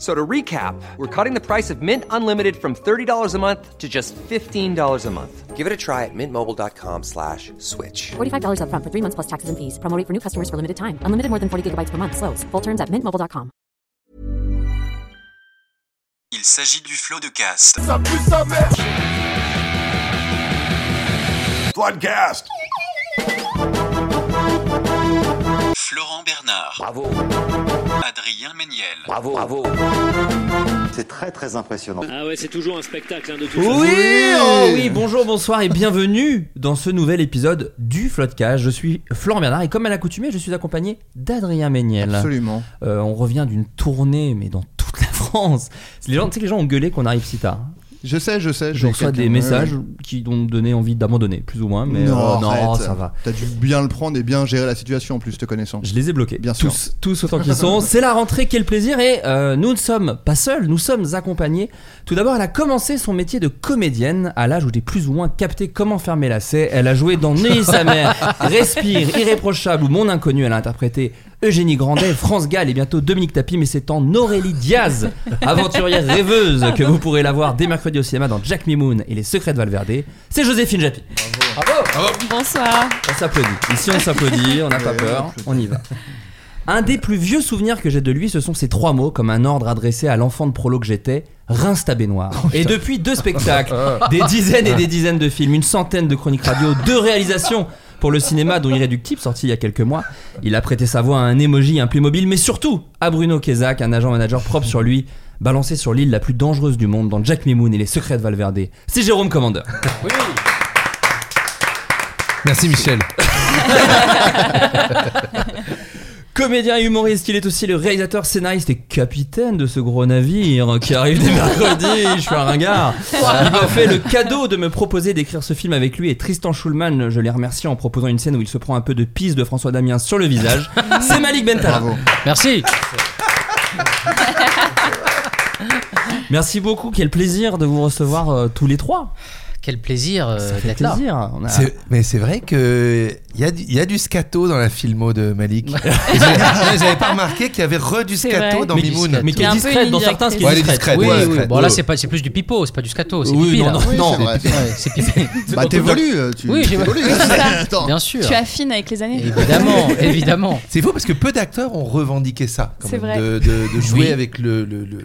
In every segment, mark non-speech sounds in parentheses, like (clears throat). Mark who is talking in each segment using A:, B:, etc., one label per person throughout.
A: So to recap, we're cutting the price of Mint Unlimited from $30 a month to just $15 a month. Give it a try at mintmobile.com slash switch.
B: $45 up front for three months plus taxes and fees. Promote for new customers for limited time. Unlimited more than 40 gigabytes per month. Slows. Full terms at mintmobile.com.
C: Il s'agit du flot de cast.
D: Floodcast.
C: Florent Bernard. Bravo. Adrien Méniel.
A: Bravo, bravo.
E: C'est très très impressionnant.
F: Ah ouais, c'est toujours un spectacle hein, de toute façon.
G: Oui, oh oui, bonjour, bonsoir et bienvenue dans ce nouvel épisode du Floodcast. Je suis Florent Bernard et comme à l'accoutumée, je suis accompagné d'Adrien Méniel.
H: Absolument.
G: Euh, on revient d'une tournée, mais dans toute la France. Les gens, tu sais que les gens ont gueulé qu'on arrive si tard.
H: Je sais, je sais.
G: Je
H: j'ai
G: reçois
H: quelqu'un-
G: des messages
H: Ouais,
G: qui ont donné envie d'abandonner, plus ou moins,
H: ouais.
G: mais
H: non,
G: euh, non,
H: arrête.
G: ça va.
H: T'as dû bien le prendre et bien gérer la situation en plus, te connaissant.
G: Je les ai bloqués.
H: Bien
G: tous,
H: sûr.
G: tous autant
H: (laughs)
G: qu'ils sont. C'est la rentrée, quel plaisir. Et euh, nous ne sommes pas seuls, nous sommes accompagnés. Tout d'abord, elle a commencé son métier de comédienne à l'âge où j'ai plus ou moins capté comment fermer la lacets. Elle a joué dans Neuilly
H: (laughs)
G: sa mère, Respire, Irréprochable ou Mon Inconnu. Elle a interprété Eugénie Grandet, France Gall et bientôt Dominique Tapi. Mais c'est en Aurélie Diaz, aventurière rêveuse, que vous pourrez la voir dès mercredi au cinéma dans Jack Mimoun et Les Secrets de Valverde. C'est Joséphine Japy.
I: Bonsoir.
G: On s'applaudit. Ici, on s'applaudit, on n'a pas
H: Ouais,
G: peur,
H: on
G: on y va. Un des plus vieux souvenirs que j'ai de lui, ce sont ces trois mots, comme un ordre adressé à l'enfant de prolo que j'étais. Rince ta baignoire. et depuis deux spectacles, des dizaines et des dizaines de films, une centaine de chroniques radio, deux réalisations pour le cinéma, dont Irréductible, sorti il y a quelques mois. Il a prêté sa voix à un emoji, un Playmobil, mais surtout à Bruno Kézak, un agent manager propre sur lui, balancé sur l'île la plus dangereuse du monde dans Jack Mimoun et les secrets de Valverde. C'est Jérôme Commander.
J: Merci Michel.
G: Comédien et humoriste, il est aussi le réalisateur, scénariste et capitaine de ce gros navire qui arrive dès
D: (laughs)
G: mercredi. Je suis un ringard. Il m'a fait le cadeau de me proposer d'écrire ce film avec lui et Tristan Schulman. Je les remercie en proposant une scène où il se prend un peu de pisse de François Damien sur
D: (laughs)
G: le visage. C'est Malik Bentala.
H: Bravo.
J: Merci.
G: Merci beaucoup. Quel plaisir de vous recevoir euh, tous les trois.
J: Quel plaisir euh,
G: Ça fait
J: d'être là.
G: plaisir. On a-
D: C'est- mais c'est vrai que euh, il y, a du- il y a du scato dans la filmo de Malik.
J: Ouais.
D: Et j'avais j'avais pas remarqué qu'il y avait re du
I: C'est
D: scato
I: vrai.
D: dans
G: mais,
D: Mimoun.
G: mais qui
I: C'est
G: est
I: un peu
G: discrète
I: une
G: dans certains, ce qui
D: Ouais,
G: est
D: elle est discrète.
G: discrète.
J: Oui,
D: Ouais,
J: oui,
D: discrète.
J: bon là
D: Ouais.
J: c'est pas c'est plus du pipeau, c'est pas du scato, c'est
G: Oui,
J: pipi,
G: non,
J: là.
G: non,
H: Oui,
G: non.
H: c'est vrai, c'est vrai.
J: C'est
G: (laughs)
J: pipi.
H: Bah t'évolues, euh, tu
J: Oui, j'ai-
H: t'évolues.
I: Oui, c'est ça.
H: Attends.
J: Bien sûr.
I: Tu affines avec les années.
J: Évidemment, évidemment.
D: C'est faux parce que peu d'acteurs ont revendiqué ça. quand
I: C'est
D: même,
I: vrai.
D: De, de- de jouer
J: Oui.
D: avec le. le- le-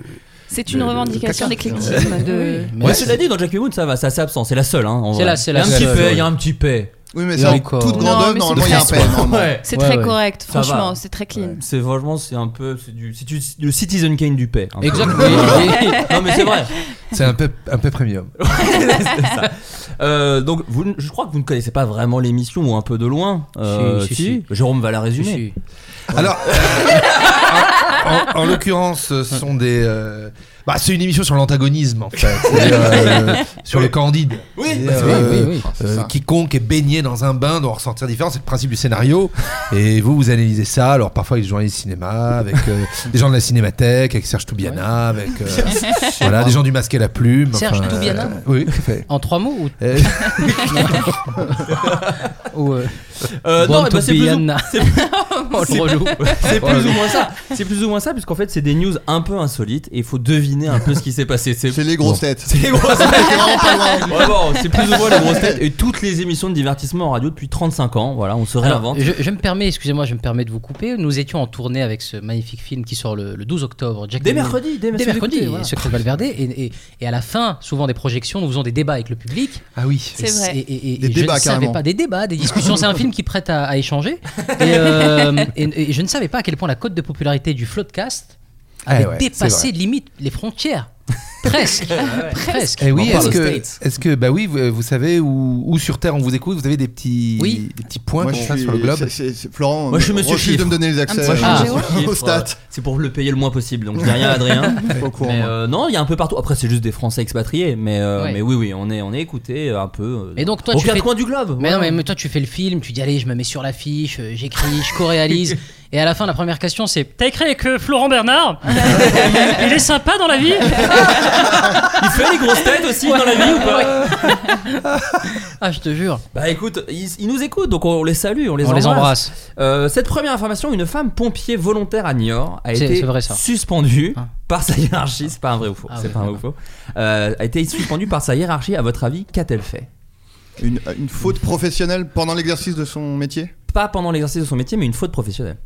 I: C'est
D: Le-
I: une
D: le
I: revendication
D: caca.
I: d'éclectisme. De...
J: Mais
G: Ouais, cela dit, dans Jack Mimoun, ça va, ça c'est absent. C'est la seule. Hein, en
J: C'est
G: vrai.
J: la- c'est la
G: Il y a un
J: seule.
G: petit paix, il y a un petit paix.
H: Oui, mais
J: Et
H: ça,
J: encore.
H: toute grande
I: Non,
H: œuvre,
I: mais c'est
H: normalement, il y a un
I: très
H: paix. normalement.
G: Ouais.
I: C'est
J: Ouais,
I: très
J: ouais.
I: correct,
G: Ça
I: franchement,
G: va.
I: c'est très clean.
G: C'est franchement, c'est un peu, c'est du, c'est du- le Citizen Kane du paix. un (laughs) peu.
J: Exactement. Oui, oui.
G: non mais c'est vrai.
D: C'est un peu, un peu premium.
G: C'est ça. Euh, donc vous, ne- je crois que vous ne connaissez pas vraiment l'émission ou un peu de loin. Euh,
J: Si, si, si.
G: Jérôme va la résumer.
J: Si, si.
D: Alors, euh, en, en l'occurrence, ce sont des. euh, bah, c'est une émission sur l'antagonisme, en fait. Et, euh,
J: (laughs)
D: sur le candide. Oui,
J: oui, oui, oui.
H: C'est ça.
D: quiconque est baigné dans un bain doit en ressortir différent, c'est le principe du scénario. Et vous, vous analysez ça, alors parfois avec des journalistes cinéma, avec euh,
J: (laughs)
D: des gens de la cinémathèque, avec Serge Toubiana, avec euh, voilà, des gens du masque et la plume.
J: Serge
D: enfin, euh,
J: Toubiana
D: Oui, tout à
J: (laughs)
D: fait.
J: En trois mots ou,
D: Euh,
J: ou, euh,
G: Euh,
J: Born
G: non,
J: to
G: bah, c'est plus,
J: be
G: ou-
J: Anna. (laughs)
G: c'est plus-
J: on Oh, le rejoue.
G: (laughs) c'est plus ou moins ça. C'est plus ou moins ça puisqu'en fait c'est des news un peu insolites et il faut deviner un peu ce qui s'est passé.
H: C'est les grosses têtes.
G: C'est les grosses têtes.
H: C'est vraiment pas loin.
G: (laughs) Vraiment, c'est plus ou moins les grosses têtes et toutes les émissions de divertissement en radio depuis 35 ans. Voilà, on se
J: Alors,
G: réinvente.
J: je, je me permets, excusez-moi, je me permets de vous couper. Nous étions en tournée avec ce magnifique film qui sort le, le 12 octobre. Jack
G: Dès
J: Lemmon.
G: mercredi,
J: Dès
G: dès mercredi,
J: mercredi,
G: voilà.
J: Secret de Valverde. Et, et- et à la fin, souvent des projections, nous faisons des débats avec le public.
D: ah oui.
I: C'est vrai.
J: Et, et- et-
H: Des
J: et je
H: débats,
J: ne savais
H: carrément.
J: pas des débats, des discussions. C'est un film
G: film qui prête à, à (laughs) échanger. Et, euh, et- et je ne savais pas à quel point la cote de popularité du Floodcast avait
D: Eh ouais, c'est
G: dépassé
D: vrai.
G: limite les frontières. (laughs) Presque. Presque.
D: Eh oui,
G: On en
D: est-ce
G: parle aux
D: que,
G: States.
D: est-ce que, bah oui, vous, vous savez où, où sur Terre on vous écoute, vous avez des petits,
G: Oui.
D: des petits points
H: Moi,
D: comme
H: je
D: ça
H: suis-
D: sur le globe.
H: c'est- c'est- c'est- Florent,
J: Moi je suis monsieur
H: refuse
J: chiffre.
H: de me donner les accès
J: Moi, je suis
H: euh,
J: monsieur chiffre,
H: aux stats.
J: euh, C'est Ah. pour le payer le moins possible, donc je dis rien à
H: (laughs)
J: Adrien.
H: Je suis pas au courant,
J: Mais,
H: moi.
J: euh, non, il y a un peu partout. Après, c'est juste des Français expatriés, mais, euh,
G: Ouais.
J: mais oui, oui, on est, on est écouté euh, un peu. euh,
G: Et donc toi,
J: au
G: tu
J: quatre
G: fais
J: coins du globe.
G: Mais
J: voilà.
G: non, mais- mais toi, tu fais le film, tu dis allez, je me mets sur l'affiche, euh, j'écris,
J: (laughs)
G: je co-réalise. Et à la fin, la première question, c'est t'as écrit avec euh, Florent Bernard (laughs) Il est sympa dans la (laughs) vie
J: Il fait les grosses têtes aussi dans la vie ou pas
G: Ah, je te jure.
J: Bah écoute, ils, ils nous écoutent, donc on les salue, on les
G: On
J: embrasse.
G: les embrasse.
J: Euh, cette première information, une femme pompier volontaire à Niort a
G: C'est-
J: été
G: c'est vrai, ça.
J: suspendue par sa hiérarchie. C'est pas un vrai ou faux.
G: Ah
J: c'est
G: oui,
J: pas un vrai ou faux. Euh, a été suspendue par sa hiérarchie. À votre avis, qu'a-t-elle fait
H: Une, une faute professionnelle pendant l'exercice de son métier Ah,
J: Pas pendant l'exercice de son métier, mais une faute professionnelle.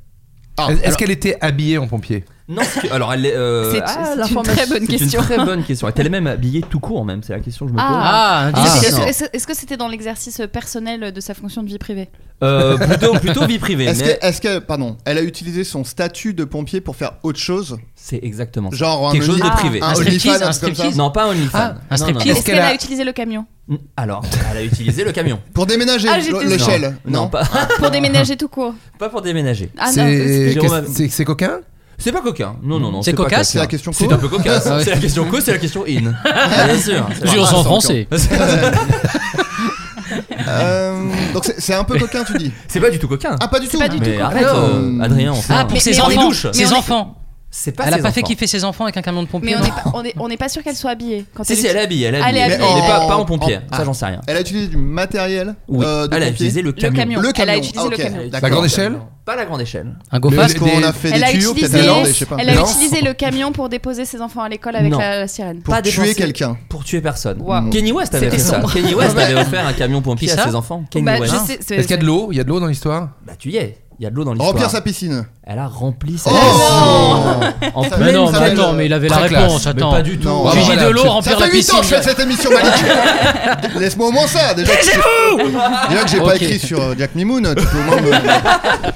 D: Est-ce
J: alors-
D: qu'elle était habillée en pompier
J: Non, ce que- alors elle est. euh,
C: C'est-
J: ah,
C: c'est une
J: l'information-
C: très bonne
J: c'est
C: question.
J: Une très bonne question. Est-elle même habillée tout court, même C'est la question que je me pose.
G: Ah, Ah,
C: Est-ce- est-ce-
G: intéressant.
C: Est-ce est-ce que c'était dans l'exercice personnel de sa fonction de vie privée
J: Euh, plutôt, plutôt vie privée.
H: Est-ce
J: mais
H: que, est-ce que- pardon, elle a utilisé son statut de pompier pour faire autre chose
J: C'est exactement ça.
H: Genre un
J: Quelque chose
H: only-
J: de privé.
H: un OnlyFans, un truc comme ça
J: Non, pas un OnlyFans.
G: Ah, un
J: Non, non, non.
G: striptease.
C: Est-ce qu'elle a utilisé le camion
J: Alors, elle a utilisé le camion.
H: Pour déménager
C: Ah, j'étais
H: le-
C: sûre.
H: l'échelle
J: Non, pas,
C: Ah, Pour déménager tout court
J: pas pour déménager.
C: Ah non,
D: C'est
J: Jérôme a-
D: qu'est-ce- c'est- c'est coquin
J: C'est pas coquin. Non, non, non.
G: C'est
J: pas
G: cocasse,
H: C'est la question
J: C'est
H: co
J: un peu cocasse.
G: Ah ouais.
J: C'est la question co, c'est la question in. Bien sûr. c'est vrai.
G: Jure
H: ça,
G: en
H: encore.
G: français.
H: Euh, donc c'est c'est un peu coquin, tu dis
J: (laughs) C'est pas du tout coquin.
H: Ah, pas du tout
C: pas du tout
J: Mais
C: coquin.
J: arrête, euh, Adrien, on fait.
G: Ah,
J: un-
G: pour
C: Mais-
G: ses
C: mais on est
G: enfants.
J: douche.
G: Ses
C: Mais on est-
G: enfants.
J: C'est pas
G: Elle a
J: ses
G: pas fait
J: enfants.
G: kiffer ses enfants avec un camion de pompier.
C: Mais on
G: non
C: n'est pas, on est, on est pas sûr qu'elle soit habillée. Quand
J: Si, si, elle est habillée. Elle est
C: Elle est
J: habillée. Mais
C: habillée.
J: elle est pas,
H: en-
J: pas en pompier.
C: Oh,
H: en-
J: Ça, j'en sais rien.
H: Elle a utilisé du matériel
J: Oui.
H: euh, de
J: Elle a
H: pompier
J: utilisé le
C: ah. Le
J: camion.
C: camion.
H: Le
C: Elle
H: camion.
C: a utilisé
H: Ah,
C: le
H: ok.
C: camion.
D: La
H: D'accord.
D: grande échelle
J: Pas la grande échelle.
G: Un
H: Le-
G: gofas
H: Est-ce qu'on a fait
C: Elle a
H: des tuyaux, peut-être
C: utilisé,
H: des landes, je sais pas.
C: elle a
D: Non.
C: utilisé le camion pour déposer ses enfants à l'école avec
J: Non.
C: la, la sirène.
H: Pour
J: Pas
H: tuer
J: dépenser-
H: quelqu'un.
J: Pour tuer personne.
C: Wow.
J: Kenny West avait
C: C'était
J: fait ça.
C: sombre.
J: Kenny West avait offert un camion pompier
G: Qui
J: à
G: ça
J: ses enfants. Kenny
C: Bah,
J: West.
C: je sais- c'est-
D: Est-ce qu'il y a de l'eau Il y a de l'eau dans l'histoire
J: Bah, tu y es. Il y a de l'eau dans l'histoire.
H: Remplir sa piscine.
J: Elle a rempli sa.
H: Oh
J: En
H: Ça-
G: Mais
J: pleine
G: non, mais
H: Ça fait
G: attends,
H: le-
G: mais il avait la
D: Très classe.
G: réponse.
J: Mais
G: Attends.
J: pas du tout.
H: Non.
D: Ah,
G: Gigi
D: voilà,
G: Delors
D: ça-
H: Ça
G: remplir la
H: fait 8 ans
G: piscine.
H: que je fais cette émission, Malik
J: (laughs)
H: Laisse-moi au moins ça déjà. que je- Déjà que j'ai pas
G: Ok.
H: écrit sur euh, Jack Mimoun, tu peux au moins me-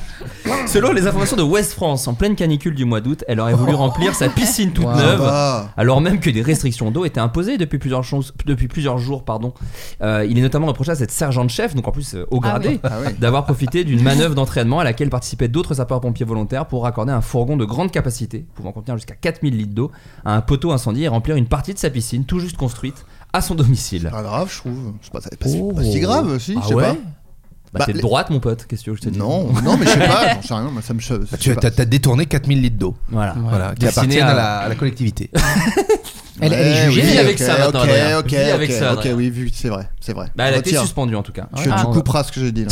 J: Selon les informations de West France, en pleine canicule du mois d'août, elle aurait
H: Oh.
J: voulu remplir sa piscine toute
G: Wow.
J: neuve.
H: Ah.
J: Alors même que des restrictions d'eau étaient imposées depuis plusieurs, choses- depuis plusieurs jours, pardon. Euh, il est notamment reproché à cette sergente-chef, donc en plus euh, au
H: Ah
J: gradé, d'avoir profité d'une manœuvre d'entraînement à laquelle participaient d'autres sapeurs-pompiers volontaires pour raccorder un fourgon de grande capacité, pouvant contenir jusqu'à 4000 litres d'eau, à un poteau incendié et remplir une partie de sa piscine, tout juste construite, à son domicile.
H: Pas grave, je trouve. C'est pas, c'est pas si- pas si grave, si,
J: Ah
H: je sais
J: ouais
H: pas.
J: Bah,
H: Bah,
J: t'es de
H: les-
J: droite, mon pote, qu'est-ce que je te dis
H: Non, non, mais je sais pas, j'en sais rien, moi, ça me cho-
J: Bah,
H: ça
D: Tu
H: me
D: as,
H: choque.
D: t'as- t'as détourné 4000 litres d'eau.
J: Voilà.
D: Voilà, qui
J: Destiné
D: appartiennent
J: à-
D: à... la, à la collectivité.
G: Elle, elle est
H: Ouais,
G: jugée.
J: Vis
H: Eh oui,
J: avec
H: ok,
J: ça, maintenant,
H: Ok,
J: Adrien.
H: ok,
J: Vis avec
H: ok,
J: ça,
H: ok,
J: Adrien.
H: oui, vu, c'est vrai, c'est vrai.
J: Bah, elle
H: Je
J: a été
H: retire.
J: suspendue en tout cas.
H: Tu,
J: Ah,
H: tu
J: on-
H: couperas ce que j'ai dit là.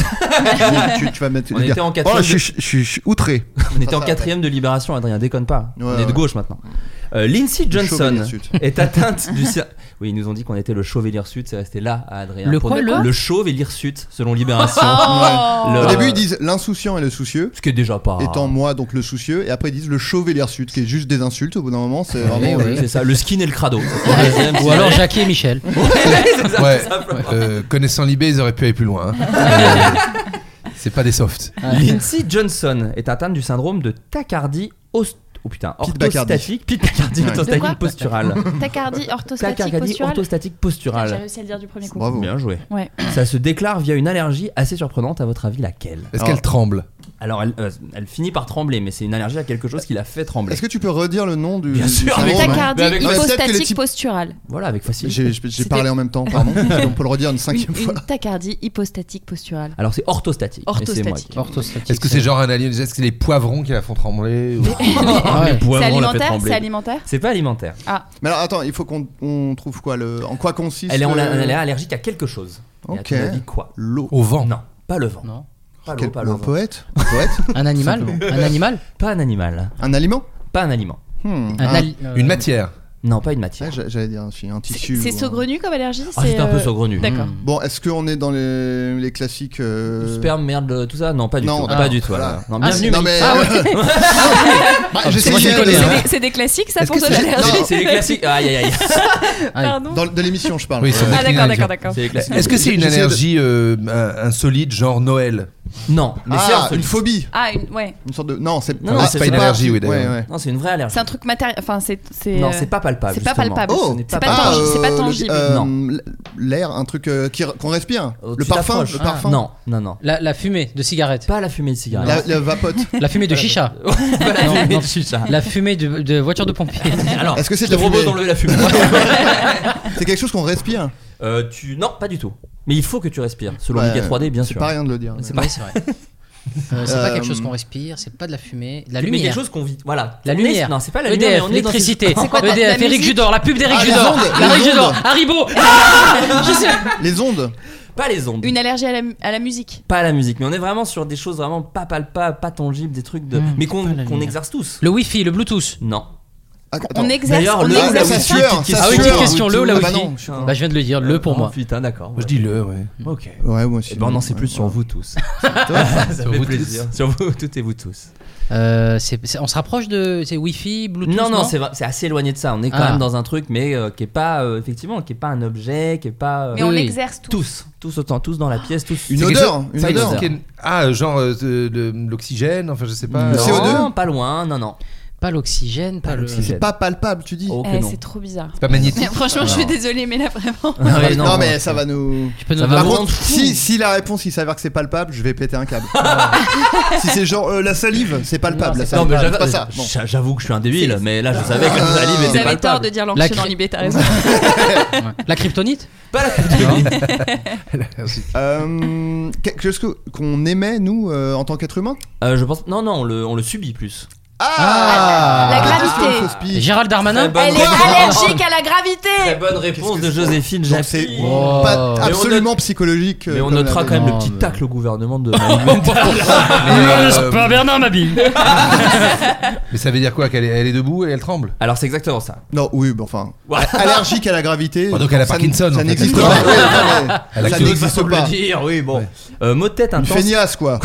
H: tu, tu- tu vas mettre.
J: On
H: dire,
J: était en
H: oh,
J: quatrième
H: je, suis- je suis outré.
J: On était en quatrième de libération, Adrien, déconne pas.
H: Ouais,
J: on est de
H: ouais.
J: gauche maintenant. Euh, Lindsay
H: Le
J: Johnson
H: Chauvet Hirsute.
J: (laughs) est atteinte du. cir- Oui, ils nous ont dit qu'on était le chauve sud, c'est resté là à Adrien.
G: Le
J: Pour
G: quoi, le-
J: chauve et l'hirsute, selon
G: (laughs)
J: Libération.
C: Oh
J: Le-
H: Au début, ils disent l'insouciant et le soucieux.
J: Ce qui est déjà pas.
H: Étant moi, donc le soucieux. Et après, ils disent le chauvet l'hirsute, qui est juste des insultes. Au bout d'un moment, c'est
J: Ouais,
H: vraiment.
J: ouais, c'est ça, le skin et le crado.
H: (laughs)
G: Ou alors Jackie et Michel.
D: Ouais. Euh, connaissant l'IB, ils auraient pu aller plus loin. hein. Euh, c'est pas des softs.
J: Lindsay Johnson est atteinte du syndrome de tachycardie os- oh putain,
H: Pete Bacardi.
J: orthostatique, Pete Bacardi,
H: Ouais.
J: orthostatique
C: De quoi
J: posturale.
C: Tacardie orthostatique
J: Tachycardie
C: posturale.
J: orthostatique
C: Putain, J'ai
J: posturale.
C: réussi à le dire du premier coup.
H: Bravo.
J: Bien joué.
C: Ouais.
J: Ça se déclare via une allergie assez surprenante, à votre avis laquelle
D: Est-ce
H: Alors-
D: qu'elle tremble
J: Alors elle, euh, elle finit par trembler, mais c'est une allergie à quelque chose qui la fait trembler.
H: Est-ce que tu peux redire le nom du.
J: Bien
H: du
J: sûr,
H: syndrome,
J: mais-
H: hein
C: Tacardie
J: Mais avec-
H: Non, mais peut-être que les
C: hypostatique
H: types-
C: posturale.
J: Voilà, avec facilité.
H: J'ai j'ai- j'ai parlé en même temps,
C: (laughs)
H: pardon. On peut le redire une
C: Une,
H: cinquième fois.
C: une tacardie hypostatique posturale.
J: Alors c'est orthostatique. mais c'est moi
C: (laughs) Orthostatique.
J: qui-
G: Orthostatique.
D: Est-ce que c'est genre un alien Est-ce que c'est les poivrons qui la font trembler ou-
J: Ah,
G: ouais.
J: le
C: C'est
J: poivron la fait
C: alimentaire
J: trembler.
C: C'est alimentaire
J: C'est pas alimentaire.
C: Ah,
H: Mais alors, attends, il faut qu'on on trouve quoi le... En quoi consiste.
J: Elle est, en-
H: le-
J: elle est allergique à quelque chose. Et
H: Ok.
J: à ton avis, quoi
H: L'eau.
D: Au vent.
J: Non, pas le vent.
G: Non.
J: Pas l'eau,
H: Quel-
J: pas le
H: Un
J: vent.
H: poète Un poète (laughs)
G: Un animal Un animal
J: Pas un animal.
H: Un aliment
J: Pas un aliment.
H: Hmm,
G: Un
H: un-
G: al- euh,
D: Une matière.
J: Non, pas une matière.
H: Ouais, j'a- J'allais dire aussi un tissu.
C: c'est
H: ou un-
C: saugrenu comme allergie
J: Ah, c'est un peu
C: euh,
J: saugrenu. Hmm.
C: D'accord.
H: Bon, est-ce qu'on est dans les, les classiques euh,
J: Du Sperme, merde, euh, tout ça Non, pas du
H: Non,
J: tout.
H: ah,
J: pas du tout.
H: voilà.
J: alors. Non,
G: Ah,
J: bienvenue.
G: c'est-
H: Non
J: Mélissa.
H: mais. Bah,
D: Ah,
H: j'essaie
G: moi,
H: de-
G: je connais, hein.
C: C'est des- C'est des classiques ça
D: Est-ce
C: pour
D: que
C: de
D: c'est-
C: l'allergie
J: C'est les classiques. Aïe, aïe, aïe.
C: Pardon.
H: euh, Dans- de l'émission, je parle.
D: Oui, c'est
H: Euh,
D: vrai.
C: Ah d'accord, d'accord, d'accord.
J: C'est les classiques.
D: Est-ce que c'est une
H: J'essaie de-
D: allergie euh, un- insolite, genre Noël
J: (laughs) Non, mais c'est
H: ah,
J: insolite.
H: une phobie.
C: Ah, une... ouais.
H: Une sorte de. Non, c'est
J: Non, non,
H: ah,
J: c'est une allergie, oui, d'ailleurs.
H: ouais, ouais.
J: Non, c'est une vraie allergie.
C: C'est un truc matériel. Enfin, c'est.
J: Non,
C: euh,
J: c'est pas palpable,
C: C'est pas
J: justement.
C: palpable.
J: Oh,
C: Ce n'est
J: c'est
C: pas,
J: pas-
C: tangi-
J: euh,
C: c'est pas
J: le-
C: tangible.
H: Euh,
J: Non.
H: l- L'air, un truc euh, qui- qu'on respire.
J: Oh,
H: le
J: tu
H: parfum,
J: t'approches.
H: le parfum.
J: Non, non, non.
G: La, la fumée de cigarette.
J: (laughs) Pas la fumée de cigarette.
H: La, la vapote.
G: La fumée de chicha.
J: Pas la
G: Non,
J: fumée
G: non.
J: de chicha.
G: La fumée de, de voiture de pompier.
J: Alors,
H: Est-ce que c'est
J: je
H: de la
J: te propose
H: fumée
J: d'enlever la fumée (laughs)
H: C'est quelque chose qu'on respire.
J: Euh, tu... Non, pas du tout. Mais il faut que tu respires, selon
H: Ouais,
J: Mika 3D, bien
H: C'est
J: sûr.
H: pas rien de le dire.
J: C'est
G: Oui,
J: pas...
G: (laughs) c'est vrai. Euh, c'est pas quelque chose
H: Euh,
G: qu'on respire, c'est pas de la fumée, de la
J: Mais
G: lumière.
J: quelque chose qu'on vit. Voilà.
G: La
J: On est-
G: lumière.
J: Non, c'est pas la
G: EDF,
J: lumière. E mais on est dans ces-
G: l'électricité.
C: C'est quoi,
J: (laughs)
G: (laughs)
C: de la- de la
G: EDF, Eric
C: musique
G: Judor, la pub d'Eric
H: Ah, les
G: Judor.
H: ondes,
G: La
H: les
G: Eric Judor,
H: ondes.
G: Haribo. Ah Je sais-
H: Les ondes.
J: Pas les ondes.
C: Une allergie à la, à la musique.
J: Pas la musique. Mais on est vraiment sur des choses vraiment pas palpables, pas tangibles, des trucs de.
G: Mm,
J: mais
G: pas
J: qu'on
G: la
J: qu'on
G: lumière.
J: exerce tous.
G: Le wifi, le bluetooth.
J: Non.
C: On exerce.
J: D'ailleurs,
C: on
J: le-
C: exerce-
J: la
H: ça
J: wifi,
H: sueur,
J: petite
H: ça
J: question.
G: Ah oui, petite
H: sueur.
G: question, le ou la
H: Ah bah
G: wifi
H: non, je suis-
G: Bah je viens de le dire, le pour
J: Oh,
G: moi.
J: Putain, d'accord.
D: Moi, je dis le, ouais.
J: Ok.
H: Ouais, moi aussi.
J: Eh ben, on en sait
H: Ouais,
J: plus (laughs)
H: ouais.
J: sur vous tous. Ça
D: Sur
J: fait
D: vous
J: plaisir. Sur vous toutes et vous tous.
G: Euh, c'est- c'est- on se rapproche de c'est wifi, bluetooth.
J: Non, non, c'est vrai- c'est assez éloigné de ça. On est quand
G: Ah.
J: même dans un truc, mais euh, qui est pas euh, effectivement, qui est pas un objet, qui est pas. euh,
C: Mais on
G: Oui.
C: exerce tout.
J: tous, tous autant, tous dans la pièce, tous.
H: Une
D: C'est quelque
H: odeur,
D: chose-
H: une
D: ça existe
J: odeur.
D: qu'il y ait une- Ah, genre euh, de, de- de l'oxygène, enfin je sais pas.
H: Le
D: Non.
H: CO2.
J: Non, pas loin, non, non.
G: pas l'oxygène, pas,
J: Pas
G: le (laughs)
J: l'oxygène.
H: Pas palpable, tu dis.
J: Oh que
C: Eh,
J: non.
C: c'est trop bizarre.
D: C'est pas magnétique.
C: Mais franchement, je suis désolée, mais là vraiment.
J: Ah (laughs) ouais,
H: non,
J: non,
H: mais
J: non.
H: ça va nous.
G: Tu peux nous
J: Ça va
H: Par
J: vous
H: contre,
J: rendre fou.
H: si, si la réponse il s'avère que c'est palpable, je vais péter un
J: (laughs)
H: câble. si c'est genre euh, la salive, c'est palpable.
G: Non,
H: la
G: c'est-
J: Non,
H: salive,
J: mais
H: ah,
J: j'avoue-
H: c'est pas ça. Bon.
J: j'a- j'avoue que je suis un débile, mais là je savais que la salive
C: Vous
J: était
C: avez tort
J: palpable.
C: de dire
G: La
C: l'enchaîne
G: cri-
C: dans l'IB, t'as raison. (laughs)
G: Ouais. La kryptonite
J: Pas la culture.
H: Euh, quelque chose que- qu'on aimait nous euh, en tant qu'être humain.
J: Euh, je pense. Non, non, on le, on le subit plus.
H: Ah,
C: la gravité.
H: fausse piste.
G: Gérald
J: Très
G: Darmanin
J: bonne
C: Ah
J: Euh,
C: Elle est
J: réponse.
C: allergique à la
J: Très
C: gravité.
J: bonne réponse
H: Qu'est-ce que
J: de Joséphine
H: Donc c'est
J: Japy.
G: Wow.
H: pas
J: Mais on
H: absolument
J: note-
H: psychologique. euh,
J: Mais on
H: comme
J: notera
H: la-
J: quand même le
G: Non,
J: petit
G: mais-
J: tacle au gouvernement
H: (laughs)
J: de.
G: Ah, Pas Bernard Mabille.
D: Mais ça veut dire quoi Qu'elle est, elle est debout et elle tremble
J: Alors c'est exactement ça.
H: Non, oui, bon, enfin.
J: Ouais.
H: Allergique à la gravité.
D: Bon, donc elle a
H: ça n-
D: Parkinson, en
H: Ça
D: fait.
H: n'existe pas. Ouais, ouais,
J: (laughs)
H: ouais.
D: Elle a
H: ça
D: que-
H: n'existe
J: Faut
H: pas.
J: le dire, oui, bon. Euh, mot de tête
H: Une
J: intense.
H: feignasse quoi.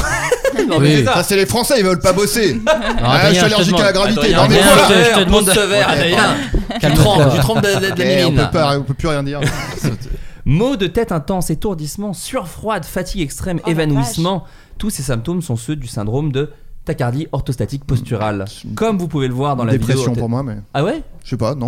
J: Non, mais
G: Oui.
J: c'est ça.
H: Ça c'est les Français, ils veulent (laughs) pas bosser. Ah,
G: Adrien,
H: je suis
G: je te
H: allergique
G: demande.
H: à la gravité.
J: Adrien,
H: Non mais
J: Adrien,
H: voilà.
G: je te- je te
J: Adrien,
G: demande-
J: pose sévère,
H: Ouais,
J: Adrien. Tu
G: Calme-toi.
J: trembles, tu trembles de, de- de la
H: Eh, on
J: mine.
H: peut pas, on peut plus rien (laughs) dire.
J: Maux de tête intense, étourdissement, surfroide, fatigue extrême,
C: Oh la
J: évanouissement. Tous ces symptômes sont ceux du syndrome de tachycardie orthostatique posturale. Comme vous pouvez le voir dans la
H: Dépression
J: vidéo.
H: pour moi, mais
J: Ah ouais
H: je sais pas, non.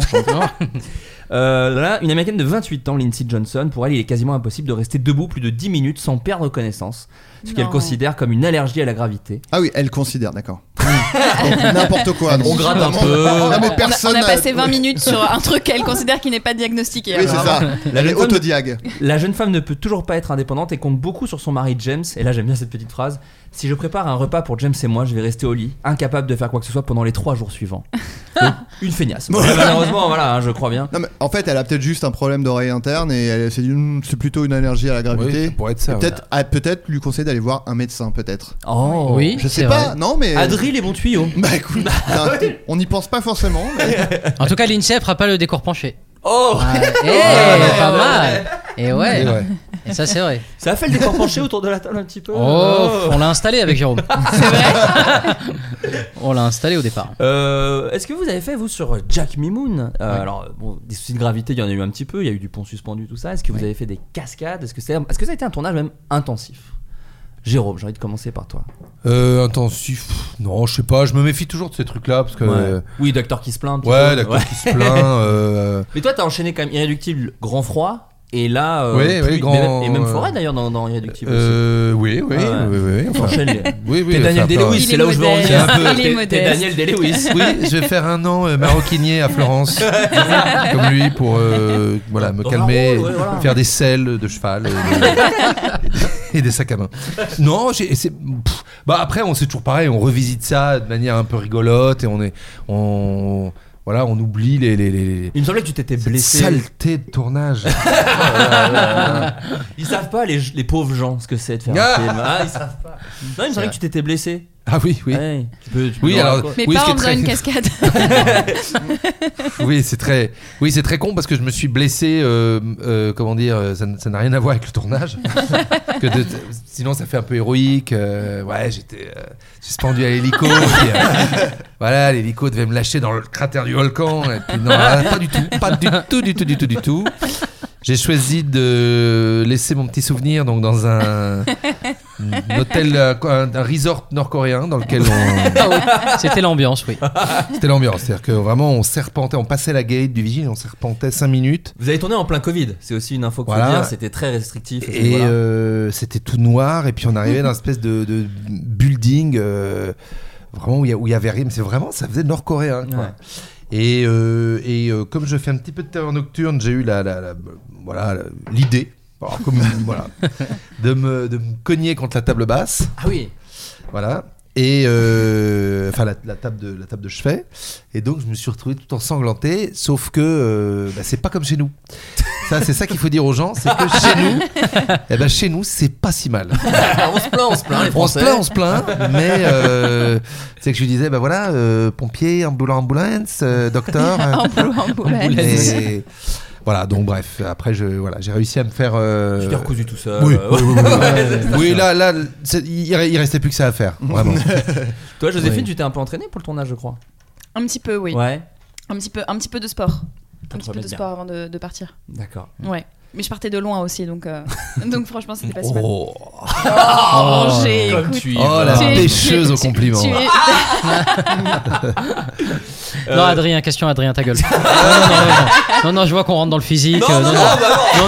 J: Euh, là, une américaine de 28 ans, Lindsay Johnson, pour elle, il est quasiment impossible de rester debout plus de 10 minutes sans perdre connaissance, ce qu'elle
C: Non.
J: considère comme une allergie à la gravité.
H: (laughs) Ah oui, elle considère, d'accord. (laughs) Donc, N'importe quoi.
J: On gratte un peu.
H: Non, mais
C: On a-
H: personne.
C: on a
H: n'a-
C: passé
H: (laughs)
C: 20 minutes sur un truc qu'elle considère qui n'est pas diagnostiqué.
H: Oui, c'est
C: Alors,
H: ça.
J: La
H: Elle est
J: jeune femme-
H: (laughs) autodiag.
J: La jeune femme ne peut toujours pas être indépendante et compte beaucoup sur son mari James. Et là, j'aime bien cette petite phrase. Si je prépare un repas pour James et moi, je vais rester au lit, incapable de faire quoi que ce soit pendant les trois jours suivants.
G: (laughs)
J: Donc, une feignasse. Bon, malheureusement, voilà, hein, je crois bien.
H: Non, mais en fait, elle a peut-être juste un problème d'oreille interne et elle s'est dit, Hum, c'est plutôt une allergie à la
D: Oui,
H: gravité.
D: ça pourrait être ça.
H: Et
D: ouais.
H: Peut-être, ah, peut-être lui conseiller d'aller voir un médecin, peut-être.
J: Oh,
G: Oui,
H: Je sais
G: Ah, c'est
H: pas,
G: vrai.
H: non, mais.
J: Adril les bons tuyaux.
H: Bah écoute, putain, on n'y pense pas forcément. mais-
G: En tout cas, l'INSEE fera pas le décor penché.
J: Oh
G: Ah, eh, pas mal. Et ouais.
D: Et ouais.
G: Et ça, c'est vrai.
J: (laughs) Ça a fait le décor penché autour de la table un petit peu.
G: Oh, on l'a installé
C: (laughs)
G: avec Jérôme. C'est vrai On l'a installé au départ.
J: Euh, Est-ce que vous avez fait, vous, sur Jack Mimoun Euh, Alors, bon, des soucis de gravité, il y en a eu un petit peu, il y a eu du pont suspendu, tout ça. Est-ce que vous avez fait des cascades Est-ce que, c'est- est-ce que ça a été un tournage même intensif Jérôme, j'ai envie de commencer par toi.
D: Euh, intensif. pff, Non, je sais pas. Je me méfie toujours de ces trucs-là parce que. euh,
J: Oui, docteur qui se plaint. un petit
D: Ouais,
J: peu.
D: d'accord,
J: Ouais.
D: qui se plaint. euh,
J: Mais toi, t'as enchaîné quand même Irréductible, Grand Froid, et là. euh,
D: Ouais, ouais,
J: pluie,
D: Grand-
J: mais même- Et même Forêt d'ailleurs dans, dans Irréductible aussi.
D: euh, oui, oui,
J: Ah ouais.
D: oui, oui, oui, enfin,
J: T'enchaînes les-
D: (laughs) oui, oui.
J: T'es Daniel
D: enfin,
J: Day-Lewis,
C: Il
J: c'est
C: est
J: là où je veux en
C: modeste.
J: venir.
D: Il est
J: T'es- t'es
C: modeste.
J: Daniel Day-Lewis.
D: Oui, je vais faire un an euh, maroquinier à
J: (laughs)
D: Florence, comme lui, pour euh, voilà, me
J: Dans un
D: calmer,
J: rôle, ouais, voilà.
D: faire des selles de cheval et,
J: (laughs)
D: des- et des sacs à main. Non, j'ai, c'est- pff, bah après, on c'est toujours pareil, on revisite ça de manière un peu rigolote et on est, on voilà, on oublie les, les, les,
J: Il me semblait que tu t'étais
D: les
J: blessé.
D: saletés de
J: (laughs)
D: tournage.
J: Ils savent pas, les, les pauvres gens, ce que c'est de faire
D: Ah (laughs)
J: un film. Ah, ils savent pas. Non, il me semblait que tu t'étais blessé.
D: Ah oui, oui.
J: Ouais, tu peux, tu peux
D: Oui,
J: le
D: alors-
J: raconter.
C: Mais
D: Oui, ce
C: pas
D: qui
C: en
D: est
C: faisant
D: très-
G: (laughs)
C: une cascade.
D: Oui, c'est très, oui, c'est très con parce que je me suis blessé. euh, euh, comment dire, euh, ça n- ça n'a rien à voir avec le tournage. Que de- sinon, ça fait un peu héroïque. euh, ouais, j'étais euh, suspendu à l'hélico. et puis, euh, voilà, l'hélico euh, devait me lâcher dans le cratère du volcan. Et puis non, ah, pas du tout, pas du tout, du tout, du tout, du tout. J'ai choisi de laisser mon petit souvenir donc dans un, un hôtel, euh, un, un resort nord-coréen dans lequel on.
G: C'était l'ambiance, Ah oui.
C: Oh,
D: C'était l'ambiance, c'est-à-dire que vraiment on serpentait, on passait la gate du vigile, on serpentait 5 minutes.
J: Vous avez tourné en plein Covid, c'est aussi une info qu'on
D: Voilà.
J: dire, c'était très restrictif.
D: Et
J: voilà.
D: euh, c'était tout noir, et puis on arrivait dans une espèce de, de building euh, vraiment où il y a- où il y avait rien, mais c'est vraiment ça faisait nord-coréen. quoi. Et, euh, et, euh, comme je fais un petit peu de terreur nocturne, j'ai eu la, la- la- voilà la- l'idée, alors, comme-
J: (laughs)
D: voilà, de me de me cogner contre la table basse.
J: Ah oui.
D: Voilà. Et euh, enfin la, la table de la table de chevet. Et donc je me suis retrouvé tout ensanglanté. Sauf que euh, bah, c'est pas comme chez nous. Ça c'est ça qu'il faut dire aux gens, c'est que chez nous, eh ben chez nous c'est pas si mal.
J: (laughs) on se plaint, on se
D: (laughs) on
J: plaint, les
D: se
J: Français.
D: plaint, on se plaint. Mais euh, c'est que je lui disais bah voilà euh, pompier, ambul- ambulance, euh, docteur. euh,
C: Ambulance.
D: et voilà, donc bref, après je voilà, j'ai réussi à me faire. euh,
J: Tu t'es recousu tout seul.
D: Oui,
J: Euh,
D: oui, oui, oui, oui.
J: (laughs) ouais, c'est
D: Oui,
J: sûr.
D: là, là, c'est- il, re- il restait plus que ça à
J: (laughs)
D: faire, vraiment.
J: Toi, Joséphine,
D: Oui.
J: tu t'es un peu entraînée pour le tournage, je crois.
C: Un petit peu, oui.
J: Ouais.
C: Un petit peu, un petit peu de sport. Un
J: te
C: petit peu de
J: remettre
C: sport avant de, de partir.
J: D'accord.
C: Ouais. Mais je partais de loin aussi, donc, euh, donc franchement, c'était
H: Euh,
C: pas si mal.
D: Oh.
C: Oh, Angers,
J: Comme
C: écoute.
J: tu y
D: Oh la
J: vas.
G: Tu-
D: pêcheuse
G: tu-
D: au
G: tu-
D: compliment.
G: tu es- Non, Adrien, question Adrien, ta gueule.
C: (laughs)
G: non, non, non, non, non. Non, non, je vois qu'on rentre dans le physique. euh, Non,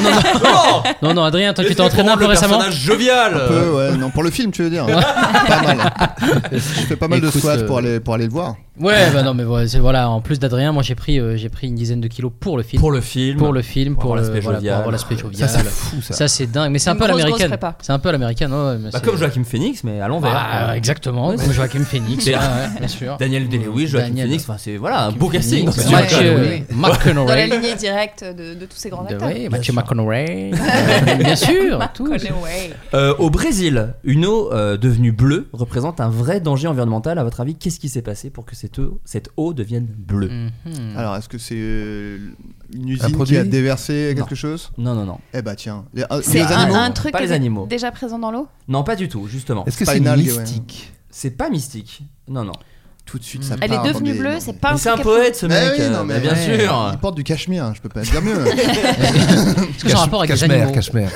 G: non,
J: (laughs)
G: non, non, non, non, non, Adrien, toi, tu t'es entraîné un peu récemment
J: jovial.
H: Un peu, ouais. Non, pour le film, tu veux dire. hein.
C: (laughs)
H: pas mal. Je fais pas mal de
G: Écoute,
H: squats
G: euh,
H: pour, aller, pour aller le voir.
G: Ouais, bah non, mais voilà, c'est- voilà, en plus d'Adrien, moi j'ai pris, euh, j'ai pris une dizaine de kilos pour le film.
J: Pour le film.
G: Pour le film,
J: Pour
G: pour,
J: avoir
G: le-
J: l'aspect
G: voilà, pour
J: jovial.
G: avoir l'aspect
J: Ça,
G: jovial.
J: c'est fou, ça.
G: Ça, c'est dingue, mais c'est un
C: Une
G: peu à
C: grosse,
G: l'américaine.
C: grosse prépa.
G: C'est un peu à l'américaine, ouais,
J: Bah,
G: mais c'est-
J: comme Joachim Phoenix, mais à l'envers.
G: Ah,
J: quoi.
G: exactement,
J: Ouais,
G: comme
J: c'est-
G: Joaquin Phoenix,
J: C'est-
G: ouais, ouais, bien sûr.
J: Daniel Day-Lewis, Joachim
G: Daniel-
J: Phoenix, enfin, c'est voilà, un beau casting.
G: Phoenix,
J: dans
G: Mathieu-
J: ce film.
G: oui, oui. McConaughey.
C: Dans la lignée directe de, de tous ces grands
G: De-
C: acteurs.
G: Oui,
J: (laughs)
G: Mathieu McConaughey. Bien sûr,
C: (laughs)
G: tout.
C: McConaughey.
J: Euh, au Brésil, une eau euh, devenue bleue représente un vrai danger environnemental. À votre avis, qu'est-ce qui s'est passé pour que cette eau, cette eau devienne bleue
G: Mm. Mhm.
J: Ah,
H: Alors, est-ce que c'est euh, une
J: Un
H: usine
J: produit
H: qui a
J: Non.
H: déversé quelque chose
J: Non, non, non.
H: Eh bah tiens. Les, ah,
C: C'est
H: les
C: un,
H: animaux
C: un truc
J: Pas
C: qui
J: les
C: était
J: animaux.
C: déjà présent dans l'eau
J: Non, pas du tout, justement.
D: Est-ce que
H: Pas
D: c'est
H: une algue, ouais.
D: mystique
J: C'est pas mystique. Non, non.
H: Tout de suite, ça
C: Elle est
H: part dans
C: devenue
H: des-
C: bleue,
H: dans
C: c'est
H: des-
C: pas un
J: Mais c'est un
C: truc à-
J: poète, ce
H: Mais
J: mec.
H: Eh oui,
J: euh,
H: non, mais
J: bien
H: ouais,
J: sûr.
H: Il porte du cachemire, je peux pas
C: (laughs)
H: dire mieux.
G: Est-ce que c'est un rapport avec les
D: Cachemire,
G: animaux
D: cachemire.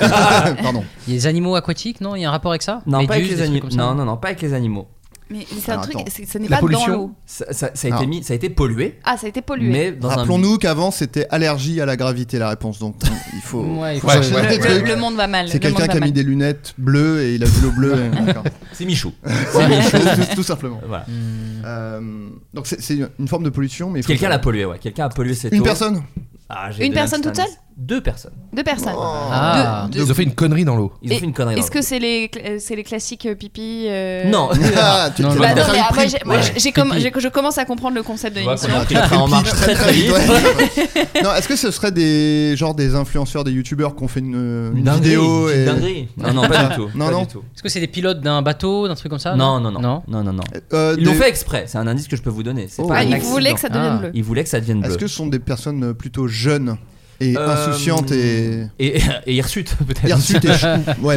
H: Pardon.
G: Il y a des animaux aquatiques, non Il y a un rapport avec ça
J: Non, pas avec les
G: Méduses, des trucs
J: animaux.
G: comme ça,
J: Non, non, non, pas avec les animaux.
C: Mais c'est un
H: Alors,
C: truc,
H: attends.
C: c'est- ce n'est
D: La
C: pas dans
D: pollution
C: l'eau.
J: Ça, ça- ça a
H: Ah.
J: été mis, ça a été pollué,
C: Ah, ça a été pollué.
J: mais dans un.
H: Rappelons-nous qu'avant c'était allergie à la gravité la réponse, donc hein, il faut.
G: Ouais, il faut
D: Ouais,
H: chercher
D: ouais,
H: des
C: Le,
H: trucs.
C: le monde va mal.
H: C'est
C: le monde
H: quelqu'un
C: va
H: qui a mis
C: mal.
H: des lunettes bleues et il a vu l'eau bleue. et- D'accord.
J: C'est Michou.
H: tout, tout simplement.
J: Voilà.
H: Euh, donc c'est- c'est une forme de pollution, mais il faut
J: Quelqu'un
H: que-
J: l'a pollué, ouais. Quelqu'un a pollué cette
H: Une
J: eau.
H: personne.
J: Ah, j'ai
C: Une
J: donné un
C: personne
J: petit
C: toute
J: indice.
C: seule
J: Deux personnes.
C: Deux personnes.
H: Oh.
G: Ah.
D: Ils ont fait une connerie dans l'eau.
J: Ils ont
C: Et-
J: fait une connerie.
C: Est-ce
J: dans
C: que c'est les, cl- euh, c'est les classiques euh, pipi euh,
J: le-
C: (laughs)
J: Non.
H: Ah, tu-
G: Non,
H: tu
G: non,
H: l'as
C: Bah non,
H: pas
G: non.
C: mais
H: fait
C: moi,
H: le
C: j'ai-
H: prix.
C: moi,
J: Ouais.
C: j'ai- j'ai comme-
J: Pipi.
C: j'ai- je commence à comprendre le concept de
J: Je vois
C: l'émission.
J: qu'on a pris
H: Tu
J: le
H: as
J: train
H: pris
J: en
H: le
J: marche
H: pif
J: très très vite.
H: Ouais. (laughs) Non, est-ce que ce serait des genre des influenceurs, des youtubeurs qui ont fait une, une
J: Dinguerie,
H: vidéo
J: une
H: et...
J: dinguerie. Non, non, pas du tout.
H: Non,
J: pas
H: non.
J: du tout.
G: Est-ce que c'est des pilotes d'un bateau, d'un truc comme ça
J: Non, non, non. Non, non, non.
H: Euh,
J: Ils l'ont
H: des-
J: fait exprès. C'est un indice que je peux vous donner. C'est
H: Oh.
C: Ah,
J: pas un
C: il
J: accident.
C: voulait que ça devienne
G: Ah.
C: bleu.
J: Il voulait que ça devienne bleu.
H: Est-ce que ce sont des personnes plutôt jeunes et
J: Euh,
H: insouciantes et
J: Et, et hirsute, peut-être.
H: hirsutes et chou-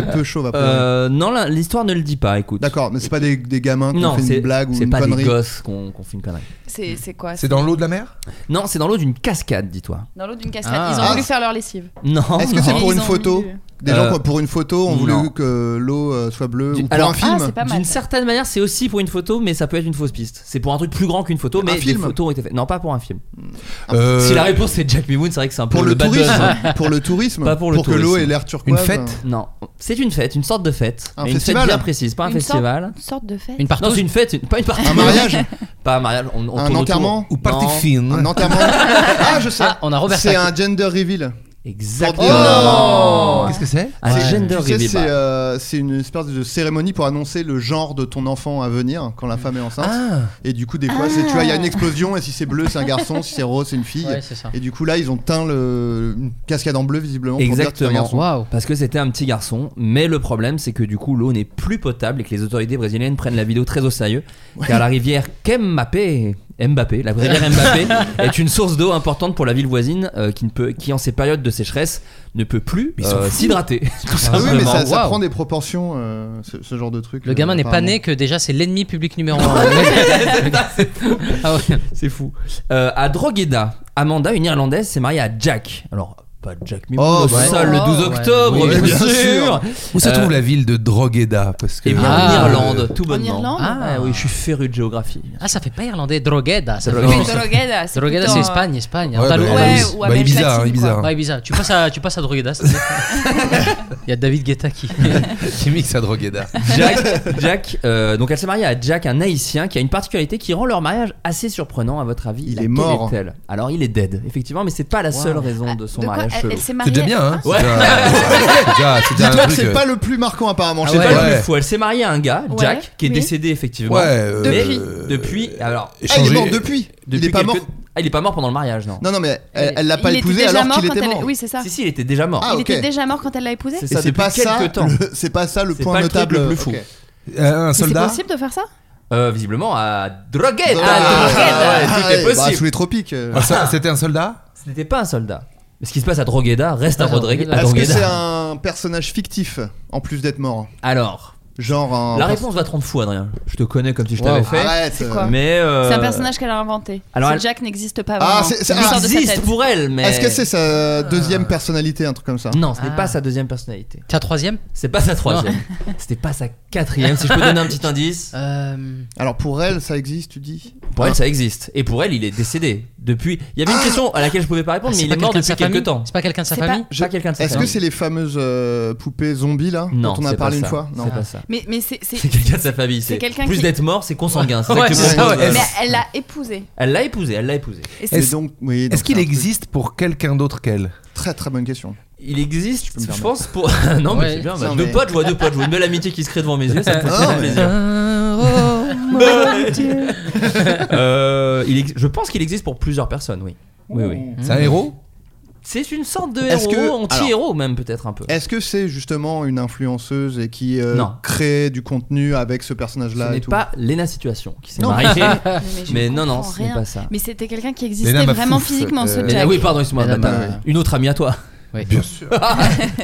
H: (laughs) ouais peu chauves à pleurer.
J: Euh, non, la- l'histoire ne le dit pas, écoute.
H: D'accord, mais c'est pas des, des gamins qui ont
J: Non,
H: fait
J: c'est
H: une blague ou
J: c'est
H: une
J: pas
H: connerie.
J: des gosses qu'on qu'on fait une connerie.
C: C'est c'est quoi
D: C'est dans l'eau de la mer
J: Non, c'est dans l'eau d'une cascade, dis-toi.
C: Dans l'eau d'une cascade.
G: Ah.
C: Ils ont
H: Ah.
C: voulu faire leur lessive.
J: Non.
H: Est-ce que
J: non.
H: c'est
C: Mais
H: pour
C: ils
H: une
C: ont
H: photo
C: voulu-
H: Des
J: Euh,
H: gens quoi, pour une photo ont
J: non.
H: voulu que l'eau euh, soit bleue
J: Du-
H: ou pour
J: alors-
H: un
C: Ah,
H: film.
C: c'est pas mal.
J: D'une certaine manière, c'est aussi pour une photo, mais ça peut être une fausse piste. C'est pour un truc plus grand qu'une photo, mais
H: Un
J: des
H: film
J: photos ont été faites. Non, pas pour un film.
D: Euh,
J: Si la réponse c'est Jack Moon, c'est vrai que c'est un peu
H: pour le,
J: bad buzz. hein.
H: tourisme, pour le tourisme,
J: Pas pour le
H: que l'eau
J: tourisme.
H: ait l'air turquoise. hein.
D: Une fête
J: Non, c'est une fête, une sorte de fête.
H: Un
J: mais une
H: festival
J: fête bien précise, pas un
C: Une
J: festival.
C: Une sorte de fête.
G: Une partout
J: Non, c'est une fête, une- pas une partie.
H: Un mariage
J: (laughs) Pas un mariage, on, on
H: Un
J: tourne autour.
H: enterrement
D: Ou partie
J: Non.
D: fine
J: (laughs)
H: Un enterrement. ah, je sais.
G: Ah, on a Robert
H: C'est
G: Taki.
H: un gender reveal.
J: Exactement.
H: Oh
D: Qu'est-ce que c'est
J: un
H: Ouais.
J: gender
H: Tu sais,
J: reveal.
H: C'est
J: bah.
H: euh, c'est une espèce de cérémonie pour annoncer le genre de ton enfant à venir quand la femme est enceinte. Et du coup, des fois, c'est- tu vois, il y a une explosion et si c'est bleu, c'est un garçon, si c'est rose, c'est une fille.
G: Ouais, c'est ça.
H: Et du coup, là, ils ont teint le une cascade en bleu visiblement pour dire que c'est un
J: Exactement.
H: garçon.
G: Waouh.
J: Parce que c'était un petit garçon, mais le problème c'est que du coup l'eau n'est plus potable et que les autorités brésiliennes prennent la vidéo très au sérieux. Car la rivière Kembappé, Mbappé, la rivière Mbappé est une source d'eau importante pour la ville voisine euh, qui, ne peut, qui en ces périodes de sécheresse ne peut plus
D: ils sont
J: euh,
D: fous.
J: s'hydrater. Tout
H: Ah oui, mais
J: simplement.
H: ça, ça
J: Waouh.
H: prend des proportions, euh, ce, ce genre de truc.
G: Ah. Le
H: euh,
G: gamin n'est pas
H: apparemment.
G: né que déjà c'est l'ennemi public numéro
J: (laughs)
G: 1. ah ouais.
J: C'est fou. Euh, à Drogheda, Amanda, une Irlandaise, s'est mariée à Jack. Alors, pas pas Jack Mimoun au sol le
G: Oh,
J: 12 octobre, bien, sûr.
D: Où se
J: Euh,
D: trouve la ville de Drogheda Parce que euh,
J: Eh bien, en Irlande, tout
G: En
J: bonnement.
G: Irlande
J: ah oui, je suis féru de géographie.
G: Ah, ça fait pas irlandais, drogueda. Ça
J: Drogueda.
G: fait-
K: Drogueda, c'est
G: Drogueda,
K: plutôt,
G: c'est
K: euh,
G: Espagne, Espagne.
D: Ouais,
G: Andalou-
D: bah,
G: Andalus.
D: ouais, ou Bah, Ibiza, Amérique hein, latine, Ibiza. quoi.
G: Ouais, Ibiza. Tu passes à, tu passes à Drogueda, ça te dit
J: (laughs)
G: Il y a David Guetta qui.
D: Qui mixe à Drogheda.
C: Ah,
J: Jack, Jack euh, donc elle s'est mariée à Jack, un haïtien qui a une particularité qui rend leur mariage assez surprenant à votre avis. Il
H: est mort.
J: Alors il est dead, effectivement, mais c'est pas la seule raison de son
C: de quoi Elle-
J: mariage.
C: elle
J: chelou.
C: s'est mariée- C'est déjà bien, hein.
J: Ouais.
D: C'est déjà- c'est déjà un
H: Dis-toi que
D: truc,
H: c'est
D: euh,
H: pas le plus marquant apparemment
J: Ah
H: chez
J: ouais,
H: toi.
J: pas le plus fou. Elle s'est mariée à un gars,
H: Ouais,
J: Jack, qui est
H: oui.
J: décédé effectivement.
D: Ouais, euh,
J: mais
D: Depuis.
J: depuis, alors.
H: Ah, il est mort depuis. Il est pas
J: quelques-
H: mort.
J: Ah, il est pas mort pendant le mariage, non
H: Non, non, mais elle elle l'a
C: Il
H: pas
C: était
H: épousé
C: déjà
H: alors
C: mort
H: qu'il
C: quand
H: était
C: elle-
H: mort.
C: Oui, c'est ça.
J: Si, si, il était déjà mort.
H: Ah,
C: il
H: ok.
C: était déjà mort quand elle l'a épousé
H: Et
J: C'est ça,
H: c'est
J: depuis
H: pas ça
J: quelques temps.
H: le- C'est pas ça le
J: C'est
H: point
J: pas le truc
H: notable
J: le plus fou.
H: Ok.
D: Euh, Un
C: Mais C'est
D: soldat
C: possible de faire ça
J: Euh, visiblement à Droguette.
H: Ah,
J: Ah, ouais,
H: ouais,
J: tout est
H: bah,
J: possible.
H: sous les tropiques. euh.
D: Ah, ça, C'était un
J: (laughs)
D: soldat
J: Ce n'était pas un soldat. Mais Ce qui se passe à Drogueda reste à Rodrigue. à
H: Est-ce que
J: Drogheda.
H: c'est un personnage fictif en plus d'être mort
J: Alors,
H: Genre un.
J: la réponse va te rendre fou, Adrien. Je te connais comme si je t'avais
H: Wow.
J: fait.
H: Arrête.
C: C'est quoi
J: Mais euh,
C: C'est un personnage qu'elle a inventé.
J: alors
C: C'est
J: elle-
C: Jack n'existe pas vraiment.
H: Ah, c'est- c'est-
C: Il
H: ah,
C: sort de sa
J: existe
C: tête. Euh.
J: pour elle, mais
H: Est-ce que c'est sa deuxième personnalité, un truc comme ça
J: Non, ce n'est
G: Ah.
J: pas sa deuxième personnalité.
G: T'es à troisième
J: C'est pas sa
H: (laughs)
J: troisième. C'était pas sa quatrième. Si je peux donner un petit indice,
G: Euh,
H: Alors pour elle, ça existe, tu dis
J: pour elle ça existe. Et pour elle, il est décédé depuis. Il y avait une question à laquelle je pouvais pas
H: Ah,
J: répondre, mais
G: c'est
J: il
G: pas
J: est mort
G: quelqu'un de
J: depuis
G: sa
J: quelques
G: famille
J: temps.
G: C'est pas quelqu'un de sa
C: C'est pas-
G: famille
J: Pas quelqu'un de sa
H: Est-ce que
J: famille.
H: c'est les fameuses euh, poupées zombies là
J: Non,
H: dont on
J: c'est
H: a
J: pas
H: parlé une
J: ça.
H: fois
J: C'est pas ça.
C: Mais, mais c'est. c'est-
J: C'est quelqu'un de sa famille.
C: C'est
J: C'est
C: quelqu'un
J: plus
C: qui-
J: d'être mort, c'est consanguin. C'est ça
D: Ouais,
J: que
D: c'est
J: tout le
D: ça,
J: monde-
D: ouais.
C: Mais
J: euh,
C: elle l'a épousé.
J: Elle l'a épousé. Elle l'a épousé.
C: Et c'est-
H: Et
D: Est-ce-
H: donc, oui, donc
D: Est-ce qu'il
H: c'est un truc-
D: existe pour quelqu'un d'autre qu'elle
H: Très très bonne question.
J: Il existe,
H: me
J: je,
H: permettre.
J: pense, pour. (laughs) non, mais
G: Ouais.
J: c'est bien.
H: Non,
J: Deux
H: mais-
J: potes, je vois deux potes, je vois une belle amitié qui se crée devant mes yeux, ça me fait
H: Non,
J: très
H: mais-
J: plaisir. Euh, il ex- Je pense qu'il existe pour plusieurs personnes, oui. Oui, oui.
D: C'est un héros
J: C'est une sorte de
H: Est-ce
J: héros,
H: que-
J: anti-héros même, peut-être un peu.
H: Est-ce que c'est justement une influenceuse et qui euh,
J: Non.
H: crée du contenu avec ce personnage-là
J: Ce
H: et
J: n'est
H: tout
J: pas Lena Situation qui s'est
H: Non.
J: mariée.
C: Mais, je
J: (laughs) mais non, non,
C: comprends
J: ce n'est
C: rien.
J: pas ça.
C: Mais c'était quelqu'un qui
D: Léna
C: existait
D: Mafouf,
C: vraiment physiquement, ce
D: euh,
J: Léna-
C: Jack.
J: oui, pardon, excuse-moi,
G: Madame,
J: bâtard.
G: euh,
J: Une autre amie à toi.
G: (laughs) Oui.
D: Bien sûr.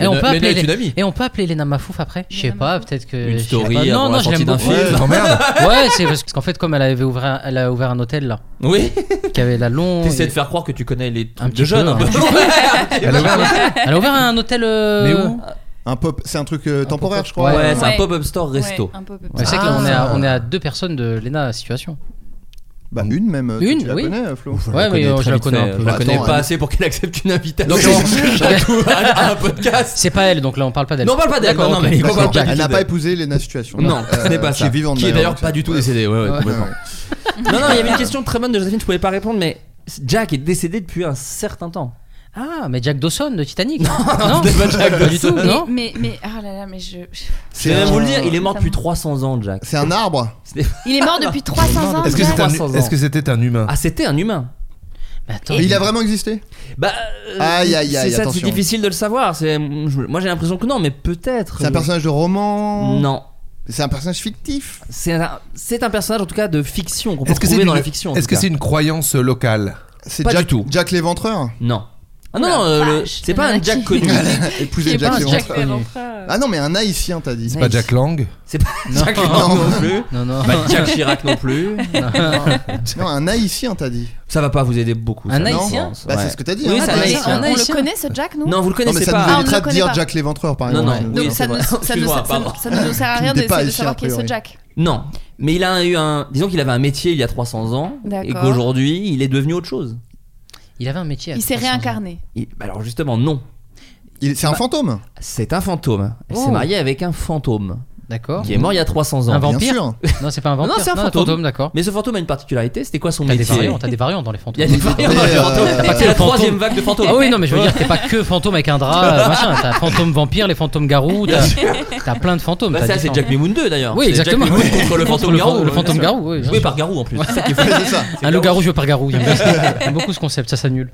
G: Et on peut
J: Léna- Léna
G: appeler
J: est une
G: les-
J: amie.
G: Et on peut appeler Léna Mafouf après Je sais
C: Léna
G: pas,
C: Mafouf.
G: peut-être que.
J: Une
G: je sais
J: story
G: pas.
J: avant
G: Non,
J: la
G: non, je
J: sortie
G: l'aime
J: d'un
G: beaucoup.
J: film.
C: (laughs)
D: Ouais, t'emmerdes.
G: Ouais, c'est parce qu'en fait, comme elle avait ouvert, elle a ouvert un hôtel là,
J: (laughs) Oui,
G: qui avait la longue.
J: t'essaies de faire croire que tu connais les
G: Un
J: trucs
G: petit
J: de jeunes
G: peu,
J: un peu.
G: hein.
D: Elle a ouvert un-
G: Elle a ouvert un hôtel. euh,
D: Mais où
H: Un pop, c'est un truc euh, temporaire, je crois. (laughs)
J: Ouais,
G: Ouais.
J: c'est un pop-up store
C: Ouais,
J: resto.
C: un peu, peu.
G: Mais c'est que
H: Ah.
G: là, on est, à, on est à deux personnes de Lena situation.
H: Bah une même. euh,
G: Une,
H: tu la
G: oui.
H: connais, Flo
G: ouais, mais euh, je la
J: Vite
G: connais
J: fait, hein.
G: un
J: Je
G: peu.
J: la
H: Attends,
J: connais pas
H: elle-
J: assez pour qu'elle accepte une
G: Donc,
J: invitation à (laughs) tout- à- à un podcast.
G: C'est pas elle, donc là, on parle pas d'elle.
J: Non, on parle pas d'elle,
G: D'accord,
J: non, non,
G: ok.
J: mais les
H: D'accord.
J: copains de Jack,
H: Elle n'a
J: ils-
H: pas épousé Lena Situation.
J: Non,
H: Euh,
J: ce n'est pas
H: qui
J: ça.
H: est vivante,
J: Qui est d'ailleurs pas du tout
H: Ouais.
J: décédée. Ouais, ouais,
H: Ouais.
J: complètement. Non, non, il y avait une question très bonne de Joséphine, je pouvais pas répondre, mais Jack est décédé depuis un certain temps.
G: (laughs) Ah, mais Jack Dawson de Titanic. non,
J: c'était pas Jack
G: pas du tout.
C: Mais,
G: Non.
C: mais, mais, ah là là, mais je. je-
J: Je vais
H: C'est
J: même vous
H: un-
J: le dire, il est mort
C: Ça
J: depuis
C: va.
J: 300 ans, Jack.
H: C'est un arbre.
J: C'était-
C: Il est mort depuis 300 ans.
D: Est-ce que
C: Jack.
D: c'est un-
J: 300 ans.
D: est-ce que c'était un humain
J: Ah, c'était un humain.
G: Mais attends,
H: Mais il a vraiment existé
J: Bah, euh,
H: Aïe, aïe, aïe,
J: c'est ça, c'est
H: attention.
J: difficile de le savoir. C'est, je- moi, j'ai l'impression que non, mais peut-être.
H: C'est un personnage de roman
J: Non,
H: C'est un personnage fictif
J: c'est un, c'est un personnage en tout cas de fiction qu'on peut
D: Est-ce que c'est
J: retrouver dans
D: une-
J: la fiction. en
D: Est-ce
J: tout
D: que
J: cas.
D: c'est une croyance locale
H: C'est
J: Pas
H: Jack,
J: du tout.
H: Jack l'Éventreur
J: Non. Ah non,
C: Oh la
J: non, euh, le-
C: vache,
J: c'est
C: il y en
J: pas
C: a
J: un
C: qui-
J: Jack connu.
H: Épousé
C: Eh ben,
H: Jack
C: Jack
H: l'Éventreur.
C: Léventreur.
H: Ah non, mais un haïtien, t'as dit.
D: C'est pas Jack Lang
J: C'est pas Jack
H: Non.
J: Lang non plus.
G: Non, non.
J: Pas Jack Chirac non plus.
H: Non, un haïtien, t'as dit.
J: Ça va pas vous aider beaucoup.
G: Un
J: ça, je
G: Haïtien
J: pense.
H: Bah,
J: Ouais.
H: c'est ce que t'as dit.
J: Oui,
H: hein,
J: c'est un
H: t'as dit.
G: Haïtien.
C: On
G: Haïtien.
C: le connaît ce Jack, non
J: Non, vous le
H: Non, mais
J: connaissez
H: ça
J: pas. Ah,
H: nous
C: Ah,
H: Ah,
C: on ne
H: évitera
C: le
H: de
C: connaît
H: dire
C: pas.
H: Jack l'Éventreur, par
J: Non,
H: exemple.
J: non,
H: Mais
J: oui,
C: Donc,
H: bon.
C: ça,
J: c'est
C: nous,
J: vrai.
C: ça, nous,
J: Excuse-moi,
C: ça,
J: pardon.
C: ça ne nous sert à
H: Tu me
C: rien d'essayer
H: dépasses,
C: de
H: ici,
C: savoir
H: a
C: qui est ce
H: priori.
C: Jack.
J: Non, mais il a eu un. Disons qu'il avait un métier il y a 300 ans et
C: D'accord.
J: qu'aujourd'hui il est devenu autre chose.
G: Il avait un métier. à
C: Il s'est
G: 300 ans.
C: réincarné.
J: Il- bah Alors justement, non.
H: Il- C'est un fantôme
J: C'est un fantôme. Elle s'est
G: Oh.
J: mariée avec un fantôme
G: D'accord.
J: qui est mort il y a 300 ans.
G: Un
H: Bien
G: vampire
H: sûr.
G: Non, c'est pas un vampire.
J: Non, c'est un
G: un
J: fantôme.
G: d'accord.
J: Mais ce fantôme a une particularité, c'était quoi son
G: T'as des
J: métier
G: variantes, hein. t'as des variantes dans les
J: Il y
G: fantômes.
J: a des variantes
H: Mais,
J: dans les
H: euh,
J: fantômes.
H: t'as
J: C'est
H: pas
J: la
H: que
G: le fantôme.
J: troisième vague de fantômes.
G: Ah oui, non, mais je veux dire, t'es pas que fantôme avec un
J: (laughs)
G: drap, euh, machin. T'as fantôme vampire, les fantômes garous, t'as t'as plein de fantômes.
J: Bah,
G: t'as
J: ça, c'est
G: différents-
J: Jack Mimoun 2 d'ailleurs.
G: Oui,
J: C'est
G: exactement.
J: Jack Mimoun
G: (laughs)
J: contre le
G: Contre
J: fantôme
G: le
J: garou.
G: fan- le
J: bien
G: fantôme
J: sûr.
G: garou, oui, bien
J: Joué
G: sûr.
J: par garou en plus. C'est ça qui est fou.
H: C'est ça.
J: C'est
G: Un
J: garou.
G: loup-garou joué par garou,
J: (laughs)
G: j'aime bien ça. J'aime beaucoup ce concept, ça s'annule.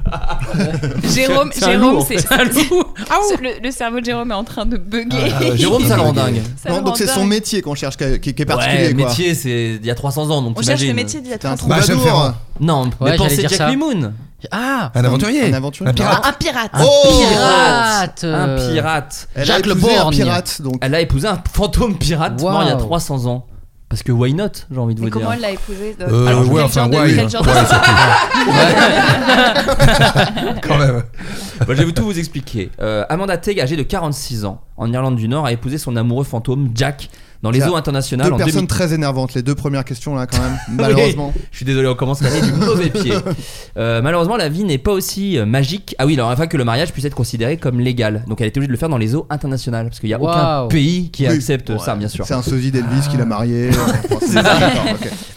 K: Jérôme,
J: C'est un
K: Jérôme,
J: loup, en
K: c'est.
J: fait.
K: c'est- c'est- Le, le cerveau de Jérôme est en train de bugger.
D: Ah,
C: (laughs)
J: Euh, Jérôme, ça le rend dingue.
K: Ça le
H: Non, donc
K: rend
H: c'est son
K: dingue.
H: métier qu'on cherche, qui est, qui est particulier.
J: Ouais,
H: quoi.
J: métier, c'est il y a 300 ans donc
K: On cherche
J: t'imagines.
K: le métier d'il y a
H: T'es un
K: 30 ans.
D: Bah, j'aime faire
H: troubadour. hein.
D: un-
J: Non, mais
G: j'allais
J: pensez
G: dire
J: Jack
G: ça.
J: Mimoun.
G: Ah
D: Un aventurier
H: Un aventurier.
D: Un pirate
K: Un pirate.
G: Un
H: Oh
G: pirate
J: Un
G: euh,
J: pirate.
H: Elle
G: Jacques
H: a
G: Le
H: épousé un
G: Borgne.
H: pirate, donc.
J: Elle a épousé un fantôme pirate mort il y a
G: Waouh.
J: 300 ans. Parce que why not, j'ai envie de vous
K: Mais
J: dire.
K: comment elle l'a épousé donc
H: ah,
D: Euh,
K: Alors,
D: ouais,
K: quel
D: enfin,
K: genre de-
D: ouais,
K: quel genre de-
D: (laughs)
H: (laughs)
D: ouais, surtout. Quand même.
J: Bon, Bah, je vais vous tout vous expliquer. Euh, Amanda Teig, âgée de 46 ans, en Irlande du Nord, a épousé son amoureux fantôme Jack dans les
H: Tiens,
J: eaux internationales
H: Deux
J: en
H: personnes
J: 2000.
H: très énervantes, les deux premières questions là quand même, malheureusement.
J: (laughs) Oui. Je suis désolé, on commence l'année du mauvais pied. Euh, malheureusement, la vie n'est pas aussi euh, magique. Ah oui, alors afin que le mariage puisse être considéré comme légal. Donc elle est obligée de le faire dans les eaux internationales. Parce qu'il n'y a aucun
H: Waouh.
J: pays qui
H: Oui.
J: accepte ça, bien sûr.
H: C'est un sosie d'Elvis qui
J: (laughs)
H: l'a marié.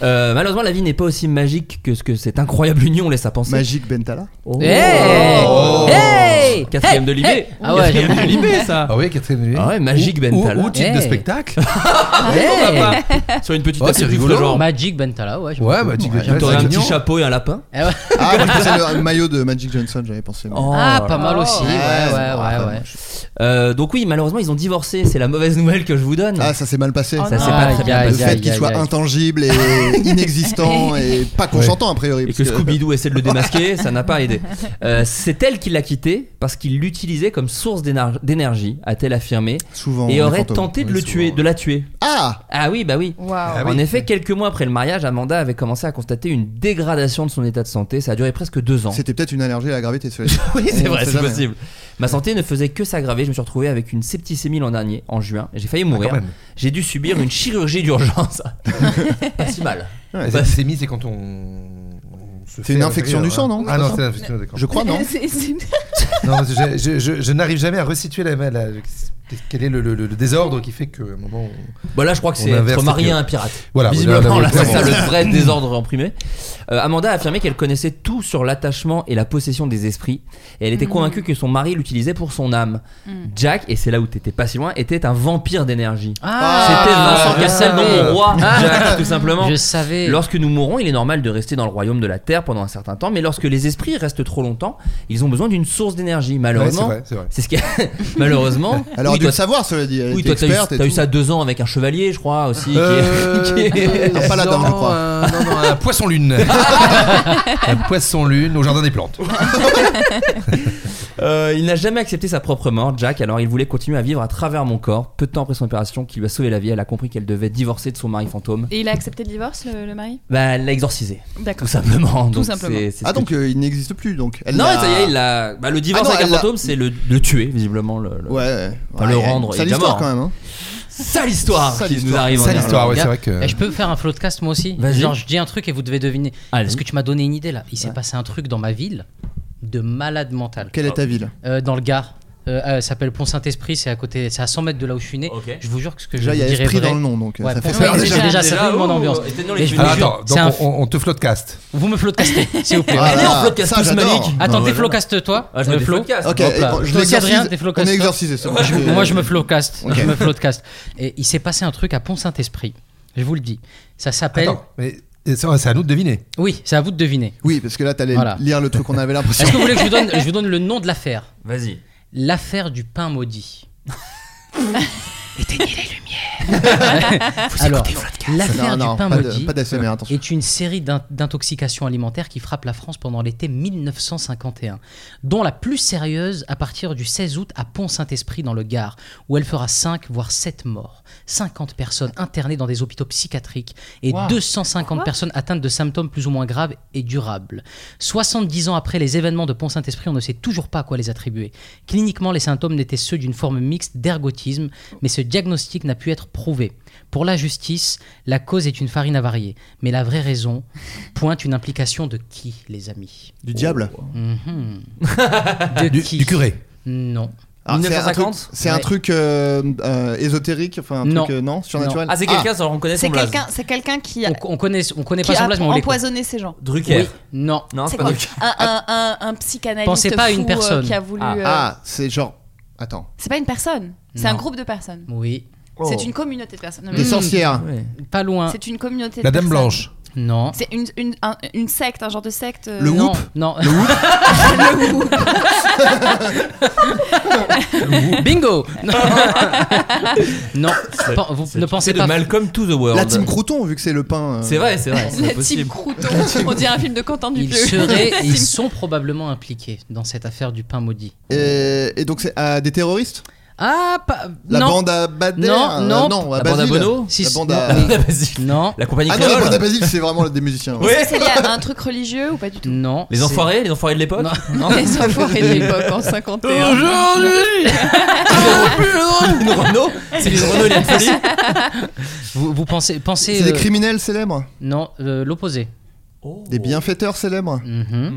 J: Euh, malheureusement, la vie n'est pas aussi magique que ce que cette incroyable union laisse à penser. (laughs)
H: Magique Bentala
J: Oh.
G: Hey
J: Oh.
G: Hey
J: Quatrième
G: Hey
J: de Libé
G: Hey Ah ouais,
J: Quatrième
G: j'aime
J: de
G: bien.
J: Libé,
D: (laughs)
J: ça
D: Ah oui, quatrième de Libé.
J: Ah ouais, Eh. Magic Bentala.
D: Ou, ou titre de
G: Hey.
D: spectacle.
J: Ouais, pourquoi pas Sur une petite
D: Ouais, c'est
J: affiche du
D: rigolo.
J: genre.
G: Ah, Magic Bentala, ouais. j'aime
J: bah,
G: beaucoup.
D: Magic Bentala,
J: T'aurais
D: c'est
J: un petit
D: mignon.
J: chapeau et un lapin
G: Ah ouais.
H: Ah, oui, c'est le maillot de Magic Johnson, j'avais pensé. moi.
G: Ah,
J: Oh.
G: pas mal aussi, ouais, ouais,
J: Ah,
G: ouais, ouais.
J: Euh, donc oui, malheureusement, ils ont divorcé. C'est la mauvaise nouvelle que je vous donne.
H: Ah, ça s'est mal passé.
J: Ça s'est pas très bien
H: Le
J: passé.
H: fait qu'il soit
J: (laughs)
H: intangible et inexistant et pas consentant a priori.
J: Et
H: parce
J: que Scooby-Doo essaie de le (laughs) démasquer, ça n'a pas (laughs) aidé. Euh, c'est elle qui l'a quitté parce qu'il l'utilisait comme source d'éner- d'énergie, a-t-elle affirmé.
H: Souvent,
J: Et
H: les
J: aurait
H: fantômes.
J: tenté de,
H: Oui,
J: le tuer, de la tuer.
H: Ah
J: Ah oui, bah oui.
H: Ah
J: En
H: oui.
J: effet, quelques mois après le mariage, Amanda avait commencé à constater une dégradation de son état de santé. Ça a duré presque deux ans.
H: C'était peut-être une allergie à la gravité. cela dit.
J: (laughs) Oui, c'est
H: On
J: vrai,
H: sait
J: c'est
H: jamais.
J: possible. Ma santé ne faisait que s'aggraver. Je me suis retrouvé avec une septicémie l'an dernier, en juin. J'ai failli mourir.
D: quand même.
J: J'ai dû subir une chirurgie d'urgence. (laughs) pas si mal.
D: Ouais,
J: Bah,
D: c'est mis, c'est quand on. on se
H: C'est
D: fait
H: une infection
D: agréer,
H: du sang,
D: hein.
H: non
D: Ah non, c'est
H: ça
D: l'infection, d'accord.
H: Je crois, non
K: C'est- c'est-
D: Non, parce que je, je- je- je n'arrive jamais à resituer la. la- quel est le, le- le désordre qui fait que à un moment. on-
J: Bah là, je crois que
D: on
J: c'est
D: inverse
J: être
D: les
J: marié
D: pieds.
J: à un pirate.
D: Voilà,
J: Visiblement,
D: voilà,
J: là, c'est ça
D: clairement. (laughs)
J: le vrai désordre imprimé. Euh, Amanda a affirmé qu'elle connaissait tout sur l'attachement et la possession des esprits. Et elle était
G: Mhm.
J: convaincue que son mari l'utilisait pour son âme.
G: Mm.
J: Jack, et c'est là où t'étais pas si loin, était un vampire d'énergie.
G: Ah,
J: C'était Vincent
G: je
J: Cassel dans
G: savais.
J: mon roi,
G: Ah.
J: Jack, tout simplement.
G: Je savais.
J: Lorsque nous mourons, il est normal de rester dans le royaume de la terre pendant un certain temps, mais lorsque les esprits restent trop longtemps, ils ont besoin d'une source d'énergie. Malheureusement,
D: Ouais, c'est vrai, c'est vrai.
J: ce qui (laughs) malheureusement.
H: Alors,
J: oui,
H: de
J: toi,
H: le savoir, cela dit. elle
J: oui,
H: était
J: toi, t'as eu,
H: Euh, experte et
J: t'as eu
H: tout.
J: ça deux ans avec un chevalier, je crois, aussi. qui est-
D: Euh, (laughs)
J: qui est-
H: Un paladin, je crois.
D: Euh, non, non, un poisson lune. un poisson lune au jardin des plantes.
J: (laughs) Euh, il n'a jamais accepté sa propre mort, Jack, alors il voulait continuer à vivre à travers mon corps. Peu de temps après son opération, qui lui a sauvé la vie, elle a compris qu'elle devait divorcer de son mari fantôme.
C: Et il a accepté le divorce, le, le mari
J: Bah, elle l'a exorcisé.
C: D'accord.
J: Tout simplement.
C: Tout
J: donc
C: simplement.
J: c'est- c'est ce
H: Ah,
J: que
H: donc euh, il n'existe plus. donc. Elle
J: non,
H: l'a-
J: ça y est, il l'a- bah, le divorce
H: Ah non,
J: avec
H: elle
J: un
H: l'a-
J: fantôme, c'est le, le tuer, visiblement. Le, le-
H: Ouais.
J: Enfin, le
H: Ouais,
J: rendre.
H: Sale
J: évidemment.
H: histoire quand même. hein.
J: Sale histoire
H: Sale
J: qui nous
H: histoire.
J: arrive en
D: Sale
J: Irlande.
D: histoire, ouais,
G: Gars,
D: c'est vrai
H: Euh,
D: que.
G: eh, Je peux faire un floodcast moi aussi
J: Vas-y.
G: Genre, je dis un truc et vous devez deviner.
J: Allez.
G: Parce que tu m'as donné une idée là. Il s'est passé un truc dans ma ville de malade mental.
H: Quelle est ta ville
G: Euh, Dans le Gard. Euh, euh, ça s'appelle Pont-Saint-Esprit, c'est à côté, c'est à 100 mètres de là où je suis né. Je vous jure que ce que je
H: Déjà, il y a
G: vous dirais
H: esprit
G: vrai.
H: dans le nom, donc, euh,
G: Ouais,
H: ça fait
G: Pont-Saint-Esprit,
H: peur,
G: (laughs) déjà,
H: déjà.
G: ça
J: Déjà,
G: fait mon
J: oh,
G: ambiance.
J: et t'es dans les
G: Mais je
J: tuyaux.
G: vous
D: Alors,
G: jure,
D: Ah, attends,
G: c'est
D: donc
G: un-
D: on, on te floodcast.
G: Vous me floodcastez, s'il vous plaît.
H: Ah,
J: Allez, on
H: ça,
J: floodcast tous,
H: j'adore.
J: Malik.
H: Ah, Non,
G: Attends,
H: voilà.
G: t'es flowcast toi
J: Ah, je me
G: euh, Flo
J: déflocaste.
H: Ok,
G: Hop là.
H: on- je
G: Toi aussi,
H: l'exorcise.
G: Adrien, t'es flowcast
H: On est
G: toi
H: exorcisé,
G: (laughs)
H: c'est bon.
G: Je-
H: Euh,
G: Moi, je
H: (laughs)
G: me flowcast.
H: Ok.
G: Je me flowcast. Et il s'est passé un truc à Pont-Saint-Esprit. Je vous le dis. Ça s'appelle.
D: Attends, mais et ça, c'est à nous de deviner.
G: Oui, c'est à vous de deviner.
H: Oui, parce que là, t'allais
G: Voilà.
H: lire le truc qu'on avait l'impression.
G: Est-ce que vous voulez que je vous donne, je vous donne le nom de l'affaire
J: Vas-y.
G: L'affaire du pain maudit.
K: (laughs) Éteignez les lumières.
G: (laughs) Alors,
H: Non,
G: l'affaire du
H: non,
G: pain
H: pas de-
G: maudit
H: pas d'ASMR, attention.
G: est une série d'in- d'intoxications alimentaires qui frappe la France pendant l'été 1951, dont la plus sérieuse à partir du 16 août à Pont-Saint-Esprit dans le Gard, où elle fera 5 voire 7 morts, 50 personnes internées dans des hôpitaux psychiatriques et
J: Wow.
G: 250
J: Quoi
G: personnes atteintes de symptômes plus ou moins graves et durables. 70 ans après les événements de Pont-Saint-Esprit, on ne sait toujours pas à quoi les attribuer. Cliniquement, les symptômes n'étaient ceux d'une forme mixte d'ergotisme, mais ce diagnostic n'a pu être prouvé. Pour la justice, la cause est une farine avariée, mais la vraie raison pointe une implication de qui, les amis
H: Du diable
G: Mhm.
D: (laughs)
G: De
D: Du,
G: qui
D: du curé.
G: Non.
H: Ah, c'est un truc-
J: 1950?
H: C'est un
G: Ouais.
H: truc euh, euh, ésotérique, enfin un
G: Non.
H: truc euh, non surnaturel.
J: Ah, c'est quelqu'un, ça, on connaît son
K: C'est
J: blaze.
K: quelqu'un, c'est quelqu'un qui a,
G: On, on connaît, on connaît
K: qui
G: pas son
K: a
G: blaze, mais on les connaît.
K: empoisonné ces gens.
J: Drucker.
G: Oui, non.
J: Non, c'est
K: C'est
J: pas
K: quoi
J: Drucker.
K: un, un, un, un psychanalyste
G: Pensez pas à une
K: fou, euh,
G: personne.
K: qui a voulu.
H: Ah,
K: euh,
H: Ah, c'est genre. Attends.
K: C'est pas une personne. C'est un
G: Non.
K: groupe de personnes.
G: Oui.
A: Oh.
K: C'est une communauté de personnes. Non, mais-
H: Des sorcières.
J: Ah, Ouais.
G: Pas loin.
K: C'est une communauté.
D: La
K: de
D: Dame
K: personnes.
D: Blanche.
G: Non.
K: C'est une, une, un- une secte, un genre de secte. euh,
H: Le
G: non,
H: whoop
G: Non. (laughs) Bingo Non, pan- vous ne pensez
J: C'est de
G: pas.
J: Malcolm to the World.
H: La team Crouton, vu que c'est le pain. euh,
J: C'est vrai, c'est vrai.
K: La
J: C'est
K: team
J: possible.
K: Crouton. On dirait un film de Quentin
G: Ils
K: Dupieux.
C: (laughs)
G: seraient, ils sont probablement impliqués dans cette affaire du pain maudit.
H: Et, et donc c'est à des terroristes
G: Ah, pas-
H: La
G: non.
H: bande à Bader
G: Non,
H: euh,
G: non.
H: non, à
J: La bande à
H: Basile.
J: Bono
H: La
J: Si,
H: bande
J: non.
H: à-
J: (laughs) La
G: Non.
J: La compagnie
H: Ah non, la
J: créole.
H: bande à Basile, c'est vraiment des musiciens.
J: Oui.
C: C'est lié à un truc religieux ou pas du tout
G: Non.
J: Les
G: c'est-
J: enfoirés, les enfoirés de l'époque Euh, Non.
C: (laughs) Les enfoirés de
G: (laughs)
C: l'époque en 51. (laughs)
J: Une Renault C'est une Renault, il y a une folie
G: (laughs) Vous, vous pensez, pensez
H: C'est des
G: euh,
H: criminels célèbres
G: Non, euh, l'opposé.
J: Oh.
H: Des
G: Oh.
H: bienfaiteurs célèbres
G: Mhm.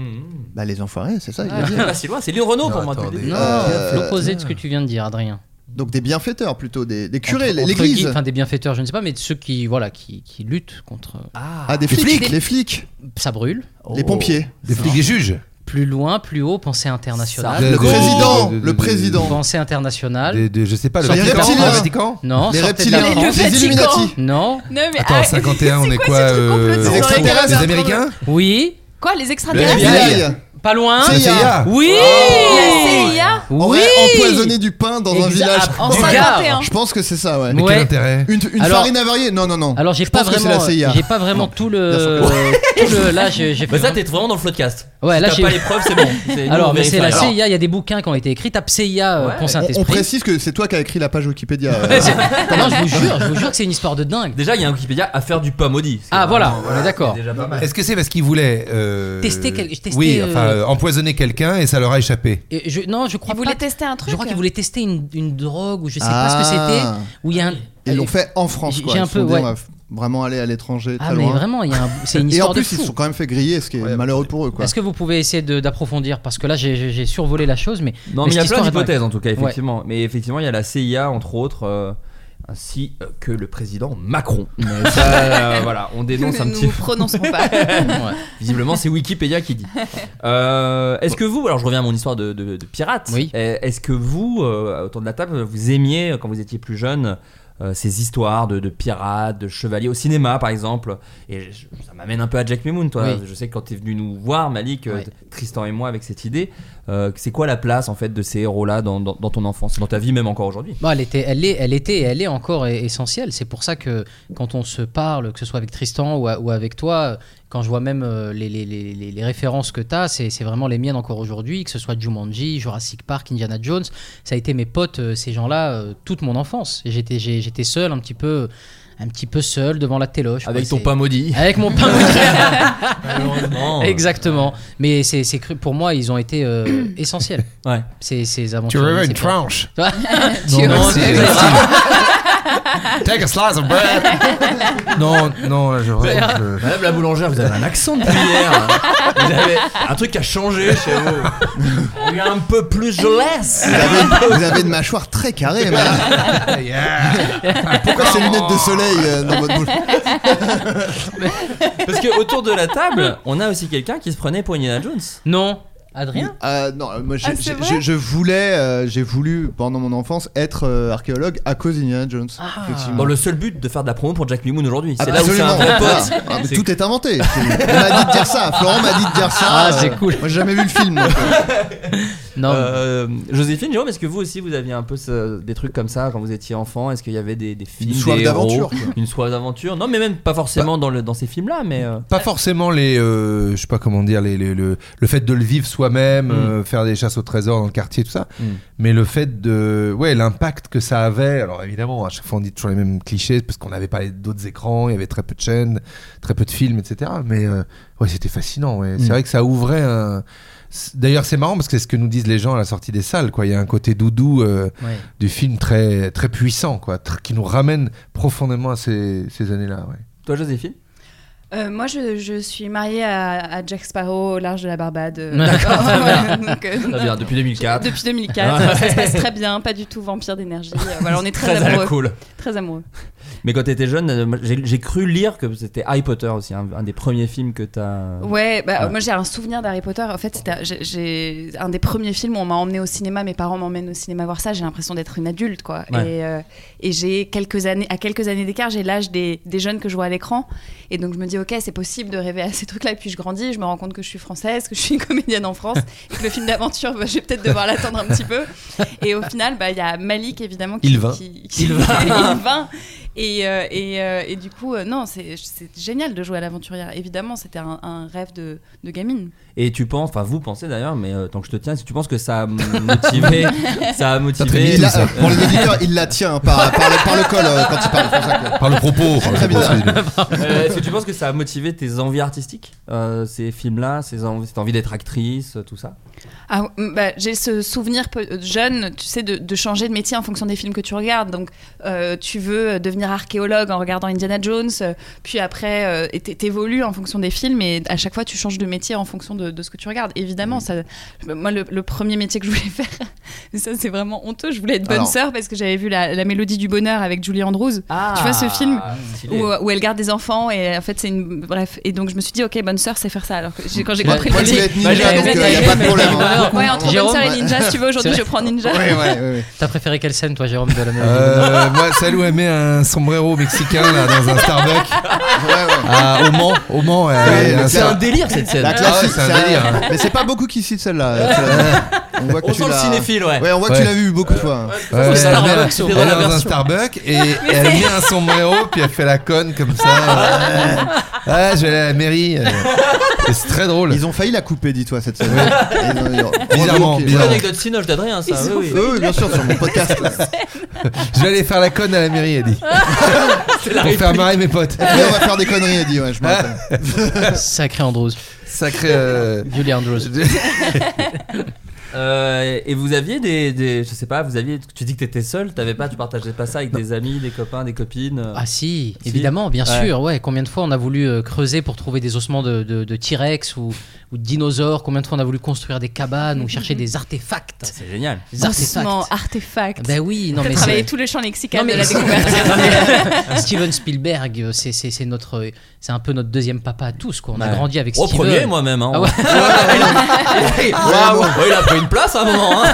H: Bah les enfoirés, c'est ça. il a dit.
J: Ah, Pas si loin, c'est Lyon Renault
H: Non,
J: pour moi.
H: attendez.
J: depuis le
G: Non, Ah,
J: début.
H: Euh,
G: l'opposé de ce que tu viens de dire, Adrien.
H: Donc des bienfaiteurs plutôt, des, des curés,
G: Entre- entre guillemets,
H: l'église.
G: Enfin, des bienfaiteurs, je ne sais pas, mais de ceux qui, voilà, qui, qui luttent contre.
H: Ah, des flics, les flics,
G: Ça brûle.
J: Ah,
H: les
J: oh.
H: pompiers.
D: Des flics, des juges.
G: Plus loin, plus haut, pensée internationale.
H: Le
D: Des-
H: président,
D: des- des-
H: le président.
G: Pensée internationale.
D: Des- des- je sais pas, Ah, le
H: Les
D: Vatican,
H: reptiliens.
D: le Vatican
G: Non,
H: Les
G: sortez de la
H: reptiliens,
G: France.
H: les Illuminati.
G: Non.
C: Non, mais
D: Attends,
C: ah,
D: 51, on
C: c'est
D: est
C: quoi
D: quoi
C: ce truc
D: euh,
C: complotiste
H: Des
C: sur les
H: extraterrestres.
D: Des
C: gaz
D: Américains
G: Ah, Oui.
C: Quoi, les extraterrestres
D: Le FBI.
G: Pas loin.
H: C'est
D: CIA.
G: Oui.
C: La CIA
G: Oui.
H: Oh. Aurait empoisonné du pain dans un
G: Exact. Ah,
H: village.
C: en
G: Du Gard.
C: 51.
H: Je pense que c'est ça, ouais.
D: Mais
G: Ouais.
D: quel intérêt
H: Une, une
G: Alors-
H: farine avariée Non, non, non.
G: Alors j'ai
H: Je
G: pas
H: pense que c'est
G: vraiment,
H: la CIA.
G: j'ai pas vraiment tout le,
H: (laughs)
G: tout le, là j'ai j'ai fait
J: Bah ça, t'es vraiment dans le floodcast.
G: Ouais,
J: Si
G: là,
J: t'as
G: j'ai-
J: pas les preuves, c'est bon.
G: (laughs)
J: C'est- nous, on
G: Alors, mais
J: vérifie.
G: c'est la
J: Alors,
G: CIA, il y a des bouquins qui ont été écrits. Tape CIA euh,
J: Ouais.
G: pour
H: On, on
G: Saint-Esprit.
H: précise que c'est toi qui as écrit la page Wikipédia. euh,
G: (laughs) Non, je vous jure, je vous jure que c'est une histoire de dingue.
J: Déjà, il y a un Wikipédia à faire du pain maudit. C'est
G: Ah, voilà,
J: vraiment,
G: on est d'accord.
J: déjà pas mal.
D: Est-ce que c'est parce qu'ils voulaient euh,
G: Tester quel- tester,
D: oui, enfin,
G: euh,
D: euh, empoisonner quelqu'un et ça leur a échappé
G: Et je, non, je crois
C: Ils voulaient
G: pas.
C: tester un truc
G: Je crois qu'ils voulaient tester une, une drogue ou je sais pas ce que
H: Ah.
G: c'était. Où il y a un.
H: Ils l'ont fait en France,
G: J'ai-
H: quoi.
G: j'ai un
H: Ils se sont
G: peu,
H: dit,
G: ouais.
H: on va f- vraiment aller à l'étranger.
G: Ah,
H: très
G: mais
H: loin.
G: vraiment, il y a un- c'est une
H: (laughs) Et
G: histoire
H: en plus,
G: de
H: ils
G: fou.
H: se sont quand même fait griller, ce qui est malheureux pour eux, quoi.
G: Est-ce que vous pouvez essayer de- d'approfondir parce que là j'ai- j'ai j'ai survolé la chose, mais
J: Non, mais il y a
G: cette
J: plein
G: histoire est dingue.
J: d'hypothèses en tout cas,
G: Ouais.
J: effectivement. Mais effectivement, il y a la CIA, entre autres, euh, ainsi euh, que le président Macron. Mais ça, euh, voilà, on dénonce
C: Nous
J: un
C: ne
J: petit
C: nous
J: peu.
C: prononcerons pas.
G: (laughs) Ouais.
J: Visiblement, c'est Wikipédia qui dit. Euh, est-ce que vous, alors je reviens à mon histoire de, de- de pirate,
G: Oui.
J: Euh, est-ce que vous, euh, autour de la table, vous aimiez, euh, quand vous étiez plus jeune, euh, ces histoires de, de pirates, de chevaliers au cinéma par exemple Et je- ça m'amène un peu à Jack Memoun, toi.
G: Oui.
J: Je sais que quand tu es venu nous voir, Malik, euh,
G: Ouais.
J: Tristan et moi, avec cette idée, euh, c'est quoi la place en fait de ces héros-là dans, dans- dans ton enfance, dans ta vie même encore aujourd'hui
G: Bon, elle était, elle est, elle était, et elle est encore e- essentielle. C'est pour ça que quand on se parle, que ce soit avec Tristan ou, a- ou avec toi, quand je vois même euh, les, les- les- les- les références que tu as, c'est c'est vraiment les miennes encore aujourd'hui, que ce soit Jumanji, Jurassic Park, Indiana Jones, ça a été mes potes, euh, ces gens-là, euh, toute mon enfance. Et J'étais, j'ai- j'étais seul, un petit peu, un petit peu seul devant la téloche.
J: Avec
G: quoi.
J: ton pain maudit.
G: (laughs) C'est- Avec mon pain
J: (laughs)
G: maudit.
J: Malheureusement.
D: hein.
G: Exactement. Mais c'est, c'est cru- pour moi, ils ont
C: (coughs)
G: été euh, essentiels.
J: Ouais.
G: Ces, ces aventures.
D: Tu veux
G: ces
D: une
G: peurs.
D: tranche
G: Toi-
D: Non,
G: Tu-
D: merci, merci. Take a slice of bread. Non, non,
G: (laughs)
D: je. je-
J: Madame la boulangère, vous avez un accent de hier. Vous avez un truc a changé chez vous. On est un peu plus jeunesse.
H: Vous
J: (laughs)
H: avez, vous avez une mâchoire très carrée, madame. Pourquoi ces lunettes de soleil euh, dans votre bouche
J: Parce que autour de la table, on a aussi quelqu'un qui se prenait pour Indiana Jones.
G: Non, Adrien
H: Euh, non, euh, moi j'ai-
C: Ah, c'est
H: j'ai-
C: vrai
H: j'ai- je voulais, euh, j'ai voulu pendant mon enfance être euh, archéologue à cause d'Indiana Jones.
C: Ah.
H: effectivement.
J: Dans le seul but de faire de la promo pour Jack Mimoun aujourd'hui. C'est là où c'est
H: Absolument.
J: un vrai
H: Voilà.
J: pote.
H: Ah, mais
J: C'est-
H: tout est inventé. C'est- On m'a dit de dire ça. Florent m'a dit de dire ça. euh,
G: Ah, c'est cool.
H: Moi j'ai jamais vu le film. donc, euh,
G: Non.
J: Euh, Joséphine, Jérôme, est-ce que vous aussi vous aviez un peu ce- des trucs comme ça quand vous étiez enfant Est-ce qu'il y avait des, des films,
H: soif
J: des
H: d'aventure,
J: héros,
H: quoi.
J: une soif d'aventure Non, mais même pas forcément dans, le, dans ces films-là, mais euh,
D: Pas forcément les, euh, je sais pas comment dire, les, les- le, le fait de le vivre soi-même, euh, faire des chasses au trésor dans le quartier, tout ça,
J: Mm.
D: mais le fait de, ouais, l'impact que ça avait. Alors évidemment, à chaque fois on dit toujours les mêmes clichés parce qu'on n'avait pas les- d'autres écrans, il y avait très peu de chaînes, très peu de films, etc. Mais euh, ouais, c'était fascinant. ouais. C'est vrai que ça ouvrait un. c'est- D'ailleurs, c'est marrant parce que c'est ce que nous disent les gens à la sortie des salles, quoi. Il y a un côté doudou euh,
G: Ouais.
D: du film très très puissant, quoi, tr- qui nous ramène profondément à ces, ces années-là. ouais.
J: toi, Joséphine
C: Euh, moi, je, je suis mariée à, à Jack Sparrow au large de la Barbade.
J: (laughs)
C: euh,
G: D'accord,
C: voilà, (laughs) donc, euh,
J: Très bien, depuis 2004.
C: Depuis 2004, ça se passe très bien, pas du tout vampire d'énergie. euh, Voilà, on est très,
J: (laughs) Très à la
C: amoureux.
J: cool.
C: Très amoureux.
J: Mais quand t'étais jeune, euh, moi, j'ai j'ai cru lire que c'était Harry Potter aussi, un, un des premiers films que t'as.
C: Ouais, bah,
J: Ouais.
C: moi j'ai un souvenir d'Harry Potter. En fait, c'était j'ai- j'ai un des premiers films où on m'a emmené au cinéma. Mes parents m'emmènent au cinéma voir ça. J'ai l'impression d'être une adulte, quoi.
J: Ouais.
C: Et, euh, et j'ai quelques années, à quelques années d'écart, j'ai l'âge des, des jeunes que je vois à l'écran. Et donc je me dis, ok, c'est possible de rêver à ces trucs-là. Et puis je grandis, je me rends compte que je suis française, que je suis (laughs) une comédienne en France, et que le film d'aventure, bah, je vais peut-être devoir l'attendre un petit peu. Et au final, bah, il y a Malik évidemment qui.
J: Ilvin.
C: (laughs) qui- qui-
J: Ilvin.
C: Ilvin. Et, euh, et, euh, et du coup, euh, non, c'est c'est génial de jouer à l'aventurière. Évidemment, c'était un, un rêve de, de gamine.
J: Et tu penses, enfin vous pensez d'ailleurs, mais euh, tant que je te tiens, si tu penses que ça a motivé, ça a motivé. euh,
H: Il la- euh, pour les auditeurs, il la tient hein, par, par le, par le col euh, quand il parle. c'est pour ça que-
D: Par le propos, par le
H: Très bien.
D: propos,
J: Euh, Est-ce que tu penses que ça a motivé tes envies artistiques, euh, ces films-là, ces env- cette envie d'être actrice, euh, tout ça
C: Ah, mm, bah, j'ai ce souvenir peu- euh, jeune, tu sais, de, de changer de métier en fonction des films que tu regardes. Donc, euh, tu veux euh, devenir archéologue en regardant Indiana Jones, euh, puis après, euh, et t'é- t'évolues en fonction des films, et à chaque fois, tu changes de métier en fonction de, de ce que tu regardes.
H: Mm.
C: Évidemment, ça, moi, le, le premier métier que je voulais (laughs) faire, mais ça, c'est vraiment honteux. Je voulais être bonne
K: Alors.
C: sœur parce que j'avais vu la, La Mélodie du Bonheur avec Julie Andrews.
H: Ah,
C: tu vois ce film
K: stylé.
C: où, euh, où elle garde des enfants et en fait c'est une bref et donc je me suis dit ok bonne sœur c'est faire ça alors que j'ai- quand j'ai
J: Ouais.
C: compris
J: Moi,
C: le
J: je voulais
C: métier-
J: être ninja, Moi, j'avais donc, euh, y a pas de
C: Ouais, (laughs)
J: problème, hein.
C: ouais entre bonne
G: Jérôme,
C: sœur et
G: ouais.
C: ninja si tu veux aujourd'hui
G: C'est
C: je
G: vrai.
C: prends ninja
G: T'as préféré quelle scène, toi, Jérôme, de la mélodie
D: Euh, moi, celle où elle met un sombrero mexicain là, dans un Starbucks. (laughs) Ah, au Mans, au Mans. elle-
H: Ouais,
D: elle-
H: mais
D: ça-
H: (laughs) La
D: Ah ouais,
H: classique,
D: c'est un
H: ça-
D: délire. hein.
H: Mais c'est pas beaucoup qui
D: (laughs)
H: citent celle-là. euh, celle-là. On voit que
J: On
H: tu
J: sent le
H: l'as-
J: cinéphile, ouais. Euh,
H: on voit que
D: Ouais.
H: tu l'as vu beaucoup de fois.
D: Ouais,
H: Ouais,
D: elle,
H: ouais,
D: met-
H: ouais.
D: elle est dans un Starbucks et elle met un sombrero puis elle fait la conne comme ça. Ouais, Ouais, je vais aller à la mairie. euh, Et C'est très drôle.
H: Ils ont failli la couper, dis-toi, cette scène.
D: Bizarrement,
J: C'est une
D: bizarrement.
J: anecdote sinoche d'Adrien, ça.
H: Ils ont
J: Oui,
H: fait Oui, oui, bien sûr, sur mon podcast.
D: Je vais aller faire la conne à la mairie, elle dit.
H: la
D: Pour faire
H: réplique.
D: marrer mes potes.
H: Et puis, on va faire des conneries, elle dit, ouais, je me rappelle.
G: (laughs) Sacré Andrews.
D: Sacré. euh,
G: Julie Andrews.
J: Euh, et vous aviez des, des- je sais pas, vous aviez, tu dis que t'étais seul, t'avais pas, tu partageais pas ça avec des amis, des copains, des copines. euh.
G: Ah si, évidemment, bien
J: Ouais.
G: sûr. Ouais, combien de fois on a voulu euh, creuser pour trouver des ossements de, de- de T-Rex ou, ou de dinosaures Combien de fois on a voulu construire des cabanes ou
C: Mm-hmm.
G: chercher des artefacts
J: C'est génial.
G: Des artefacts.
C: Doucement, artefact
G: Ben oui, non
C: T'as
G: mais
C: travaillé
G: c'est-
C: tout le champ lexical
G: (laughs) Non, mais-
C: de la découverte
G: Non, mais- (laughs) Steven Spielberg, euh, c'est c'est- c'est notre, euh, c'est un peu notre deuxième papa à tous quoi. On a
J: Ouais.
G: grandi avec
J: Au
G: Steven.
J: premier, moi-même, hein.
G: Ah ouais.
J: Ouais, ouais, ouais, il a pris une place à un moment. Hein.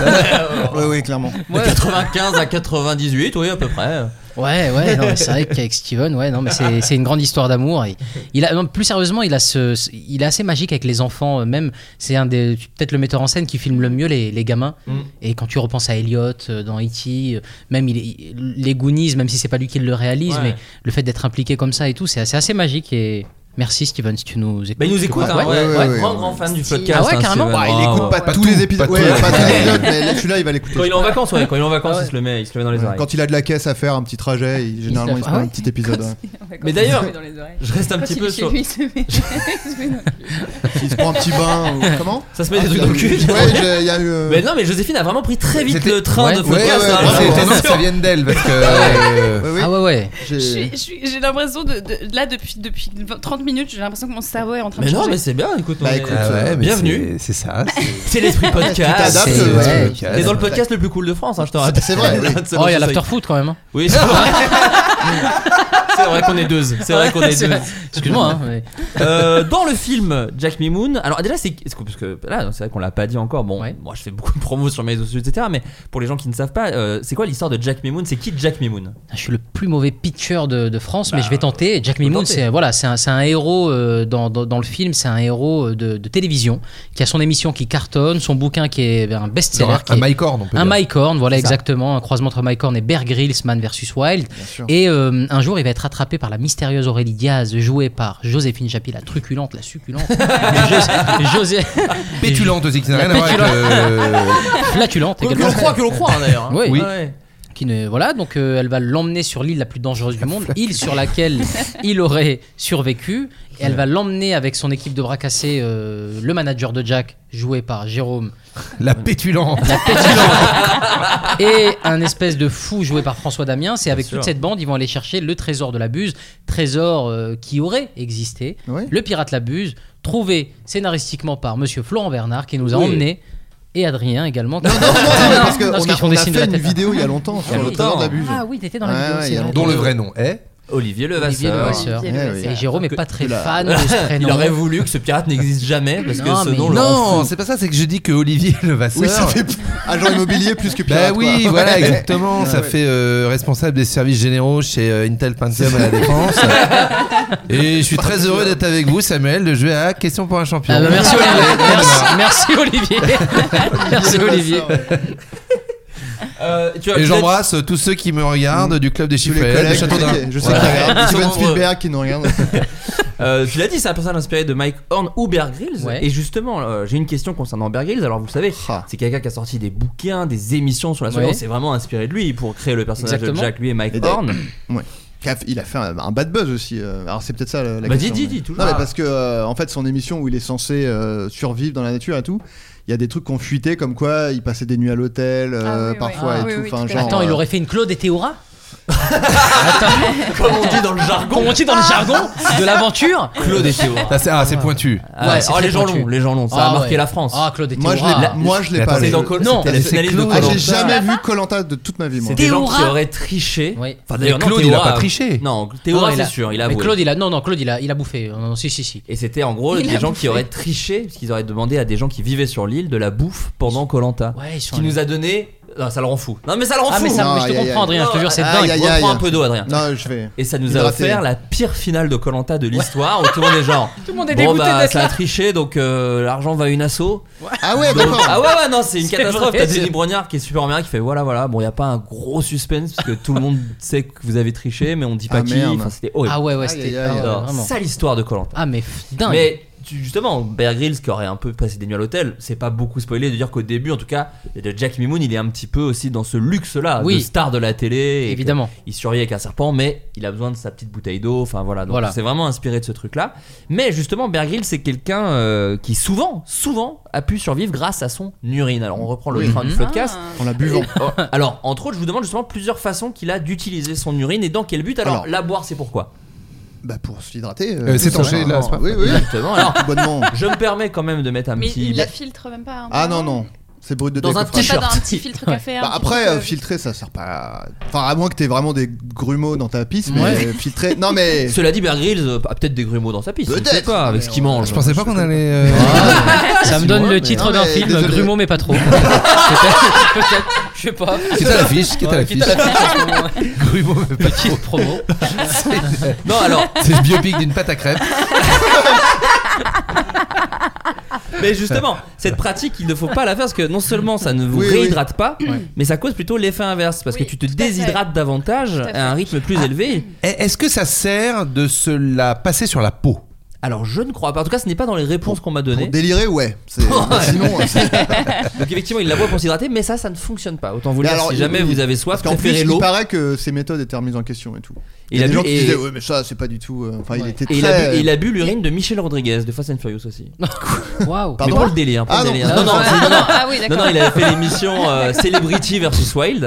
H: Oui, oui, clairement.
J: De 95 à 98, oui, à peu près.
G: Ouais, ouais, non, mais c'est vrai qu'avec Steven, ouais, non,
J: (laughs)
G: mais c'est c'est une grande histoire d'amour. Et Il a, non, plus sérieusement, il a ce, ce- il est assez magique avec les enfants. euh, Même, c'est un des, peut-être le metteur en scène qui filme le mieux les, les gamins.
J: Mm.
G: Et quand tu repenses à Elliot euh, dans E.T., euh, même il, il- les Goonies, même si c'est pas lui qui le réalise,
J: Ouais.
G: mais le fait d'être impliqué comme ça et tout, c'est c'est assez magique. Et merci Steven si tu nous écoutes.
J: Bah, il nous
G: je
J: écoute,
G: crois.
J: hein, ouais, ouais,
H: ouais.
J: grand, grand fan du podcast.
G: Ah ouais,
J: hein,
G: carrément.
J: Steven.
H: Ouais, Bah, il
J: Bravo.
H: écoute pas, tous les épisodes.
D: pas
H: Ouais,
D: tout.
H: pas tous les épisodes, mais là, celui-là, il va l'écouter.
J: Quand il est en vacances, ouais, quand il est en vacances, il se le met, il se le met dans les oreilles.
H: Quand il a de la caisse à faire, un petit trajet, il- généralement, il se
G: Ah
H: met un
G: ouais.
H: petit épisode. hein. ouais.
J: Mais (laughs) d'ailleurs, je reste un
C: Quand
J: petit
C: il
J: peu
C: est chez
J: sur.
C: lui, il se met- il se met dans-
H: Il se prend un petit bain. ou- Comment
J: Ça se met
H: Ah,
J: des trucs
H: il a
J: dans le
H: eu-
J: cul.
H: Ouais, j'ai- il y a eu. euh,
J: Mais non, mais Joséphine a vraiment pris très vite
D: C'était-
J: le train
G: Ouais,
J: de
D: Ouais, ouais,
J: podcast. hein,
D: ouais, c'est
J: bravo.
D: étonnant que ça vienne d'elle parce que. euh,
H: (laughs) ouais, oui.
G: Ah ouais, ouais.
C: Je
H: J'ai-
C: suis- je suis- J'ai l'impression de, de- là depuis depuis 30 minutes j'ai l'impression que mon cerveau est en train
J: Mais
C: de
J: non,
C: changer.
J: mais c'est bien, écoute. on
H: Bah,
J: est-
H: écoute,
D: ah ouais, mais
J: Bienvenue.
D: c'est- C'est ça. c'est-
J: C'est l'esprit
H: (laughs) Tu
J: podcast.
H: t'adaptes,
J: C'est-
H: ouais.
G: ouais.
D: podcast.
J: T'es dans le podcast le plus cool de France, hein, je te rappelle.
H: C'est
J: (laughs)
H: vrai, oui.
G: Oh, il y a l'after foot quand même. hein.
J: Oui,
G: (laughs)
J: c'est vrai. (laughs) c'est vrai qu'on est deux. C'est vrai qu'on est
G: C'est
J: deux.
G: vrai. Excuse-moi. hein, mais-
J: Euh, dans le film Jack Mimoun, alors déjà c'est est-ce que- parce que là c'est vrai qu'on l'a pas dit encore. Bon,
G: Ouais.
J: moi je fais beaucoup de promos sur mes réseaux sociaux etc. Mais pour les gens qui ne savent pas, euh, c'est quoi l'histoire de Jack Mimoun C'est qui Jack Mimoun
G: Je suis le plus mauvais pitcher de, de France, mais je vais tenter. Jack
J: le
G: Mimoun,
J: Bah, tenter.
G: c'est voilà, c'est un, c'est un héros euh, dans, dans- dans le film, c'est un héros euh, de, de télévision qui a son émission qui cartonne, son bouquin qui est un best-seller,
D: Un,
G: qui
D: un
G: est-
D: Mycorn, on peut
G: un
D: dire.
G: Mike Horn, voilà
J: C'est ça.
G: exactement, un croisement entre Mike Horn et Bear Grylls, Man vs Wild.
H: sûr.
G: Et euh, un jour, il va être attrapé par la mystérieuse Aurélie Diaz, jouée par Joséphine Japy, la truculente, la succulente, Jos- José,
D: Pétulante aussi, qui n'a rien à voir avec.
G: Pétulante.
D: euh,
G: (laughs) flatulente,
J: Que
G: également,
J: l'on croit, que l'on croit hein, d'ailleurs. hein.
G: Oui.
J: Ouais,
G: Oui.
J: ouais.
G: qui ne voilà donc euh, elle va l'emmener sur l'île la plus dangereuse du monde île sur laquelle il aurait survécu et elle va l'emmener avec son équipe de bras cassés euh, le manager de Jack joué par Jérôme
D: La pétulante.
G: et un espèce de fou joué par François Damien c'est avec
J: sûr.
G: toute cette bande ils vont aller chercher le trésor de la buse trésor euh, qui aurait existé
H: Ouais.
G: le pirate la buse trouvé scénaristiquement par monsieur Florent Bernard qui nous a
J: Oui.
G: emmenés et Adrien également non non
H: Non, mais parce qu'on
G: parce
H: a,
G: qu'ils font
H: on
G: des
H: a
G: signes de
H: fait
G: la
H: une
G: tête. hein.
H: vidéo il y a longtemps
J: Il y
H: sur
J: a
H: le trésor
J: longtemps.
H: de la buse.
G: ah oui t'étais dans la
H: Ouais,
G: vidéo
H: ouais,
G: c'est
H: il y a
G: vrai.
D: dont le vrai nom est.
J: Olivier
G: Olivier
J: Levasseur.
G: Levasseur.
C: Olivier
H: Eh
C: Levasseur.
H: oui.
G: Et Jérôme est pas très
H: Oula. (laughs)
G: fan de ce prénom.
J: Il aurait voulu que ce pirate n'existe jamais parce
G: Non,
J: que ce
G: mais
J: nom le rend
D: Non,
J: fou.
D: c'est pas ça, c'est que je dis que Olivier Levasseur.
H: Oui, ça fait agent immobilier plus que
D: Bah
H: pirate.
D: oui,
H: quoi.
D: voilà,
H: (laughs) Ouais.
D: exactement. Ça
H: Ouais.
D: fait euh, responsable des services généraux chez euh, Intel Pentium à la Défense. Et je suis très heureux d'être avec vous, Samuel, de jouer à Question pour un champion.
G: Ah bah
D: Et-
G: merci Olivier.
D: et
G: Merci,
D: voilà.
G: merci Olivier. merci Olivier.
H: Ouais.
J: Euh, tu vois,
D: Et
J: vous êtes-
D: j'embrasse tous ceux qui me regardent du club des
J: Tous les
D: chiffres
J: collègues,
D: du château d'Ain.
J: je sais qu'ils regardent. Ils sont
H: Steven
J: nombreux.
H: Spielberg qui nous regarde.
J: Euh, tu l'as dit, c'est un personnage inspiré de Mike Horn ou Bear Grylls.
H: Ouais.
J: Et justement, euh, j'ai une question concernant Bear Grylls. Alors, vous le savez, c'est quelqu'un qui a sorti des bouquins, des émissions sur la
H: Ouais.
J: seconde. C'est vraiment inspiré de lui pour créer le personnage de
H: Exactement.
J: Jack, lui et Mike
H: Et
D: (coughs)
H: des-
J: Horn.
H: Ouais. Qu'a- Il a fait un, un bad buzz aussi. euh, Alors c'est peut-être ça la, la
J: Bah, dis,
H: question.
J: dis,
H: mais-
J: dis, toujours.
H: Non, mais
J: Ah.
H: parce que euh, en fait son émission où il est censé euh, survivre dans la nature et tout, il y a des trucs qu'on fuitait comme quoi il passait des nuits à l'hôtel euh, parfois et tout. enfin, genre,
G: Attends, il
H: euh,
G: aurait fait une Claude et Théora
J: Comme on dit dans le jargon.
G: Comme on dit dans le jargon de l'aventure.
J: Claude et Théo.
D: Ah, c'est ah, c'est pointu.
J: Ah, oh, les gens l'ont, les gens l'ont. Ça a marqué la France.
G: Ah, Claude et
J: Moi, je
G: Théora.
J: l'ai- moi, je l'ai
G: Mais
J: pas,
G: attendez,
J: je-
G: dans Col-
J: Non,
G: c'était
J: c'est Claude.
H: Ah, j'ai
J: Colanta.
H: jamais vu Colanta de toute ma vie. Moi.
J: C'est des gens qui auraient triché. Enfin, d'ailleurs, non,
D: Claude, il a
J: Théora
D: pas triché.
J: Non, Théora,
G: Non,
J: c'est
G: a-
J: sûr, il a
G: mais
J: avoué.
G: Claude, il a non non Claude il a il a bouffé. Non, non, si si si.
J: Et c'était en gros
G: Il
J: des
G: a
J: gens qui
G: bouffé.
J: auraient triché, parce qu'ils auraient demandé à des gens qui vivaient sur l'île de la bouffe pendant Colanta.
G: Ouais, ils sont
J: qui
G: allés-
J: nous a donné. Non, ça le rend fou. Non, mais ça le rend
G: Ah,
J: fou.
G: mais ça- mais je te
J: Aïe, aïe,
G: comprends,
J: aïe.
G: Adrien, je te
J: Non,
G: jure, c'est
J: aïe,
G: dingue.
J: aïe,
G: Reprends
J: aïe.
G: un peu d'eau, Adrien.
H: Non, je vais.
J: Et ça nous a
H: Hydraté.
J: offert la pire finale de Colanta de l'histoire où (laughs) tout le monde est genre.
H: Tout le monde est
J: bon,
H: dégoûté
J: bah,
H: d'être
J: ça
H: là.
J: a triché donc euh, l'argent va à une asso.
H: Ah ouais,
J: Donc-
H: d'accord.
J: Ah ouais, ouais, non, c'est une
H: C'est
J: catastrophe.
H: vrai,
J: T'as
H: c'est-
J: Denis Brognard qui est super emmerdé qui fait voilà, voilà. Bon, y a pas un gros suspense parce que tout le monde sait que vous avez triché, mais on dit pas
H: Ah,
J: qui.
H: merde.
J: Enfin, c'était horrible.
G: Ah ouais, ouais, c'était-
J: Aïe, aïe, aïe,
G: ah ouais,
J: aïe.
G: vraiment.
J: Sale histoire de Colanta.
G: Ah mais f- dingue.
J: Mais tu- justement, Bear Grylls qui aurait un peu passé des nuits à l'hôtel, c'est pas beaucoup spoilé de dire qu'au début, en tout cas, de Jack Mimoun, il est un petit peu aussi dans ce luxe-là,
G: Oui.
J: de star de la télé. et que
G: Évidemment.
J: Il survit avec un serpent, mais il a besoin de sa petite bouteille d'eau. Enfin voilà, donc
G: Voilà.
J: c'est vraiment inspiré de ce truc-là. Mais justement, Bear Grylls, c'est quelqu'un euh, qui souvent, souvent a pu survivre grâce à son urine. Alors on reprend le
H: Oui.
J: train du
G: Ah.
H: Mhm.
J: podcast.
C: Ah.
J: Oh.
H: En
J: (laughs)
H: la buvant.
J: Alors, entre autres, je vous demande justement plusieurs façons qu'il a d'utiliser son urine et dans quel but. Alors,
H: Alors.
J: la boire, c'est pourquoi
H: Bah pour s'hydrater.
D: Euh, c'est ton
H: tout
D: jet,
H: simplement.
D: là, c'est pas-
H: Oui, oui.
J: Exactement. Alors,
H: Tout bonnement.
J: je me permets quand même de mettre un
C: Mais
J: petit.
C: il la filtre même pas. hein,
H: Ah non,
C: vraiment.
H: non. C'est brut de
J: Dans un
H: décoffrage.
C: C'est pas dans un petit filtre café. un
H: Bah
C: petit
H: après,
C: truc,
H: euh,
C: euh,
H: filtrer, ça sert pas. à- Enfin, à moins que t'aies vraiment des grumeaux dans ta pisse, mais
J: Ouais.
H: euh, filtrer. Non,
J: (laughs)
H: mais.
J: Cela dit, Bear Grylls euh, a peut-être des grumeaux dans sa piste.
H: Peut-être.
J: Je sais pas, avec ce qu'il mange.
D: Je pensais pas qu'on allait. euh, (laughs)
G: Ça me donne le titre
D: non,
G: d'un
D: mais
G: film,
D: désolé.
G: Grumeau mais
J: (laughs)
G: pas trop. Peut-être, peut-être, je sais pas.
D: Qui est à l'affiche, qui est à
G: Ouais,
D: l'affiche.
G: l'affiche.
H: (laughs)
D: Grumeau, mais pas
G: Petite
D: trop. (laughs)
G: promo.
D: C'est-
J: Non, alors.
D: (laughs) C'est le biopic d'une pâte à crêpes.
J: Mais justement, cette pratique, il ne faut pas la faire parce que non seulement ça ne vous
H: Oui, oui.
J: réhydrate pas, mais ça cause plutôt l'effet inverse parce que tu te déshydrates davantage à un rythme plus élevé.
D: Est- Eh, Est-ce que ça sert de se la passer sur la peau
J: Alors je ne crois pas. En tout cas, ce n'est pas dans les réponses qu'on m'a données.
H: Pour délirer, ouais.
J: (laughs)
H: C'est- bah, sinon, euh, c'est-
J: Donc effectivement, il la boit pour s'hydrater, mais ça, ça ne fonctionne pas. Autant vous
H: Mais
J: le dire,
H: alors,
J: si jamais
H: oui,
J: vous avez soif,
H: parce qu'en plus,
J: préférez l'eau.
H: Il paraît que ces méthodes étaient remises en question et tout. Il y
J: Il
H: a
J: a
H: des
J: bu-
H: gens qui
J: et-
H: disaient, ouais, mais ça, c'est pas du tout. euh, Enfin, il était
J: Et il a bu,
H: très.
J: et il a bu l'urine de Michel Rodriguez de Fast and Furious aussi.
G: Waouh.
J: Mais
H: Pardon
J: pour le délire, pour
H: Ah
J: le
H: non.
J: délire.
H: Ah
J: Non,
H: (laughs)
J: non,
H: non.
J: c'est- non, non.
H: Ah oui, d'accord.
J: Non, non, il avait fait l'émission
G: (laughs)
J: euh, Celebrity versus Wild.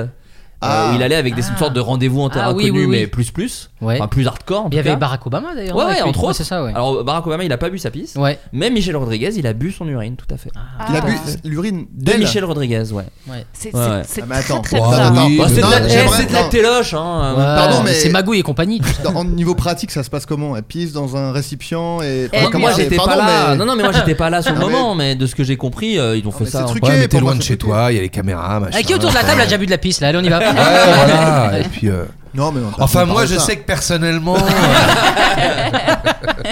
J: euh,
H: Ah.
J: où il allait avec des sortes de rendez-vous en terrain
G: Ah oui,
J: inconnu,
G: oui, oui.
J: mais plus plus, enfin plus hardcore. en
G: Il y
J: tout
G: avait
J: cas.
G: Barack Obama d'ailleurs.
J: Ouais,
G: avec
J: ouais,
G: lui.
J: entre
G: Ouais,
J: autres.
G: C'est ça, ouais.
J: Alors Barack Obama, il a pas bu sa pisse.
G: Ouais. Ah.
J: Mais Michel Rodriguez, il a bu son urine, tout à fait.
H: Il a bu
C: Ah.
H: l'urine
J: De
H: d'elle.
J: Michel Rodriguez, ouais.
G: Ouais.
C: C'est
J: Ouais, ouais.
C: c'est
H: Ah, mais
C: très
H: attends.
C: très
H: Oh,
C: bizarre.
H: attends,
J: Bah, c'est de la-
H: non,
J: eh,
H: j'aimerais-
J: c'est de la
H: non.
J: téloche, hein.
G: Ouais,
H: Pardon, mais-
G: c'est magouille et compagnie. tout ça.
H: Dans- En niveau pratique, ça se passe comment Elle pisse dans un récipient et.
J: Eh, Moi,
H: Enfin, comment
J: moi,
H: c'est-
J: j'étais pas
H: pardon,
J: là.
H: mais-
J: Non, non, mais moi j'étais pas là
G: (laughs)
J: sur le
H: Non, mais-
J: moment, mais de ce que j'ai compris, euh, ils ont fait
H: mais
J: ça.
H: c'est
J: en-
H: truqué,
D: Ouais, mais t'es
H: pour moi,
D: loin de
H: c'est
D: chez toi, il y a les caméras, machin.
G: Eh, qui autour de la table a déjà bu de la pisse là Allez, on y va. (laughs)
D: Ouais, voilà. Et puis. euh,
H: Non, mais on-
D: Enfin,
H: on
D: moi,
H: parle
D: je
H: de ça.
D: sais que (laughs) personnellement.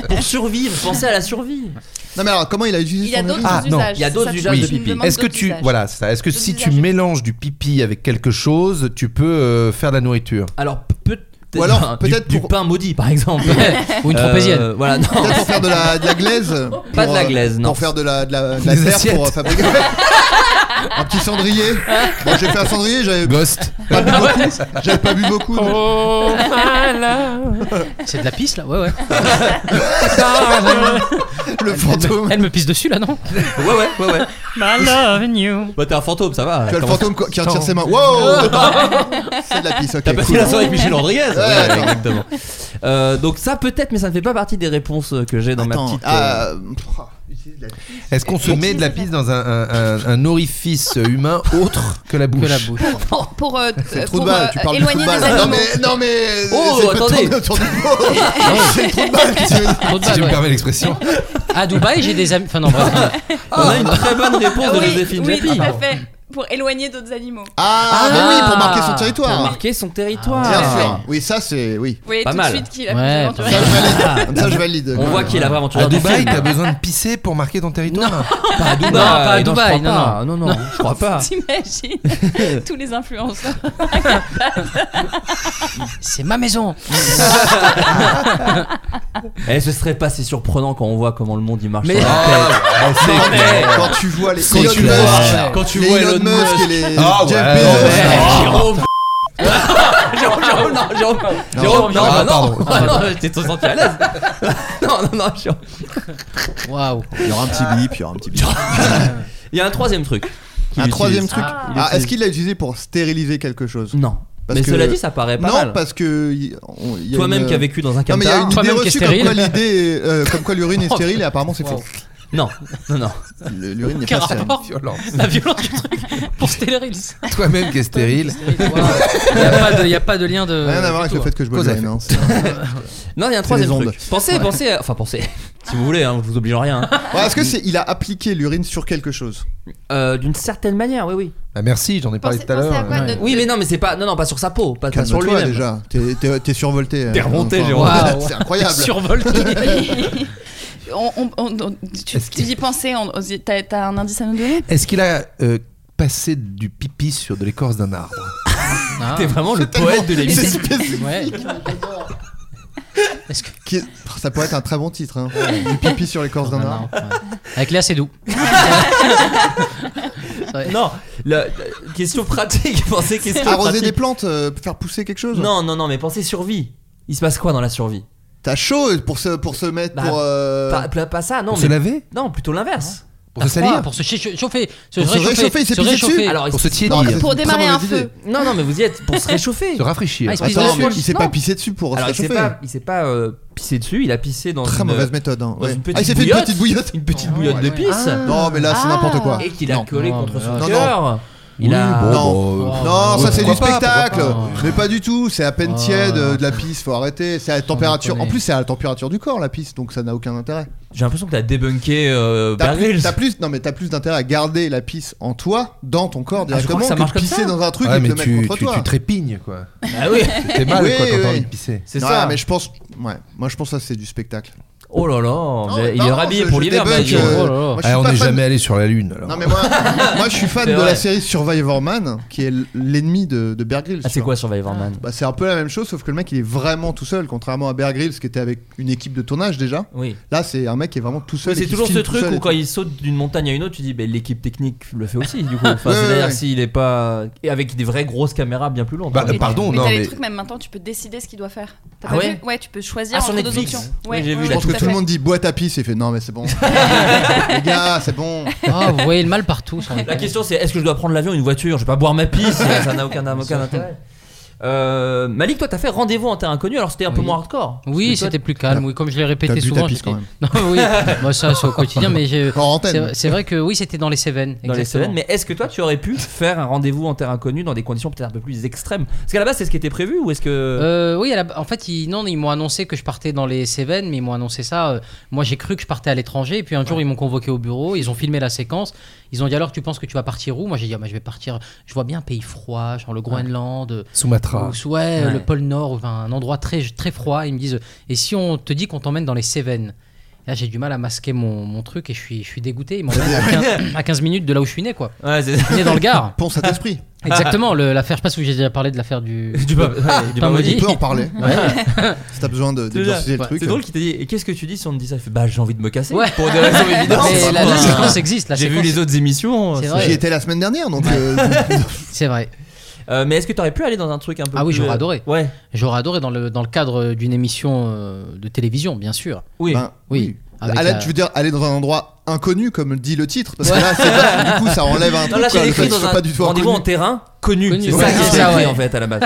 J: Pour
G: (laughs)
J: survivre, pensez à la survie.
H: Non, mais alors, comment il a utilisé
C: Il y a
H: son
C: d'autres
H: urine
D: Ah, non.
C: usages.
J: Il y a
C: c'est
J: d'autres
C: ça, tu-
J: usages
C: tu
J: de
C: me
J: pipi.
C: demandes
D: Est-ce que
C: d'autres
D: tu
C: usages.
D: voilà c'est ça. Est-ce que si tu mélanges du pipi avec quelque chose, tu peux euh, faire de la nourriture
J: Alors peut-être.
H: Ou alors,
J: non,
H: peut-être
J: du, du
H: pour-
J: pain maudit par exemple
G: (laughs) (laughs) Ou une tropézienne.
J: Euh, voilà
G: (laughs)
J: non
H: Peut-être pour faire de la, de la glaise
J: Pas
H: pour,
J: de la
H: euh,
J: glaise, non.
H: Pour faire de la, de la, de la
D: Des
H: terre
D: assiettes.
H: pour euh, fabriquer. un petit cendrier. Moi j'ai fait un cendrier, j'avais
D: Ghost.
H: pas bu beaucoup. J'avais pas bu beaucoup. donc-
G: C'est de la pisse là Ouais, ouais.
J: Oh.
H: Le fantôme.
G: Elle me pisse dessus là, non
J: ouais ouais ouais ouais
G: (laughs) My love and you.
J: bah t'es un fantôme ça va
H: Tu as le
J: Comment-
H: fantôme qui retire ses mains. Wow C'est de la pisse, ok.
J: T'as passé
H: cool.
J: la soirée avec Michel Rodriguez
H: Ouais,
J: Ouais,
H: attends.
J: exactement. Euh, donc ça peut-être, mais ça ne fait pas partie des réponses euh, que j'ai dans ma
H: Attends,
J: petite. euh,
H: ah, pff,
D: Est-ce qu'on se met de la pisse dans un, un- un- un orifice humain autre que la bouche
G: Que la (laughs) bouche.
C: Pour, pour, euh,
H: C'est le trou
C: pour
H: de balle,
C: euh,
H: tu parles du trou
C: éloigner
H: de
C: les
H: balle. Non
C: animaux.
H: mais, non mais.
J: Oh,
H: euh, c'est pas
J: attendez.
H: tourné autour du
J: (laughs)
H: pot. (laughs) C'est le trou de balle que tu veux dire.
G: Trop de
C: Bah
D: Si tu
G: balle,
D: me
G: ouais.
C: (laughs)
D: permets l'expression.
G: À Dubaï, j'ai des amis. Enfin, non, bref.
J: Ah, On a une très bonne réponse de
C: Oui,
J: Joséphine
C: oui,
J: Japy.
C: tout à fait. pour éloigner d'autres animaux.
H: Ah, mais oui, pour marquer son territoire.
J: Pour marquer son territoire.
H: Bien sûr. Oui, ça c'est oui.
C: Oui,
J: Pas
C: tout
J: mal.
C: de suite qu'il a
J: Ouais,
C: plus
J: pas
H: mal. Comme ça, je valide.
J: Ah. On voit qui est la vraie aventure.
D: À Dubaï, t'as besoin de pisser pour marquer ton territoire (laughs)
J: Pas à Dubaï. Non, pas à Dubaï, non, non, non, je crois pas. (laughs)
C: T'imagines tous les influenceurs.
G: C'est ma maison.
J: Eh, ce serait pas si surprenant quand on voit comment le monde il marche.
G: Mais-
J: sur la
G: Ah,
J: tête.
H: ouais, c'est
J: Non,
H: clair.
J: mais-
H: Quand tu vois les-
J: Quand
H: Elon
J: tu
H: Musk,
J: vois- quand tu
H: les
J: vois
H: Elon
J: Elon
H: Musk et les
J: Ah,
H: Jeff
J: ouais.
H: Bezos.
J: Ouais, Jérôme.
H: Jérôme,
J: Jérôme, non, Jérôme,
H: Non,
J: Jérôme, non,
H: Jérôme,
J: bah non,
H: pardon.
J: Ah, non, je t'ai trop senti à l'aise. non, non, non, Jérôme.
G: Waouh.
H: Il y aura un petit bip, il y aura un petit bip.
J: Ah. Il y a un troisième truc. qu'il
H: Un troisième
J: utilise.
H: truc.
J: Il
H: Ah,
J: utilise-
H: est-ce qu'il l'a utilisé pour stériliser quelque chose
J: Non. Mais cela dit, ça paraît pas
H: non,
J: mal.
H: parce que y- on- il y a
J: Toi-même
H: une-
J: qui as vécu dans un
H: Non, mais il y
J: camtar.
H: a une idée
J: Toi-même qui es
H: reçue comme
J: stérile.
H: quoi l'idée, est-
J: (laughs)
H: euh, comme quoi l'urine est stérile et apparemment c'est faux.
J: Non, non, non.
H: L'urine n'est
G: Quel
H: pas stérile.
G: (laughs) rapport La violence du truc pour stérile.
D: Toi-même qui est stérile.
G: Il n'y a, pas de- y a pas de lien
J: euh,
G: de.
H: Rien à voir avec
G: du
H: le
G: tout,
H: fait que je bois de
D: Cause à
H: l'urine. hein,
D: effet.
H: c'est-
J: Non, il y a un
H: C'est
J: troisième
H: les ondes.
J: truc. Pensez,
H: Ouais.
J: pensez. à- Enfin, pensez. Si vous voulez, hein, je vous oblige en rien. hein. (laughs)
H: Ouais, Est-ce que c'est il a appliqué l'urine sur quelque chose
J: Euh, D'une certaine manière, oui, oui.
D: Bah, merci, j'en ai parlé tout à l'heure. Ouais.
J: Oui, mais non, mais c'est pas. Non, non, pas sur sa peau. Pas, pas sur
H: Calme-toi
J: lui-même.
H: déjà. T'es- T'es t'es survolté.
J: T'es
H: euh,
J: remonté,
H: enfin,
J: Jérôme.
H: ouais,
J: Waouh.
H: C'est
G: hein.
H: incroyable.
J: T'es
H: (laughs)
J: survolté.
C: On- on- on- on- tu, tu y pensais, on- on- t'as t'as un indice à nous donner
D: Est-ce qu'il a euh, passé du pipi sur de l'écorce d'un arbre
G: Ah.
J: T'es vraiment le
H: C'est tellement-
J: poète de
H: c'est
J: l'émission.
H: spécifique.
G: Ouais.
H: Qui est- Ça pourrait être un très bon titre. hein. Du pipi sur l'écorce d'un arbre.
G: Avec Léa, c'est doux.
J: Non, la, la- question pratique. Pensez question
H: Arroser
J: pratique.
H: des plantes, euh, faire pousser quelque chose
J: Non, non, non, mais pensez survie. Il se passe quoi dans la survie
H: T'as chaud pour se, pour se mettre
J: Bah,
H: pour. euh,
J: pas, pas- pas ça, non.
D: Pour
J: mais-
D: se laver
J: Non, plutôt l'inverse.
H: Ah.
D: Pour se
G: Froid,
D: salir
G: Pour se chi- chauffer. Se
H: Pour se réchauffer, il s'est
G: se
H: pissé
G: réchauffer.
H: dessus.
J: Alors,
D: Pour se tiédir
H: Non, c'est
C: Pour
H: une très
C: démarrer un
H: mauvaise
C: feu.
H: idée.
J: non, non, mais vous y êtes
H: (laughs)
J: pour se réchauffer.
D: Se rafraîchir.
G: Ah, il se pisse
H: Attends,
G: dessus.
H: mais il s'est
J: Non.
H: pas pissé dessus pour
J: Alors,
H: se
J: il s'est
H: réchauffer.
J: pas, il s'est pas euh, pissé dessus, il a pissé dans
H: Très
J: une, euh,
H: mauvaise méthode. hein,
J: dans
H: ouais.
J: une petite
H: ah, il s'est fait une
J: bouillotte.
H: petite bouillotte. Oh, Ah.
J: une petite bouillotte de pisse
H: Non, mais là, c'est n'importe quoi.
J: et qu'il a
H: Non.
J: collé
G: Non,
J: contre
G: mais
J: son
G: là,
H: non.
J: cœur. Il a. Ah.
H: bon, Oh,
J: Oh,
H: Non, ça c'est du
D: pourquoi pas,
H: spectacle.
G: pourquoi pas.
H: Mais pas du tout. C'est à peine
G: Ah.
H: tiède euh, de la pisse. Faut arrêter. C'est à la température. En
G: déconner.
H: plus, c'est à la température du corps la pisse, donc ça n'a aucun intérêt.
J: J'ai l'impression que t'as débunké euh,
H: T'as
J: Bear
H: plus,
J: Grylls.
H: t'as plus- non mais t'as plus d'intérêt à garder la pisse en toi, dans ton corps
J: Ah, je crois
H: directement,
J: que ça marche
H: de
J: comme
H: pisser
J: ça.
H: dans un truc
D: Ouais,
H: et de
D: mais
H: le
D: tu,
H: mettre contre
D: tu,
H: toi.
D: tu trépignes
H: (laughs)
D: quoi.
J: Ah oui.
D: T'es mal
H: Oui,
D: quoi quand
H: oui.
D: t'as envie de pisser.
J: C'est
H: Ouais,
J: ça.
H: mais je pense, ouais, moi je pense que ça c'est du spectacle.
D: Ah
J: Oh là là, mais il est
H: non,
J: rhabillé
H: je-
J: pour
H: je
J: l'hiver,
H: débunk,
J: Maggie.
H: euh,
J: Oh là là.
H: moi, je suis
D: Ah, on
H: pas
D: n'est
H: fan-
D: jamais allé sur la lune alors.
H: Non mais moi,
J: (laughs)
H: moi je suis fan
J: C'est
H: de
J: vrai.
H: la série Survivor Man, qui est l'ennemi de, de Bear Grylls.
J: Ah,
H: tu
J: c'est
H: vois.
J: quoi Survivor Man
H: bah, C'est un peu la même chose, sauf que le mec il est vraiment tout seul, contrairement à Bear Grylls qui était avec une équipe de tournage déjà.
J: Oui.
H: Là c'est un mec qui est vraiment tout seul.
J: Mais
H: et
J: c'est
H: qui
J: toujours
H: se
J: ce
H: filme tout
J: truc
H: seul
J: où
H: et
J: quand
H: tout.
J: il saute d'une montagne à une autre, tu dis, bah, l'équipe technique le fait aussi, du coup. Enfin,
H: Ouais,
J: c'est-à-dire
H: ouais.
J: s'il est pas. Et avec des vraies grosses caméras bien plus lourdes.
D: Bah,
J: quand même.
D: pardon,
C: mais
D: non
C: t'as les
D: mais.
C: trucs, même maintenant, tu peux décider ce qu'il doit faire. T'as
J: Ah
C: pas
J: ouais
C: vu Ouais, tu peux choisir
J: Ah, sur
C: entre deux
J: Netflix.
C: options. Ouais,
J: Oui, j'ai
C: ouais,
J: vu la
H: Je pense
C: ouais,
H: que
C: à
H: tout le
C: fait.
H: monde dit boîte à pisse et fait non mais
J: (laughs)
H: c'est bon. Les gars, c'est bon.
G: Ah, vous voyez le mal partout. sans
J: La
G: déconner.
J: question c'est est-ce que je dois prendre l'avion ou une voiture Je vais pas boire ma pisse, ça n'a aucun, aucun intérêt. Euh, Malik, toi, t'as fait rendez-vous en terre inconnue, alors c'était un peu
G: Oui.
J: moins hardcore.
G: Oui,
J: Parce que toi,
G: c'était plus calme. Oui, comme je l'ai
H: T'as
G: répété
H: bu ta
G: souvent.
H: pisse
G: j'étais-
H: quand même.
G: (laughs) Non,
H: (laughs)
G: oui, moi ça, c'est au quotidien, mais j'ai-
H: Hors antenne.
G: c'est vrai- c'est vrai que oui, c'était dans les Cévennes.
J: dans les
G: exactement.
J: semaines, mais est-ce que toi, tu aurais pu faire un rendez-vous en terre inconnue dans des conditions peut-être un peu plus extrêmes Parce qu'à la base, c'est ce qui était prévu ou est-ce que.
G: Euh, oui, à la- en fait, ils, non, ils m'ont annoncé que je partais dans les Cévennes, mais ils m'ont annoncé ça. euh, moi, j'ai cru que je partais à l'étranger, et puis un jour, ils m'ont convoqué au bureau, ils ont filmé la séquence. Ils ont dit alors, tu penses que tu vas partir où Moi, j'ai dit, ah, bah, je vais partir. Je vois bien un pays froid, genre le Groenland, euh,
D: Sumatra.
G: ou- ouais,
J: Ouais.
G: le pôle Nord, ou, enfin, un endroit très très froid. Ils me disent, euh, et si on te dit qu'on t'emmène dans les Cévennes Là, j'ai du mal à masquer mon, mon truc et je suis, je suis dégoûté. Ils m'emmènent à,
J: (laughs)
G: quin- à 15 minutes de là où je suis né, quoi.
J: Ouais, c'est.
G: (laughs) Je suis né dans le Gard.
H: Ponce à d'esprit.
J: Ah.
G: Exactement, le- l'affaire, je sais pas si j'ai déjà parlé de
J: (laughs)
G: l'affaire du.
J: Du pa- ouais, du
G: pain
J: pain
H: On
G: maudit.
H: peut
J: (laughs)
H: en parler.
G: Ouais.
H: Si t'as besoin de-
J: C'est
H: d'exorciser
J: ça.
H: le truc.
J: C'est drôle qu'il t'a dit et qu'est-ce que tu dis si on te dit ça Il fait, Bah, j'ai envie de me casser.
G: Ouais.
J: Pour des
G: (laughs)
J: raisons évidentes. (laughs)
G: Mais la, la
J: Enfin,
G: séquence existe. La
J: J'ai vu
G: séquence-
J: les autres émissions. hein,
G: C'est
J: c'est-
G: vrai.
H: J'y étais la semaine dernière donc. euh,
G: C'est vrai.
J: Euh, mais est-ce que t'aurais pu aller dans un truc un peu
G: Ah oui,
J: plus,
G: j'aurais
J: euh,
G: adoré.
J: Ouais.
G: J'aurais adoré dans le, dans le cadre d'une émission euh, de télévision, bien sûr.
J: (laughs) Oui.
H: ben,
G: Oui. Avec
H: Ah, là,
G: la-
H: tu veux dire aller dans un endroit inconnu comme dit le titre parce que
G: Ouais.
H: là c'est
J: (laughs)
H: pas- du coup ça enlève un
J: Non,
H: truc
J: là,
H: quoi,
J: c'est
H: le
J: écrit
H: fait que ce
J: dans
H: soit
J: un
H: pas du tout
J: rendez-vous en
H: inconnu.
J: terrain connu.
G: Connu.
J: C'est
G: Ouais,
J: ça qui
G: c'est
J: est
G: ça,
J: écrit
G: ouais.
J: en fait à la base.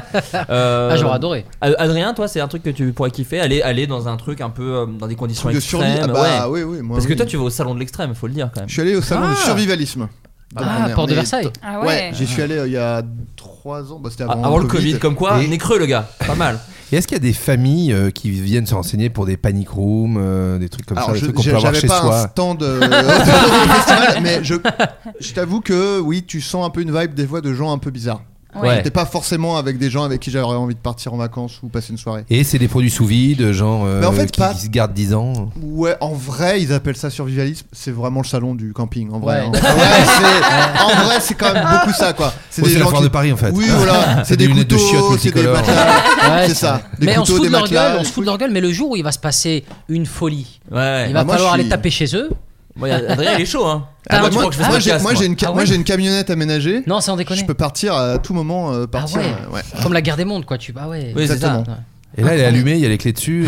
J: Euh,
G: (laughs) Ah, j'aurais adoré.
J: Ad- Adrien, toi, c'est un truc que tu pourrais kiffer, aller, aller dans un truc un peu euh, dans des conditions
H: Truc de survie
J: extrêmes.
H: ah bah
J: ouais.
H: oui oui moi
J: Parce que
H: oui.
J: toi, tu vas au salon de l'extrême, faut le dire quand même.
H: je suis allé au salon
J: Ah.
H: du survivalisme Donc,
G: Ah,
H: on est-
G: Port
H: on
G: de
H: est-
G: Versailles.
C: Ah
H: ouais
C: ouais.
H: j'y suis allé euh, il y a 3 ans bah, c'était
J: Ah,
H: avant,
J: Avant le Covid, comme quoi, on est creux, le gars. Pas mal.
D: (laughs) Et est-ce qu'il y a des familles euh, qui viennent se renseigner pour des panic rooms, euh, des trucs comme
H: Alors,
D: ça, des
H: je-
D: trucs qu'on
H: j'ai-
D: peut avoir
H: j'avais
D: chez
H: pas
D: soi
H: un
D: (laughs)
H: stand euh, au festival, mais je, je t'avoue que oui, tu sens un peu une vibe des fois de gens un peu bizarres.
D: Ouais.
H: J'étais pas forcément avec des gens avec qui j'aurais envie de partir en vacances ou passer une soirée.
D: Et c'est des produits sous vide, genre euh,
H: Mais en fait,
D: qui,
H: pas-
D: qui se gardent 10 ans.
H: Ouais, en vrai, ils appellent ça survivalisme. C'est vraiment le salon du camping, en vrai. hein.
D: Ouais.
H: En vrai, c'est- en vrai, c'est quand même beaucoup ça, quoi.
D: Ouais, c'est la foire
H: qui-
D: de Paris, en fait.
H: Oui,
D: (laughs)
H: voilà. C'est
D: Des
H: des,
D: lunettes de chiottes
H: couteaux, c'est des
D: multicolores.
H: matelas.
G: Ouais,
H: c'est ça. Des
G: mais on se
H: couteaux,
G: fout
H: des
G: de leur
H: matelas.
G: gueule, on se fout de leur gueule, mais le jour où il va se passer une folie, il
H: Bah,
G: va
H: moi,
G: falloir
H: je
G: aller
H: suis-
G: taper chez eux.
J: Moi, Adrien, il est chaud, hein.
H: Ah,
G: T'as un-
H: moi,
G: tu crois que je fais ce
H: moi, j'ai-
G: podcast,
H: moi, j'ai une, ca-
G: Ah
H: moi,
G: ouais
H: j'ai une camionnette aménagée.
G: Non, sans déconner.
H: Je peux partir à tout moment. euh,
G: Ah
H: partir.
G: ouais.
H: euh, ouais.
G: Comme la guerre des mondes, quoi. Tu bah ouais.
H: Oui, c'est Exactement. ça.
D: Et là, elle est allumée, il y a les clés dessus.
H: (laughs)
D: et-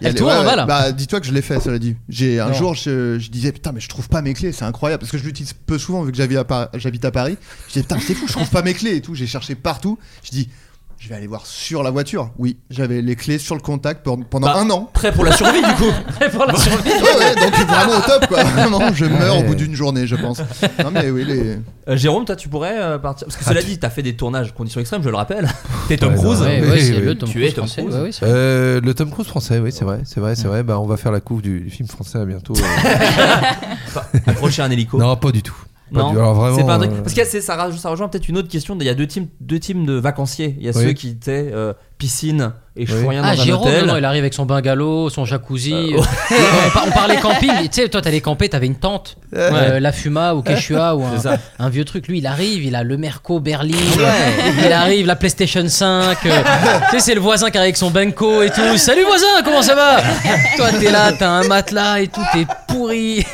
H: Il y a les-
G: tourne
H: ouais,
G: en bas,
H: ouais.
G: là.
H: Bah, dis-toi que je l'ai fait, cela dit. J'ai un
G: Non.
H: jour, je, je disais putain, mais je trouve pas mes clés, c'est incroyable parce que je l'utilise peu souvent vu que j'habite à, Par- j'habite à Paris. Je disais putain, mais c'est fou, je trouve pas mes clés et tout. J'ai cherché partout. Je dis, je vais aller voir sur la voiture. Oui, j'avais les clés sur le contact pour- pendant
J: Bah.
H: un an.
J: Prêt pour la survie, du coup.
G: Prêt (laughs) pour
H: bah,
G: la survie.
H: Ouais, ouais, donc vraiment au top
J: (laughs)
H: quoi. Vraiment, je meurs
J: Ouais.
H: au bout d'une journée, je pense. Non mais oui, les.
J: (laughs) Euh, Jérôme, toi, tu pourrais euh, partir. Parce que cela dit, t'as fait des tournages conditions extrêmes, je
D: (laughs)
J: le rappelle. T'es Tom
D: Ouais,
J: Cruise.
D: non, oui, oui.
J: tu es Tom Cruise.
D: Euh, le Tom Cruise français, oui, c'est vrai, c'est vrai, c'est vrai. Bah, on va faire la couve du, du film français à bientôt. euh.
H: (laughs)
J: Approcher un hélico.
D: Non, pas du tout. Pas
J: Non,
D: du- alors vraiment,
J: c'est pas un truc.
D: euh,
J: Parce que c'est- ça, ra- ça rejoint peut-être une autre question. Il y a deux teams, deux teams de vacanciers. Il y a
D: Oui.
J: ceux qui étaient euh, piscine et je fous rien dans
G: Ah,
J: un
G: Jérôme,
J: hôtel. oh.
G: non, il arrive avec son bungalow, son jacuzzi. euh, (laughs) on, par- on parlait camping. Tu sais, toi, t'allais camper, t'avais une tente, euh,
J: Ouais.
G: la Fuma ou Quechua ou un,
J: C'est ça.
G: un vieux truc. Lui, il arrive, il a le Merco Berlin,
J: Ouais.
G: il arrive, la PlayStation 5. euh, tu sais, c'est le voisin qui arrive avec son Benko et tout. Salut voisin, comment ça va Toi, t'es là, t'as un matelas et tout, t'es pourri.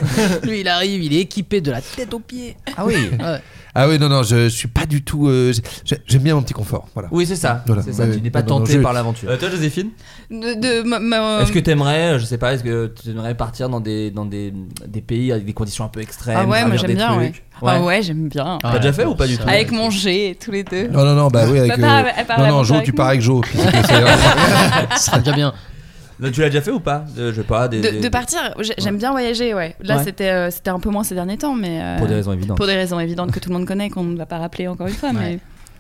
G: Lui, il arrive, il est équipé de la tête aux pieds.
J: Ah oui.
G: Ouais.
D: Ah oui, non, non, je, je suis pas du tout. euh, j'ai- j'ai- J'aime bien mon petit confort. Voilà.
J: Oui, c'est ça.
D: Voilà.
J: C'est ça.
D: Ouais,
J: tu n'es pas
D: non, non,
J: tenté
D: je-
J: par l'aventure. Euh, toi, Joséphine,
C: De, de- ma- ma-
J: est-ce que t'aimerais, euh, je sais pas, est-ce que tu aimerais partir dans des dans des, des pays avec des conditions un peu extrêmes
C: Ah ouais, moi
J: gravir
C: j'aime
J: des
C: bien, ouais.
J: trucs
C: Ah ouais, j'aime bien.
J: T'as déjà fait ou pas du tout
C: Avec mon G, tous les deux.
D: Non, non, non, bah oui, avec.
C: Papa,
D: euh,
C: elle parle
D: non,
C: à
D: non,
C: mon
D: Jo,
C: père
D: tu
C: avec
D: pars
C: nous.
D: avec Jo. puis c'est- c'est-
G: Ce sera déjà bien.
J: Non, Bah, tu l'as déjà fait ou pas Euh, Je sais pas. Des,
C: De,
J: des-
C: de partir, j'ai- j'aime bien voyager, ouais. Là,
J: Ouais.
C: c'était euh, c'était un peu moins ces derniers temps, mais. euh,
J: Pour des raisons évidentes.
C: Pour des raisons évidentes que tout le monde connaît, qu'on ne va pas rappeler encore une fois, mais.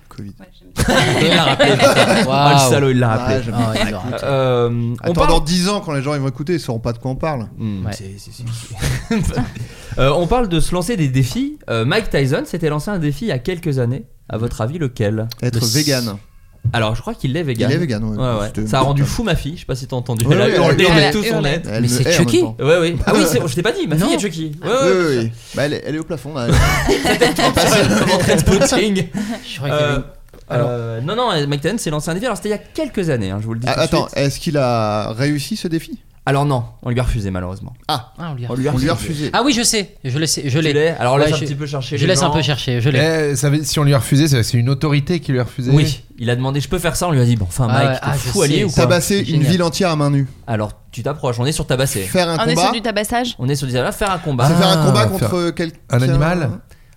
H: Covid.
J: (laughs) Il l'a rappelé. Ah, le salaud, il l'a rappelé.
H: Ouais, j'aime
J: Ah,
H: bien.
J: il l'a
H: Écoute,
J: rappelé. Euh, on
H: Attends,
J: parle-
H: dans 10 ans, quand les gens ils vont écouter, ils sauront pas de quoi on parle.
J: Hmm, c'est- c'est- c'est- (laughs) Euh, on parle de se lancer des défis. Euh, Mike Tyson s'était lancé un défi il y a quelques années. À votre avis, lequel
H: Être
J: Le-
H: vegan.
J: Alors, je crois qu'il est vegan.
H: Il est vegan, ouais.
J: ouais.
H: C'était-
J: Ça a rendu fou ma fille. Je sais pas si t'as entendu.
H: Ouais,
J: elle a
H: ouais,
J: hurlé
H: elle
J: de tout
H: hurle.
J: son
H: Elle
J: être.
H: me Mais c'est hait en Chucky. même temps.
J: Ouais, oui. Ah oui, c'est- je t'ai pas dit. Ma fille est Chucky. Ouais, ouais,
H: oui, oui. Bah, elle, est, elle est au plafond là. Elle passe-
C: (laughs)
J: Comment Trainspotting.
G: Je croyais qu'il y avait une-
J: Euh, euh, non, non, Mike Tyson s'est lancé un défi. Alors, c'était il y a quelques années, hein, je vous le dis.
H: Ah,
J: tout de
H: Attends, eh.
J: suite.
H: est-ce qu'il a réussi ce défi
J: Alors, non, on lui a refusé malheureusement.
H: Ah,
G: Ah, on lui a-
J: On lui a
H: on lui a
J: refusé.
H: refusé.
G: Ah oui, je sais, je le sais, je
J: Tu
G: l'ai.
J: l'as Alors,
G: là
J: laisse un petit peu chercher
G: Je
J: les
G: laisse un
J: gens.
G: peu chercher, je l'ai.
D: Eh, ça veut- si on lui a refusé, c'est c'est une autorité qui lui a refusé.
J: Oui, il a demandé, je peux faire ça. On lui a dit, bon, enfin,
G: Ah ouais,
J: Mike,
G: ah,
J: t'es
G: je
J: fou hein.
G: sais,
J: allié ou quoi
H: Tabasser
G: C'est
H: une
G: génial.
H: ville entière à main nue.
J: Alors, tu t'approches, on est sur tabassé.
H: Faire un
C: Ah, On est
H: combat.
C: sur du tabassage
J: On est sur des là, faire un combat.
H: C'est faire un combat
D: Ah,
H: contre quelqu'un.
D: Un animal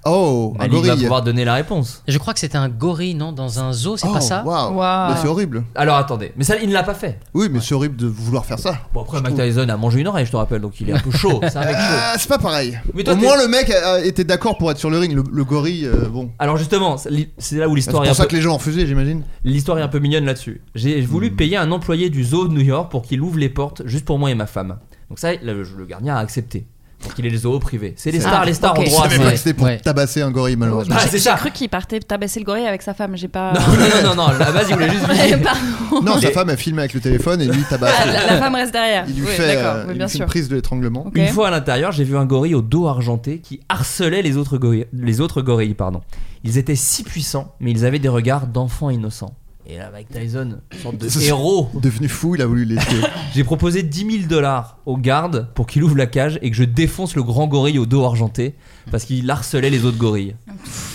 H: Oh, un
J: Ali va
H: gorille.
J: pouvoir donner la réponse.
G: Je crois que c'était un gorille, non Dans un zoo, c'est
H: Oh,
G: pas ça
H: waouh.
C: Waouh.
H: Mais c'est horrible.
J: Alors attendez, mais ça il ne l'a pas fait.
H: Oui, mais c'est horrible de vouloir faire ça.
J: Bon après Mike Tyson a mangé une oreille, je te rappelle, donc il est un peu chaud. C'est un mec
H: (laughs)
J: chaud.
H: Ah, c'est pas pareil.
J: Mais toi,
H: Au
J: t'es-
H: moins, le mec a- a- était d'accord pour être sur le ring. Le, le gorille, euh, bon.
J: Alors justement, c'est li- c'est là où
H: C'est
J: l'histoire
H: pour
J: est,
H: ça
J: un
H: que
J: peu...
H: les gens en faisaient, j'imagine.
J: l'histoire est un peu mignonne là-dessus. J'ai voulu
C: Hmm.
J: payer un employé du zoo de New York pour qu'il ouvre les portes juste pour moi et ma femme. Donc ça, le, le gardien a accepté. Donc il est le zoo privé. C'est les
C: C'est-
J: stars,
C: Ah,
J: les stars
C: ok.
J: ont
H: Je
J: droit à
H: savais pas que
J: ça.
H: c'était pour
G: Ouais.
H: tabasser un gorille, malheureusement.
J: Bah,
C: (laughs)
J: c'est
C: J'ai
J: ça.
C: cru qu'il partait tabasser le gorille avec sa femme, j'ai pas.
J: Non, non, non, non, à la base il voulait juste.
C: (laughs) Ouais,
J: visiter.
C: pardon.
H: Non, sa
J: Mais-
H: femme a filmé avec le téléphone et lui, il tabasse.
C: Ah, la, la femme reste derrière.
H: Il lui
C: Oui,
H: fait,
C: d'accord,
H: euh,
C: oui,
H: il lui
C: bien
H: fait
C: sûr.
H: une prise de l'étranglement.
C: Ok.
J: Une fois à l'intérieur, j'ai vu un gorille au dos argenté qui harcelait les autres gorilles. Les autres gorilles pardon. Ils étaient si puissants, mais ils avaient des regards d'enfants innocents. Et là, Mike Tyson, une sorte de héros.
H: Devenu fou, il a voulu les
C: (laughs)
H: tuer.
J: J'ai proposé 10 000 dollars au garde pour qu'il ouvre la cage et que je défonce le grand gorille au dos argenté parce qu'il harcelait les autres gorilles.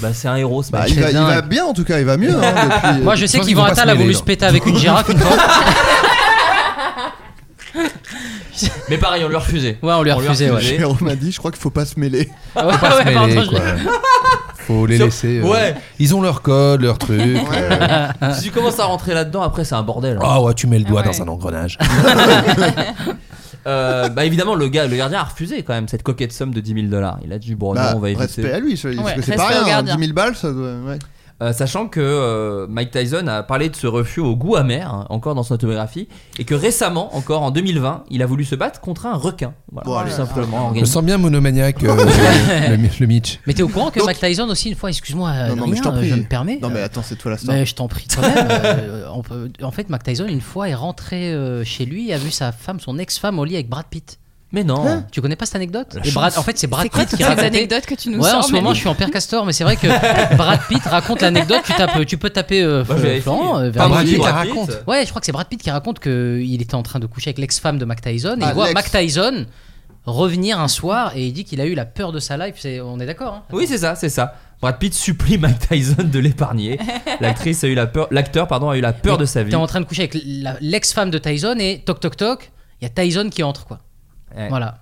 J: Bah, c'est un héros, ce
H: Bah,
J: mec.
H: il, va,
G: C'est
H: il va
G: dingue.
H: bien en tout cas, il va mieux. hein, depuis, euh,
G: Moi, je sais
D: pense qu'ils vont pas se
G: qu'Yvan a
D: mêler,
G: voulu
D: genre.
G: se péter avec une girafe une fois.
J: Mais pareil, on lui a refusé.
G: Ouais, on lui a refusé, ouais.
H: Jérôme m'a dit, je crois qu'il faut pas se mêler.
G: Ah ouais,
D: Faut (laughs) pas se
G: ouais,
D: mêler,
G: pardon, je-
D: quoi. Faut les
J: Sur-
D: laisser. euh,
J: Ouais.
D: Ils ont leur code, leur truc. euh.
H: (laughs)
J: Si tu commences à rentrer là-dedans, après, c'est un bordel.
D: Ah ouais, tu mets le doigt
C: Ah ouais.
D: dans un engrenage.
J: Euh, bah, évidemment, le, gars, le gardien a refusé quand même cette coquette somme de 10 000 dollars. Il a dit, bon,
H: Bah,
J: Oh non, on va éviter.
H: respect à lui, ça- parce
C: Ouais,
H: que c'est
C: respect
H: pas
C: au
H: rien. hein,
C: gardien.
H: 10 000 balles, ça doit. ouais.
J: euh, sachant que euh, Mike Tyson a parlé de ce refus au goût amer, hein, encore dans son autobiographie, et que récemment, encore en 2020, il a voulu se battre contre un requin. Voilà, tout
H: Ah.
J: simplement.
D: Je sens bien monomaniaque, euh, le, le, le Mitch.
G: Mais t'es au courant que Mike Tyson aussi, une fois, excuse-moi, euh,
H: Non, non, mais je
G: rien,
H: t'en
G: euh,
H: prie.
G: je me permets.
H: Non, mais attends, c'est toi la star.
G: Mais je t'en prie quand même. euh, on peut- En fait, Mac Tyson, une fois, est rentré euh, chez lui et a vu sa femme, son ex-femme, au lit avec Brad Pitt.
J: Mais non.
G: Hein tu connais pas cette anecdote
J: La
G: Et Brad-
J: chance.
G: En fait, c'est Brad
J: C'est quoi
G: Pitt qui
J: toutes ces
G: racontait.
J: anecdotes que tu nous
G: Ouais, en
J: sors,
G: ce moment,
J: Manu
G: je suis en père castor, mais c'est vrai que Brad Pitt raconte l'anecdote. Tu tapes, tu peux taper euh,
J: Bah, je vais
G: Florent.
J: essayer.
G: euh,
J: Pas
G: vers-
J: Brad Pitt, Brad Pitt.
G: Ouais, je crois que c'est Brad Pitt qui raconte que il était en train de coucher avec l'ex-femme de Mac Tyson et
J: Ah,
G: il voit
J: l'ex.
G: Mac Tyson revenir un soir et il dit qu'il a eu la peur de sa life. C'est- On est d'accord. hein
J: Oui, c'est ça, c'est ça. Brad Pitt supplie Mike Tyson de
G: (laughs)
J: l'épargner. L'actrice a eu la peur, l'acteur pardon a eu la peur
G: Mais
J: de sa vie.
G: T'es en train de coucher avec la- l'ex-femme de Tyson et toc toc toc, il y a Tyson qui entre quoi.
J: Ouais.
G: Voilà.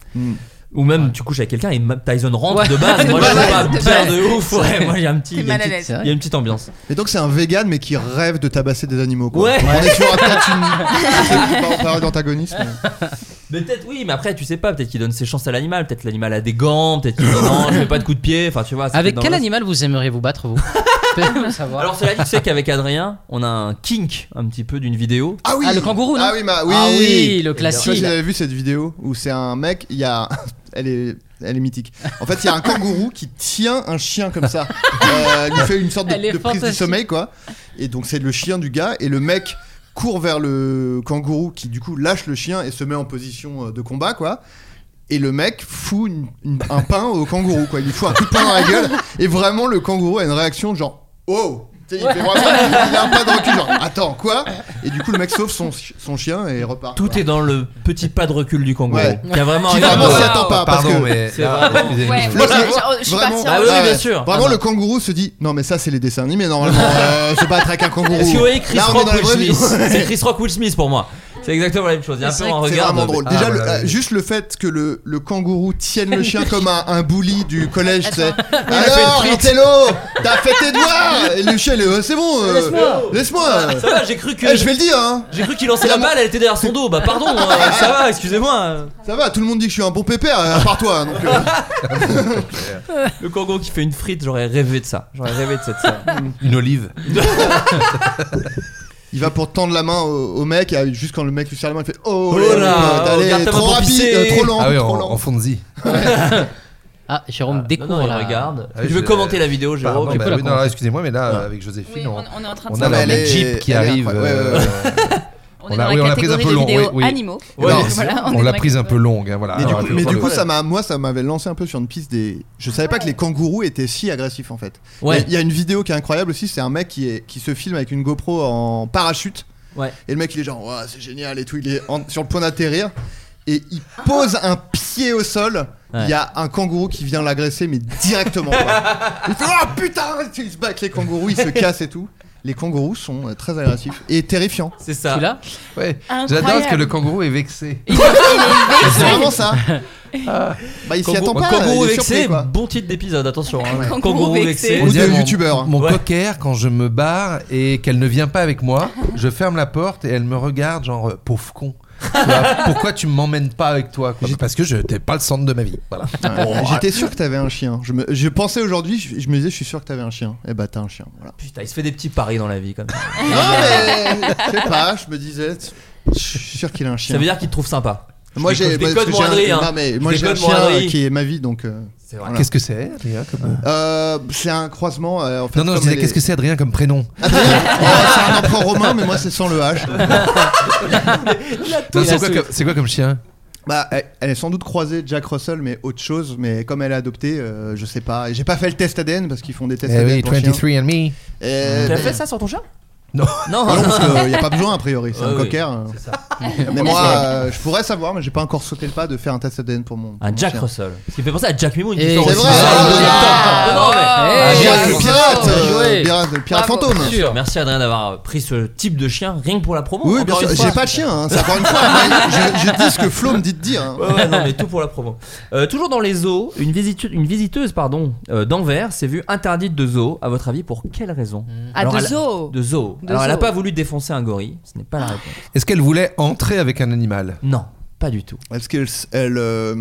J: Ou même tu couches avec quelqu'un et Mike Tyson rentre
G: Ouais.
J: de
G: (laughs)
J: base. Moi, je
G: Ouais,
J: trouve pas
G: de
J: peur
G: base.
J: de ouf. Ouais, moi, j'ai un petit.
G: T'es
J: il y a une
G: mal à
J: petite-
G: l'aise.
J: Il y a une petite ambiance.
H: Et donc, c'est un vegan, mais qui rêve de tabasser des animaux. Quoi.
J: Ouais.
H: On est sur un- peut-être une- peut-être une parole d'antagonisme.
J: Mais peut-être oui, mais après tu sais pas, peut-être qu'il donne ses chances à l'animal, peut-être l'animal a des gants, peut-être qu'il dit non, je fais pas de coup de pied, enfin tu vois. c'est
G: Avec
J: peut-être
G: quel
J: dangereux.
G: animal vous aimeriez vous
J: (laughs)
G: battre vous
J: Alors cela dit, tu sais qu'avec Adrien, on a un kink un petit peu d'une vidéo.
H: Ah oui
G: Ah, le kangourou, non
H: Ah oui, ma- oui.
G: Ah
H: Je sais
G: oui, le
H: pas si
G: classique.
H: vous avez vu cette vidéo où c'est un (laughs) mec, il y a. Elle est, elle est mythique. En fait, il y a un kangourou qui tient un chien comme
G: (laughs)
H: ça. Euh, il lui fait une sorte de,
G: Elle est
H: de prise de
G: fantastique.
H: sommeil, quoi. Et donc, c'est le chien du gars. Et le mec court vers le kangourou qui, du coup, lâche le chien et se met en position euh, de combat, quoi. Et le mec fout une- une- un pain au kangourou, quoi. Il lui fout un coup de pain dans la gueule. Et vraiment, le kangourou a une réaction genre Oh Tu sais, Il fait vraiment il a un pas de recul, genre attends quoi Et du coup le mec sauve son, chi- son chien et repart.
J: Tout est dans le petit pas de recul du kangourou.
H: Ouais.
J: Il y a vraiment
H: Qui
J: un-
H: vraiment s'y
J: Wow.
H: attend pas parce
D: Pardon,
H: que
D: mais
J: C'est
D: là,
J: vraiment-
D: excusez-nous,
J: Ouais,
D: je-
J: moi, j'ai- je- je suis
H: Vraiment, euh,
J: partie en- Ah oui, oui, bien sûr.
H: Vraiment
J: Ah
H: le
J: bah.
H: kangourou se dit non mais ça c'est les dessins
J: (laughs)
H: animés normalement. euh, je vais battre avec un kangourou.
J: Est-ce que vous voyez Chris
H: Là, on est
J: Rock
H: dans la
J: Will
H: vraie vie.
J: Smith C'est Chris Rock Will Smith pour moi. C'est exactement la même chose. Il y a un peu un
H: (laughs) C'est
J: regard.
H: vraiment
J: de-
H: drôle.
J: Ah,
H: Déjà,
J: voilà,
H: le- euh,
J: oui.
H: juste le fait que le, le kangourou tienne
J: (laughs)
H: le chien comme un, un bully du collège, tu sais.
J: a fait
H: Alors,
J: une frite.
H: Antello, t'as fait
J: (laughs)
H: tes devoirs Et le chien, il est, euh, c'est bon, euh,
J: Laisse-moi.
H: laisse-moi.
J: Ça va, j'ai cru que.
H: Eh, je vais le dire, hein.
J: J'ai cru qu'il lançait la balle, elle était derrière son dos. Bah
H: (laughs)
J: pardon, euh, ça va, excusez-moi.
H: Ça va, tout le monde dit que je suis un bon pépère, à part toi. Donc, euh,
J: Le kangourou qui fait une frite, j'aurais rêvé de ça. J'aurais rêvé de cette (laughs) scène.
D: Une olive.
H: il va pour tendre la main au, au mec, et juste quand le mec lui serre la main, il fait Oh,
J: Oh
H: les-
J: là,
H: euh, allez,
J: regarde ta main
H: trop
J: pour
H: rapide,
J: pisser.
H: euh, trop lent,
D: Ah oui, en,
H: trop lent.
D: en Fonzie.
G: Ah, Jérôme
J: Non,
G: découvre
J: non, il
G: la-
J: regarde.
D: Ah oui,
J: tu veux
D: je-
J: commenter la vidéo,
D: Pardon,
J: Jérôme Eh ben,
D: bah
G: peux la
D: oui, non,
G: commenter.
D: excusez-moi, mais là, avec Joséphine, on,
K: on est en train de
D: on
K: se
D: a
H: Elle
D: la
H: est-
D: Jeep qui
H: elle est
D: arrive.
H: incroyable. Ouais,
D: euh,
H: ouais, ouais.
K: On est dans
D: oui,
K: la
D: l'a prise un
K: catégorie
D: peu
K: des
D: longue.
K: vidéos
D: oui, oui.
K: animaux.
H: Ouais,
D: Non,
H: mais
K: voilà, on est
D: on
K: dans
D: l'a
K: la
D: prise un peu longue. hein, voilà.
H: Mais du
D: Alors,
H: coup, mais du coup, ça m'a, moi, ça m'avait lancé un peu sur une piste des. Je savais pas que les kangourous étaient si agressifs en fait.
J: Ouais.
H: Il y a- Il y a une vidéo qui est incroyable aussi. C'est un mec qui est qui se filme avec une GoPro en parachute.
J: Ouais.
H: Et le mec il est genre Ouah, c'est génial et tout. Il est en- sur le point d'atterrir et il pose un pied au sol. Il
J: Ouais.
H: y a un kangourou qui vient l'agresser mais directement. quoi. Il fait ah putain Il se bat avec les kangourous, il se casse et tout. Les kangourous sont euh, très agressifs et terrifiants.
J: C'est ça.
G: Tu l'as
D: Ouais.
K: Incroyable.
D: J'adore parce que le kangourou est vexé.
H: C'est vraiment ça.
J: (laughs)
H: Bah il s'y attend
J: Kangourou
H: pas.
J: Kangourou
H: il est
J: vexé,
H: surpris, quoi.
J: bon titre d'épisode, attention. hein.
K: Kangourou
J: Kangourou vexé.
K: vexé.
H: Ou
D: On dirait
H: de
D: mon-
H: youtubeur.
D: Mon
J: Ouais.
D: cocker, quand je me barre et qu'elle ne vient pas avec (laughs) moi, je ferme la porte et elle me regarde, genre, euh, pauvre con. Tu (laughs) vois, Pourquoi tu m'emmènes pas avec toi quoi Parce que je t'es pas le centre de ma vie. Voilà.
H: Ouais,
D: Bon,
H: Ah, J'étais sûr que t'avais un chien. Je, me, je pensais aujourd'hui, je, je me disais, je suis sûr que t'avais un chien. Eh bah, t'as un chien. Voilà.
J: Putain, il se fait des petits paris dans la vie
H: (laughs)
J: comme ça.
H: Non, mais je sais pas, je me disais, je suis sûr qu'il a un chien.
J: Ça veut dire qu'il te trouve sympa.
H: moi,
J: je
H: j'ai
J: déconne,
H: parce que
J: mon
H: j'ai
J: Adrien.
H: un, non, mais
J: Je
H: moi, j'ai un
J: déconne, mon
H: chien euh,
J: Adrien.
H: qui est ma vie, donc. euh,
J: C'est vrai.
H: voilà.
D: Qu'est-ce que c'est, Adrien comme...
H: Euh, c'est un croisement. euh, en fait,
D: Non, non, je
H: comme
D: disais,
H: les-
D: qu'est-ce que c'est, Adrien, comme (laughs) prénom
H: Ah, d'ailleurs, (laughs) euh, C'est un empereur romain, mais moi, c'est sans le H.
D: Non,
J: il a
D: C'est quoi,
J: sous-
D: comme- c'est quoi comme chien
H: Bah, elle, elle est sans doute croisée Jack Russell, mais autre chose. Mais comme elle est adoptée, euh, je sais pas. Et J'ai pas fait le test ADN parce qu'ils font des tests
D: Eh
H: ADN.
D: oui,
H: pour chiens.
D: 23 and me.
H: Et-
J: T'as fait ça sur ton chat
D: Non.
J: Non,
H: ben, Ah non, parce
J: (laughs)
H: qu'il n'y a pas besoin a priori, c'est
J: Ouais,
H: un
J: Ah oui.
H: cocker. euh.
J: ça.
H: Mais moi, euh, je pourrais savoir, mais j'ai pas encore sauté le pas de faire un test ADN pour mon. pour
J: Un
H: mon
J: Jack
H: chien.
J: Russell. Ce qui me fait penser à Jack Mimo, une
G: Et
J: histoire
H: c'est
J: aussi
H: vrai.
J: bizarre.
H: Ah,
J: Non, mais-
G: Ah,
H: Eh,
G: Jack
H: le
G: Russell.
H: pirate,
G: Bien
H: euh,
G: joué.
H: le pirate, le pirate
G: Bravo.
H: fantôme.
G: Sûr.
J: Merci Adrien d'avoir pris ce type de chien rien que pour la promo.
H: Oui, bien
J: encore
H: sûr.
J: une
H: J'ai
J: fois.
H: pas de chien, hein, c'est encore une fois. mais je, je dis ce que Flo me dit de dire. hein.
J: Ouais, ouais, non, mais tout pour la promo. Euh, toujours dans les zoos, une visiteuse, une visiteuse pardon, euh, d'Anvers s'est vue interdite de zoo. À votre avis, pour quelle raison
C: Ah,
J: Alors,
C: de
J: elle-
C: zoo.
J: De zoo.
C: De
J: Alors, elle n'a
C: zoo. Ah.
J: pas voulu défoncer un gorille. Ce n'est pas la réponse.
H: (laughs)
D: Est-ce qu'elle voulait entrer avec un animal
J: Non. Pas du tout.
H: Est-ce qu'elle s- elle, euh,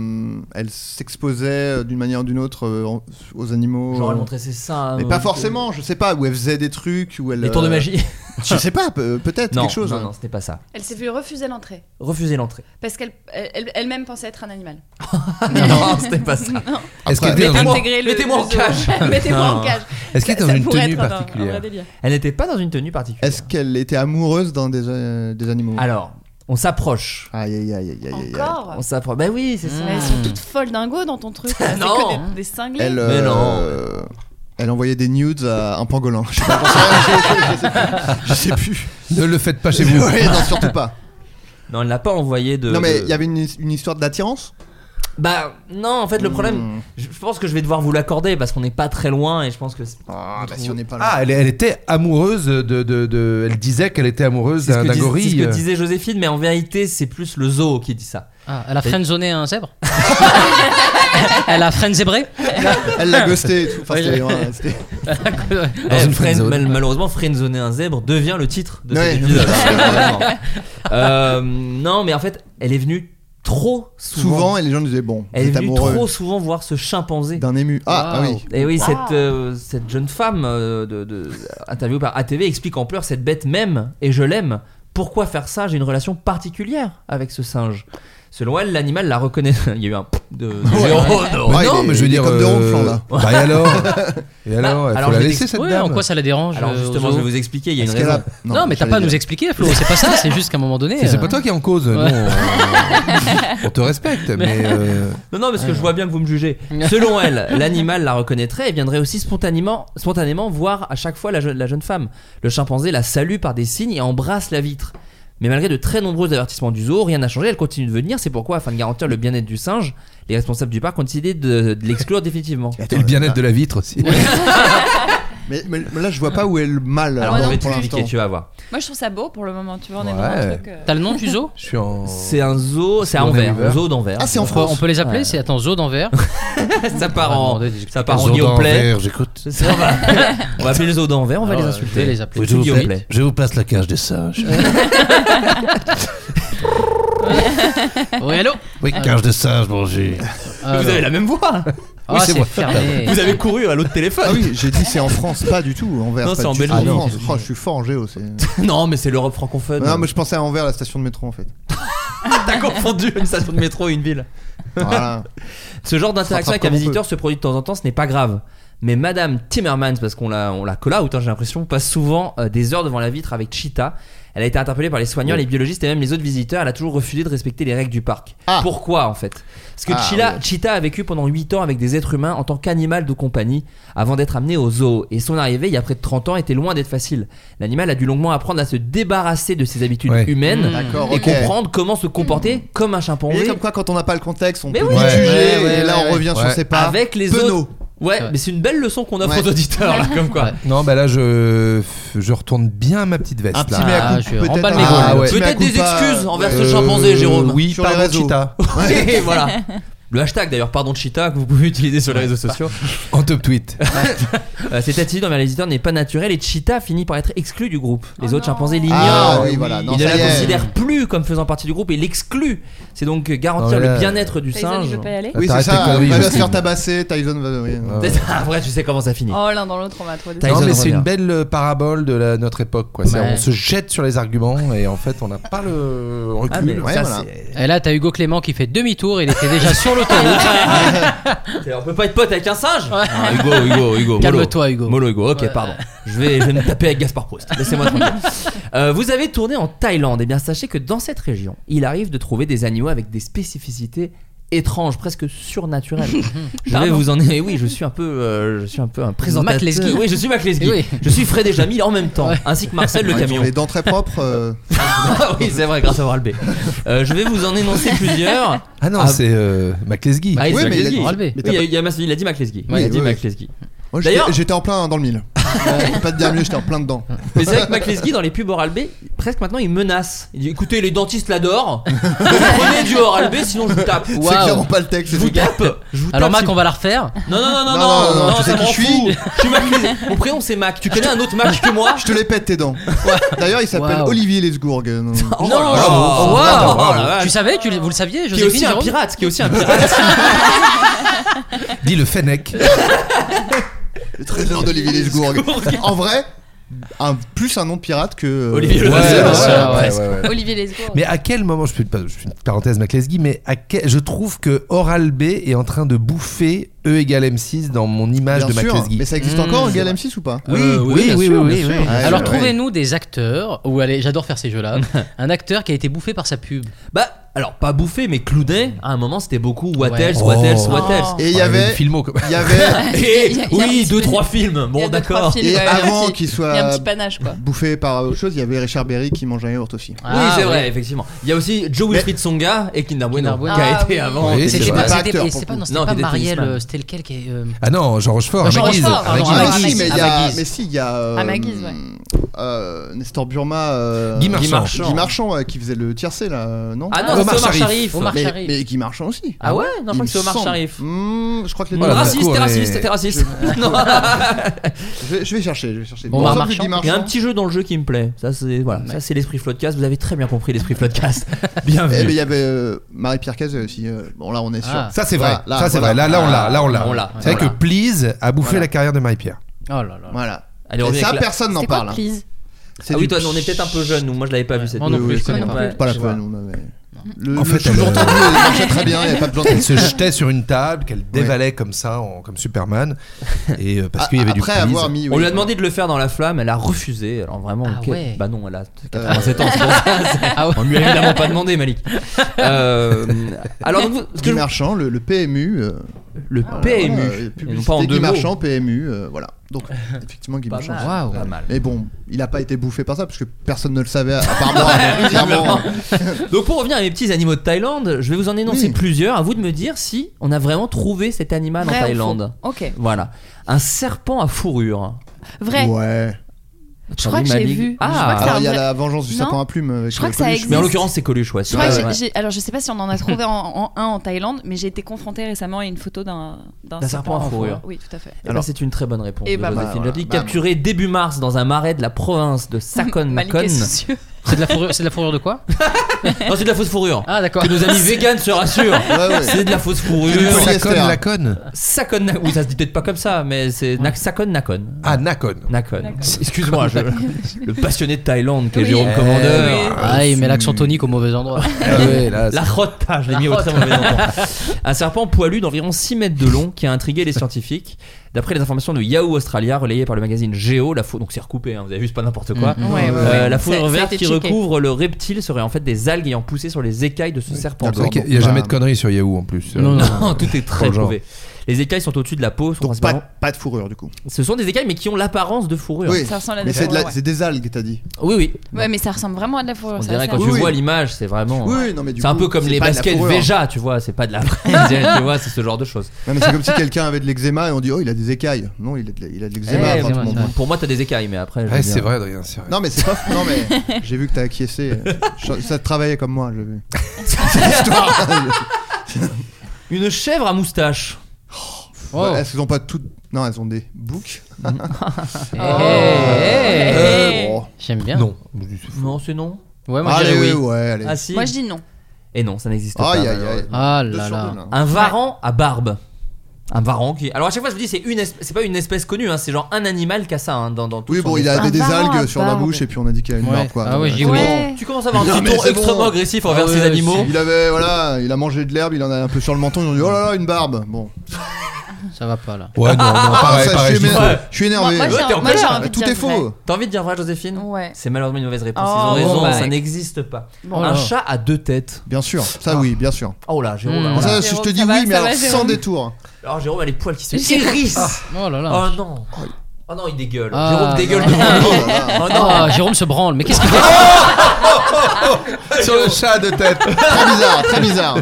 H: elle s'exposait euh, d'une manière ou d'une autre euh, en- aux animaux
J: Genre, elle
H: euh,
J: montrait ses seins,
H: Mais
J: euh,
H: pas
J: que-
H: forcément, je sais pas, où elle faisait des trucs, où elle.
J: Les tours de
H: euh,
J: magie.
H: Je sais pas, pe- peut-être
J: Non,
H: quelque chose. hein.
J: Non, non, c'était pas ça.
C: Elle s'est vue refuser l'entrée
J: Refuser l'entrée.
C: parce qu'elle elle, elle, même pensait être un animal.
J: non, c'était pas ça.
D: Est-ce qu'elle était dans une-
C: Intégrer le-
J: Mettez-moi
C: le
J: en
C: zoo. (laughs)
J: cage.
C: Mettez-moi en cage.
D: Est-ce qu'elle
C: Ça-
D: était dans
C: ça
D: une
C: pourrait
D: tenue
C: être un- un vrai
D: particulière
C: délire.
J: Elle n'était pas dans une tenue particulière.
H: Est-ce qu'elle était amoureuse d'un des, euh, des animaux
J: Alors, on s'approche.
H: Aïe aïe aïe aïe aïe. aïe.
C: Encore
J: On s'approche. Bah oui, c'est ça.
C: Elles sont toutes folles dingo dans ton truc. là. C'est
J: Non.
C: que des, des cinglés.
H: Elle,
J: Mais non.
H: euh, Elle envoyait des nudes à un pangolin. Je sais pas, j'en sais rien,
J: (laughs)
H: je- je- je sais plus. je sais plus.
D: Ne le faites pas chez vous.
H: (laughs) Ouais, non, surtout pas.
J: Non, elle l'a pas envoyé de.
H: non, mais il
J: de-
H: y avait une, une histoire d'attirance
J: Bah non, en fait le problème, je je pense que je vais devoir vous l'accorder parce qu'on n'est pas très loin et je pense que. Ah
H: bah si on n'est pas
D: Ah, elle, elle était amoureuse de, de, de- Elle disait qu'elle était amoureuse
J: C'est ce,
D: d'un
J: que
D: d'un
J: dis- c'est ce
D: gorille.
J: que disait Joséphine, mais en vérité c'est plus le zoo qui dit ça.
G: Ah, elle a
J: Et-
G: friendzoné un zèbre Elle a friendzebré
H: Elle l'a ghosté et tout. Enfin,
G: Oui,
H: c'était-
G: je-
H: ouais,
J: (laughs)
H: c'était-
J: Eh,
D: Dans une
J: friend-
D: friendzone.
J: mal- malheureusement, friendzoner un zèbre devient le titre de
H: Ouais.
J: cet épisode. hein, vraiment. Euh, non, mais en fait, elle est venue trop souvent.
H: Souvent, et les gens disaient Bon,
J: elle est
H: t'es
J: venue
H: amoureux
J: trop souvent voir ce chimpanzé.
H: d'un ému. Ah, ah oui.
J: Et oui,
C: Wow.
J: cette, euh, cette jeune femme euh, de, de- interviewée par ATV explique en pleurs cette bête même, et je l'aime. Pourquoi faire ça J'ai une relation particulière avec ce singe. Selon elle, l'animal la reconnaît. (laughs) Il y a eu un p'tit
H: (laughs)
J: de. de Jérôme.
D: Bah
H: Ouais,
D: non,
H: il est-
D: mais je veux
H: il est
D: dire.
H: comme de ronflant, là.
D: Bah et alors Et alors
J: Bah,
D: Il faut
J: alors,
D: la
J: je vais
D: laisser
J: t'ex-
D: cette
G: Ouais,
D: dame.
G: en quoi ça la dérange
J: Alors
G: euh,
J: justement,
G: aux
J: je vais
G: autres
J: vous expliquer, il y a une
H: Est-ce qu'elle
J: raison.
H: a-
G: Non, mais t'as
H: j'allais
G: pas à
H: dire.
G: nous expliquer, Flo, c'est pas ça, c'est juste qu'à un moment donné.
D: C'est c'est
G: euh,
D: pas toi qui es en cause. nous,
G: Ouais.
D: on, on te respecte, mais. euh,
J: Non, non, parce que je vois bien que vous me jugez. Selon elle, l'animal la reconnaîtrait et viendrait aussi spontanément, spontanément voir à chaque fois la, je- la jeune femme. Le chimpanzé la salue par des signes et embrasse la vitre. Mais malgré de très nombreux avertissements du zoo, rien n'a changé, elle continue de venir. C'est pourquoi, afin de garantir le bien-être du singe, les responsables du parc ont décidé de, de l'exclure définitivement.
D: Et le bien-être de la vitre aussi.
H: Mais, mais là, je vois pas où est le mal.
J: Alors,
H: dans-
J: je vais
H: Ah pour
J: t'expliquer,
H: l'instant.
J: tu vas voir.
C: Moi, je trouve ça beau pour le moment. Tu vois, on est dans
D: Ouais.
C: un truc. euh,
G: T'as le nom du zoo
D: Je suis en.
J: C'est un zoo, c'est à
D: On est
J: Anvers,
D: ouvert.
J: un zoo d'Anvers.
H: Ah, c'est en
G: on peut,
H: France.
G: euh, on peut les appeler,
J: Ouais.
G: c'est attends, zoo d'Anvers.
J: (laughs) Ça part en,
G: Demander des
J: ça part en
D: Zodan
J: Guillaume
D: vert, j'écoute.
J: Ça va. on va appeler les zoos d'Anvers, on va
G: Alors,
J: les
G: euh, je
J: insulter.
G: vais les appeler.
J: Tout Guillaume Play.
D: je vous passe la cage des singes.
G: Oui, allô
D: Oui, cage des singes, bonjour.
G: Ah,
J: Vous avez la même voix
G: Ah,
D: Oui, c'est
G: c'est
D: moi.
G: fermé.
J: Vous avez couru à l'autre téléphone
H: Ah oui, j'ai dit c'est en France, pas du tout. Anvers,
J: Non,
H: pas
J: c'est
H: du
J: en
H: tout.
J: Belgique.
H: Ah, France.
J: Non.
H: Oh, je suis fort en géo. c'est-
J: Non, mais c'est l'Europe francophone.
H: Non, mais je pensais à Anvers, la station de métro
J: (laughs)
H: en fait.
J: T'as confondu une station de métro et une ville.
H: Voilà.
J: Ce genre d'interaction
H: rattrape
J: avec un
H: comme on
J: visiteur se produit de temps en temps, ce n'est pas grave. Mais Madame Timmermans, parce qu'on la, on la colla out, hein, j'ai l'impression, passe souvent euh, des heures devant la vitre avec Cheetah. Elle a été interpellée par les soignants, les biologistes et même les autres visiteurs. Elle a toujours refusé de respecter les règles du parc.
H: Ah.
J: Pourquoi en fait Parce que
H: Ah,
J: Chila-
H: oui.
J: Cheetah a vécu pendant 8 ans avec des êtres humains en tant qu'animal de compagnie avant d'être amené au zoo. Et son arrivée il y a près de 30 ans était loin d'être facile. L'animal a dû longuement apprendre à se débarrasser de ses habitudes
D: Ouais.
J: humaines
H: D'accord,
J: et
H: Mmh. ok.
J: comprendre comment se comporter comme un
H: Et
J: chimpanzé
H: comme quoi, quand on n'a pas le contexte, on
J: Mais
H: peut
J: oui.
H: vite
D: Ouais.
H: juger.
J: Ouais, ouais,
H: et là,
J: ouais,
H: on revient sur
D: ouais.
H: ses pas.
J: avec les
H: Penaud.
J: autres. Ouais,
G: Ouais.
J: mais c'est une belle leçon qu'on offre
H: Ouais.
J: aux auditeurs, là, comme (laughs) quoi.
D: Non, bah là, je, je retourne bien ma petite veste.
H: Un petit
D: là.
H: mea
G: Ah,
H: culpa,
G: je
H: peut-être.
G: remballe mes
H: Ah,
G: gaules.
H: ouais. Petit
J: Peut-être
H: mea
J: des
H: culpa,
J: excuses envers
D: Euh,
J: ce chimpanzé, Jérôme.
D: Oui,
H: Sur les
D: pardon,
H: réseaux.
D: Cheetah.
J: Et voilà. (laughs) Le hashtag d'ailleurs, pardon Cheetah, que vous pouvez utiliser sur les réseaux sociaux.
D: En top tweet.
J: Euh, cette attitude envers les visiteurs n'est pas naturelle et Cheetah finit par être exclu du groupe. Les
C: Oh
J: autres
C: non.
J: chimpanzés l'ignorent.
H: Ah, oui, voilà. Non,
J: Ils ne la
H: ça y est.
J: considèrent plus comme faisant partie du groupe et l'excluent. C'est donc euh, garantir
D: Non, mais là-
J: le bien-être du
C: Tyson, il
J: singe.
C: veut pas y aller.
H: Oui, c'est
D: T'arrêtes tes
H: ça.
D: conneries,
H: Il va se
D: Justine.
H: faire tabasser. Tyson va. oui.
J: C'est ça. Après, tu sais comment ça finit.
C: Oh, l'un dans l'autre, on va trouver des.
J: Tyson
D: Non, mais c'est
J: revient.
D: une belle euh, parabole de la- notre époque. Quoi. C'est-
G: Ouais.
D: On se jette sur les arguments et en fait, on n'a pas le recul.
J: Ah, mais
H: Ouais,
J: ça,
H: voilà.
J: c'est-
G: Et là, t'as Hugo Clément qui fait demi-tour, il était déjà
J: (laughs)
G: sur l'autoroute.
J: Ah, On peut pas être pote avec un singe
G: Ouais.
J: Ah, Hugo, Hugo, Hugo.
G: Calme-toi, Hugo.
J: Molo Hugo, ok, pardon. Je vais, je vais me taper avec Gaspard Proust. Laissez-moi
H: (laughs)
J: tranquille. Euh, vous avez tourné en Thaïlande. Eh bien, sachez que dans cette région, il arrive de trouver des animaux avec des spécificités étranges, presque
H: (laughs)
J: surnaturelles. je vais vous en. eh oui, je suis un peu, euh, je suis un peu un présentateur.
G: Mac Lesguy.
J: Oui, je suis Mac Lesguy.
G: Eh oui.
J: Je suis Fred et Jamil en même temps, ainsi que Marcel le
H: Ouais, ils ont
J: camion.
H: Les dents très propres. euh,
J: Ah oui, c'est vrai, grâce à Warlbé. Euh, je vais vous en énoncer plusieurs.
D: Ah non,
J: Ah.
D: c'est euh, Maclesguy.
J: Ah, il
H: Oui,
J: s'est
H: mais il a
J: Maclesguy.
H: dit
G: Relevez.
J: Oui, il y a- il y a Mas- il a dit Mac Lesguy.
H: Oui,
J: il a dit
H: oui,
J: Mac
H: oui.
J: Lesguy.
H: Moi,
J: D'ailleurs-
H: j'étais j'étais en plein dans le mille. Je peux pas te dire mieux, j'étais en plein dedans.
J: Mais c'est vrai que McLesguy dans les pubs Oral B, presque maintenant il menace. Il dit écoutez, les dentistes l'adorent. Vous prenez du Oral B, sinon je vous tape.
H: C'est
J: Waouh.
H: clairement pas le texte.
J: Je vous tape. Je vous
G: Alors,
J: tape,
G: Mac,
J: si-
G: on va la refaire
J: Non, non, non, non,
H: Non,
J: non,
H: non, non, tu sais
J: ça
H: qui
J: m'en
H: je suis.
J: fout. Je suis McLesguy. Mon prénom c'est Mac. Tu connais un autre Mac que
H: (laughs)
J: moi
H: Je te les pète tes dents. D'ailleurs, il s'appelle
J: Waouh.
H: Olivier Lesgourg. Non,
J: Oh,
G: Non,
J: bravo,
G: wow.
J: bravo,
G: Wow.
J: oh la vache.
G: Tu savais, tu le- vous le saviez,
J: Qui est
G: Joséphine
J: aussi un
G: Jérôme
J: pirate, qui est aussi un pirate.
D: Dis le Fennec.
H: Le trésor d'Olivier (laughs) Lesgourg. En vrai, un- plus un nom de pirate que. euh,
J: Olivier
D: Le Lazer, bien sûr, ouais,
H: presque.
D: ouais, ouais.
C: Olivier Lesgourg.
D: Mais à quel moment, je fais une, je fais une parenthèse McLesguy, mais à quel- je trouve que Oral B est en train de bouffer E égale M6 dans mon image
H: Bien
D: de
H: sûr,
D: McLesguy.
H: mais ça existe encore, Gal M6 ou pas
D: Oui,
G: Euh,
D: oui, oui,
G: bien
D: oui,
G: sûr,
D: oui,
G: bien
D: oui,
G: sûr.
D: oui.
J: Ah,
G: Alors
D: Ouais,
G: trouvez-nous des acteurs, ou allez, j'adore faire ces
J: (laughs)
G: jeux-là, un acteur qui a été bouffé par sa pub.
J: Bah, alors pas bouffé, mais cloudé. À un moment, c'était beaucoup what
G: Ouais.
J: else, what
D: Oh.
J: else, what else.
H: Et il y
D: Ouais,
H: avait.
D: Filmo, quoi.
H: Il y avait.
J: (laughs)
G: (laughs)
C: (laughs)
J: Et-
C: Il y a- il y a un
J: oui,
C: petit
J: deux
C: peu-
J: trois films.
C: Il y a
J: Bon,
C: deux,
J: d'accord.
C: trois films,
H: Et
C: ouais,
H: avant
C: un petit-
H: qu'il soit-
C: il y a un petit panache quoi.
H: Bouffé par autre chose, il y avait Richard Berry qui mangeait un yaourt aussi.
J: Oui, c'est
G: Ah,
J: vrai,
G: oui.
J: effectivement. Il y a aussi Joe
H: Mais-
J: Wilfried Songa et Kinder Bueno,
G: Kinder Bueno.
J: qui a
C: Ah,
J: été
C: oui.
J: avant.
D: Oui,
G: C'était
D: c'est
G: pas,
D: vrai.
H: Pas
G: c'était-
H: acteur,
G: et
H: pour
G: c'est pas,
H: le
G: non,
H: coup.
G: c'était
J: Non,
G: pas
J: il était
G: Marielle,
J: tennisman.
G: euh, c'était lequel qui est, euh,
D: Ah non, Jean Rochefort,
G: Ah,
D: à
G: Jean
D: ma guise,
G: Rochefort,
D: à ma
G: pardon,
D: guise.
G: à
H: Ah,
G: ma
H: si,
G: guise,
H: mais
G: à
H: il y
G: ma
H: a.
G: guise.
H: Mais si, il y a. euh,
C: À ma guise, ouais.
H: euh, Nestor Burma. euh,
D: Guy Marchand.
H: Guy Marchand, ouais, qui faisait le tiercé là, euh, non
J: Ah non,
D: Omar
J: c'est Omar
D: Sharif.
J: Sharif.
G: Omar
H: mais,
G: Sharif.
H: mais Guy Marchand aussi.
J: Ah ouais Non, je
H: Il
J: crois
H: me
J: que c'est Omar
H: semble.
J: Sharif.
H: Hmm, je crois que les deux.
D: Voilà,
H: Ah, si,
J: raciste,
D: d'accord,
J: t'es
D: et-
J: raciste, t'es raciste. Non.
H: je, vais, je vais chercher, je vais chercher.
G: Bon,
H: Il me
G: bah,
H: semble que
G: Marchand.
H: Guy
J: Il y a un petit jeu dans le jeu qui me plaît. Ça, c'est voilà, ça c'est l'esprit floodcast. Vous avez très bien compris l'esprit floodcast. (laughs)
H: Eh, mais
J: Bienvenue.
H: il y avait euh, Marie-Pierre Cazet aussi. euh, bon, là, on est sûr.
G: Ah.
D: Ça c'est vrai,
H: Voilà, là,
D: ça c'est
H: voilà.
D: vrai. Là, là on l'a, là on l'a.
J: On l'a,
D: C'est vrai
J: on
D: que Please a bouffé la carrière de Marie-Pierre.
G: Oh là là.
H: Voilà.
J: Allez, on
H: Et
J: revient
H: ça,
J: avec la-
H: personne n'en
C: C'était quoi,
H: parle. hein.
C: Please
H: C'est
J: Ah
H: du-
J: oui, toi, on est peut-être un peu jeune. Nous, moi, je l'avais pas vu cette.
G: Moi non
H: Oui,
G: plus,
H: oui,
G: je connais
C: moi non
G: pas.
H: Pas la
G: Je
H: peine,
G: vois.
H: on avait. Le,
D: En
H: en
D: fait,
H: fait,
D: elle- euh,
H: sous-entendu, il marchait très bien, il n'y avait pas besoin
D: Elle (laughs)
H: de
D: se jetait sur une table, qu'elle dévalait comme ça, en- comme Superman, et euh, parce qu'il y avait du
H: Après
D: Please.
H: avoir mis.
J: On
H: oui,
J: lui a demandé de le faire dans la flamme, elle a refusé. Alors vraiment,
G: Ah
J: ok.
G: ouais.
J: bah non, elle a
H: Euh.
J: 87 ans. c'est pour ça.
G: Ah
J: On lui a évidemment pas demandé, Malik. Euh, alors, donc, vous- ce que
H: Guy
J: je-
H: Marchand, le, le PMU. euh,
J: le
H: voilà,
J: PMU,
H: euh,
J: et non pas en
H: publicité
J: deux
H: Guy
J: mots.
H: Marchand, PMU, euh, voilà.
J: (laughs)
H: Donc, effectivement, Guy
J: Pas
H: Marchand.
J: mal,
H: c'est-
G: Waouh.
J: pas mal.
H: Mais bon, il n'a pas été bouffé par ça, parce que personne ne le savait, à
J: (laughs)
H: part moi. clairement.
J: Donc pour revenir à mes petits animaux de Thaïlande, je vais vous en énoncer
H: Oui.
J: plusieurs. À vous de me dire si on a vraiment trouvé cet animal
C: Vrai
J: en
C: ou
J: Thaïlande.
C: faux Ok.
J: Voilà, un serpent à fourrure.
C: Vrai.
H: Ouais.
C: Je crois
J: Attendez,
C: que je l'ai
J: Malik.
C: vu. Je
J: Ah.
C: crois que c'est
H: Alors,
C: un
H: il y a
C: vrai-
H: la vengeance du
C: Non.
H: sapin à plume. Avec
C: Je crois
H: euh,
C: que ça
H: Coluche.
C: existe.
J: Mais en l'occurrence, c'est Coluche, ouais.
C: Je crois que
J: Ouais, ouais.
C: j'ai- j'ai- alors je sais pas si on en a trouvé en, en- un en Thaïlande, mais j'ai été confrontée récemment à une photo d'un d'un
J: D'un serpent à fourrure.
C: Oui, tout à fait.
J: Eh ben, c'est une très bonne réponse.
C: Et
J: de
C: bah, bah,
J: Joséphine
H: voilà.
J: Jadli,
H: Bah,
J: capturé début mars dans un marais de la
C: (laughs)
J: province de
C: Malik
J: Sakon-Makon.
C: est soucieux.
G: C'est de la fourrure, c'est de la fourrure de quoi
J: Non, c'est de la fausse fourrure.
G: Ah d'accord.
J: Que
C: (laughs)
J: nos amis
G: (laughs)
J: véganes se rassurent.
H: Ouais,
J: (laughs)
H: ouais.
J: C'est de la fausse
H: C'est
J: fourrure.
H: du
D: Sa
H: polyester.
D: conne, la conne.
J: Sakon, oui, ça se dit peut-être pas comme ça, mais c'est Nak- Sakon Nakon.
D: Ah, Nakon.
J: Nakon. Excuse-moi, je- (laughs) le passionné de Thaïlande qui est
C: Oui.
J: Jérôme
C: Eh,
J: Commandeur.
C: oui.
G: Ah, il met l'accent tonique au mauvais endroit.
D: Ah ouais, là,
J: La rotta, je l'ai mis au très mauvais endroit. Un serpent poilu d'environ 6 mètres de long qui a intrigué les scientifiques. D'après les informations de Yahoo Australia relayées par le magazine Géo, la fau- donc c'est recoupé, hein, vous avez vu, c'est pas n'importe quoi.
C: Mm-hmm. Ouais, ouais,
J: Euh,
C: ouais.
J: La
C: Ça- ça
J: fourrure
C: a
J: verte
C: été
J: qui
C: checké.
J: recouvre le reptile serait en fait des algues ayant poussé sur les écailles de ce serpent.
D: C'est vrai qu'il n'y a
H: Bah,
D: jamais de conneries sur Yahoo en plus.
G: Non,
H: Ah,
D: Euh,
J: (laughs) Non, tout est très
D: Dans le genre.
J: mauvais. Les écailles sont au-dessus de la peau. Sont
H: Donc, pas,
J: principalement-
H: pas de fourrure, du coup.
J: Ce sont des écailles, mais qui ont l'apparence de fourrure.
H: Oui,
C: Ça ressemble à de
H: mais
C: la
H: c'est de la-
C: fourrure, ouais.
H: c'est des algues, t'as dit.
J: oui. oui.
C: Ouais, mais ça ressemble vraiment à de la fourrure.
J: On
C: ça,
J: dirait
C: c'est
J: quand
C: un-
J: tu
H: Oui,
J: vois
H: oui.
J: l'image, c'est vraiment.
H: Oui, oui, non, mais du
J: C'est un
H: coup,
J: peu comme
H: c'est
J: les
H: pas de la
J: baskets
H: fourrure.
J: Veja, tu vois, c'est pas
C: (laughs)
J: de la vraie. tu vois, c'est ce genre de choses.
H: Non, mais c'est comme
G: (laughs)
H: si quelqu'un avait de l'eczéma et on dit oh il a des écailles. Non il a de, la- il a de l'eczéma.
J: Eh,
H: enfin, tout le
G: ouais,
H: monde-
G: ouais.
J: Pour moi, t'as des écailles, mais après. je veux
D: Ouais, c'est
J: dire-
D: vrai, Adrien, c'est vrai.
H: Non mais c'est pas. Non mais
G: (laughs)
H: j'ai vu que t'as acquiescé. Je- Ça te travaillait comme moi. j'ai vu. C'est l'histoire.
J: Une chèvre à moustache.
G: Oh.
H: Ouais, elles ont pas toutes. Non elles ont des boucs.
G: Eh,
H: Oh. Euh,
G: eh, eh.
H: bon.
G: J'aime bien.
D: Non.
J: Non, c'est non.
G: Ouais, moi je
H: Allez
G: dirais oui.
H: ouais allez.
J: Ah si.
C: Moi je dis non.
J: Et non, ça n'existe pas.
H: Aïe aïe
J: malheureusement.
H: aïe.
G: Ah
H: Deux
G: là
H: sur
G: là.
H: deux, là.
J: Un varan à barbe. Un varan qui. Alors à chaque fois, je me dis, c'est une espèce. C'est pas une espèce connue, hein, c'est genre un animal qui a ça hein, dans, dans tout
H: Oui
J: son
H: bon il a
C: Un
G: Ah,
H: des, des
G: bah,
C: varan à
H: algues sur la
C: barbe.
H: bouche et puis on a dit qu'il a une
G: Ouais.
H: barbe quoi.
G: Ah ouais, je dis
H: C'est
G: oui.
H: bon.
C: Ouais.
J: Tu commences à avoir un
H: (laughs) Non,
J: petit
H: mais
J: ton
H: c'est
J: extrêmement
H: bon.
J: agressif envers
G: Ah
J: ces
G: ouais,
J: animaux.
H: Il avait voilà il a mangé de l'herbe il en a un peu sur le menton ils ont dit oh là là une barbe. Bon.
G: Ça va pas là.
D: Ouais, non, non, pareil,
H: ça,
D: pareil.
H: je, suis
D: je
H: énervé,
J: Ouais.
H: je suis
C: Moi,
H: énervé.
C: moi, j'ai-
J: Ouais, t'es en
C: moi, j'ai
J: colère.
C: envie de
H: Tout
C: dire
H: est
C: vrai.
H: faux.
J: T'as envie de dire vrai, Joséphine
C: Ouais.
J: C'est malheureusement une mauvaise réponse.
C: Oh,
J: Ils ont raison,
C: bon,
J: ça
C: bah.
J: n'existe pas.
C: Bon.
J: un
G: Oh.
J: chat à deux têtes.
H: Bien sûr ça oui bien sûr.
J: Oh là, Jérôme.
G: Mm.
J: alors là.
H: Ça,
C: Jérôme,
H: je te dis
C: ça
H: oui,
C: va,
H: mais
C: ça va,
H: alors
C: Jérôme.
H: sans détour.
J: Alors Jérôme a les poils qui se
C: J'ai-
J: hérissent.
G: Oh là là.
J: Oh non. Oh non, il dégueule. Jérôme
G: Ah,
J: dégueule.
G: non.
J: tout
G: (laughs)
J: le monde.
G: Oh, Jérôme se branle. Mais qu'est-ce qu'il fait
D: suis Sur le chat de tête. (laughs)
H: Très bizarre, très bizarre.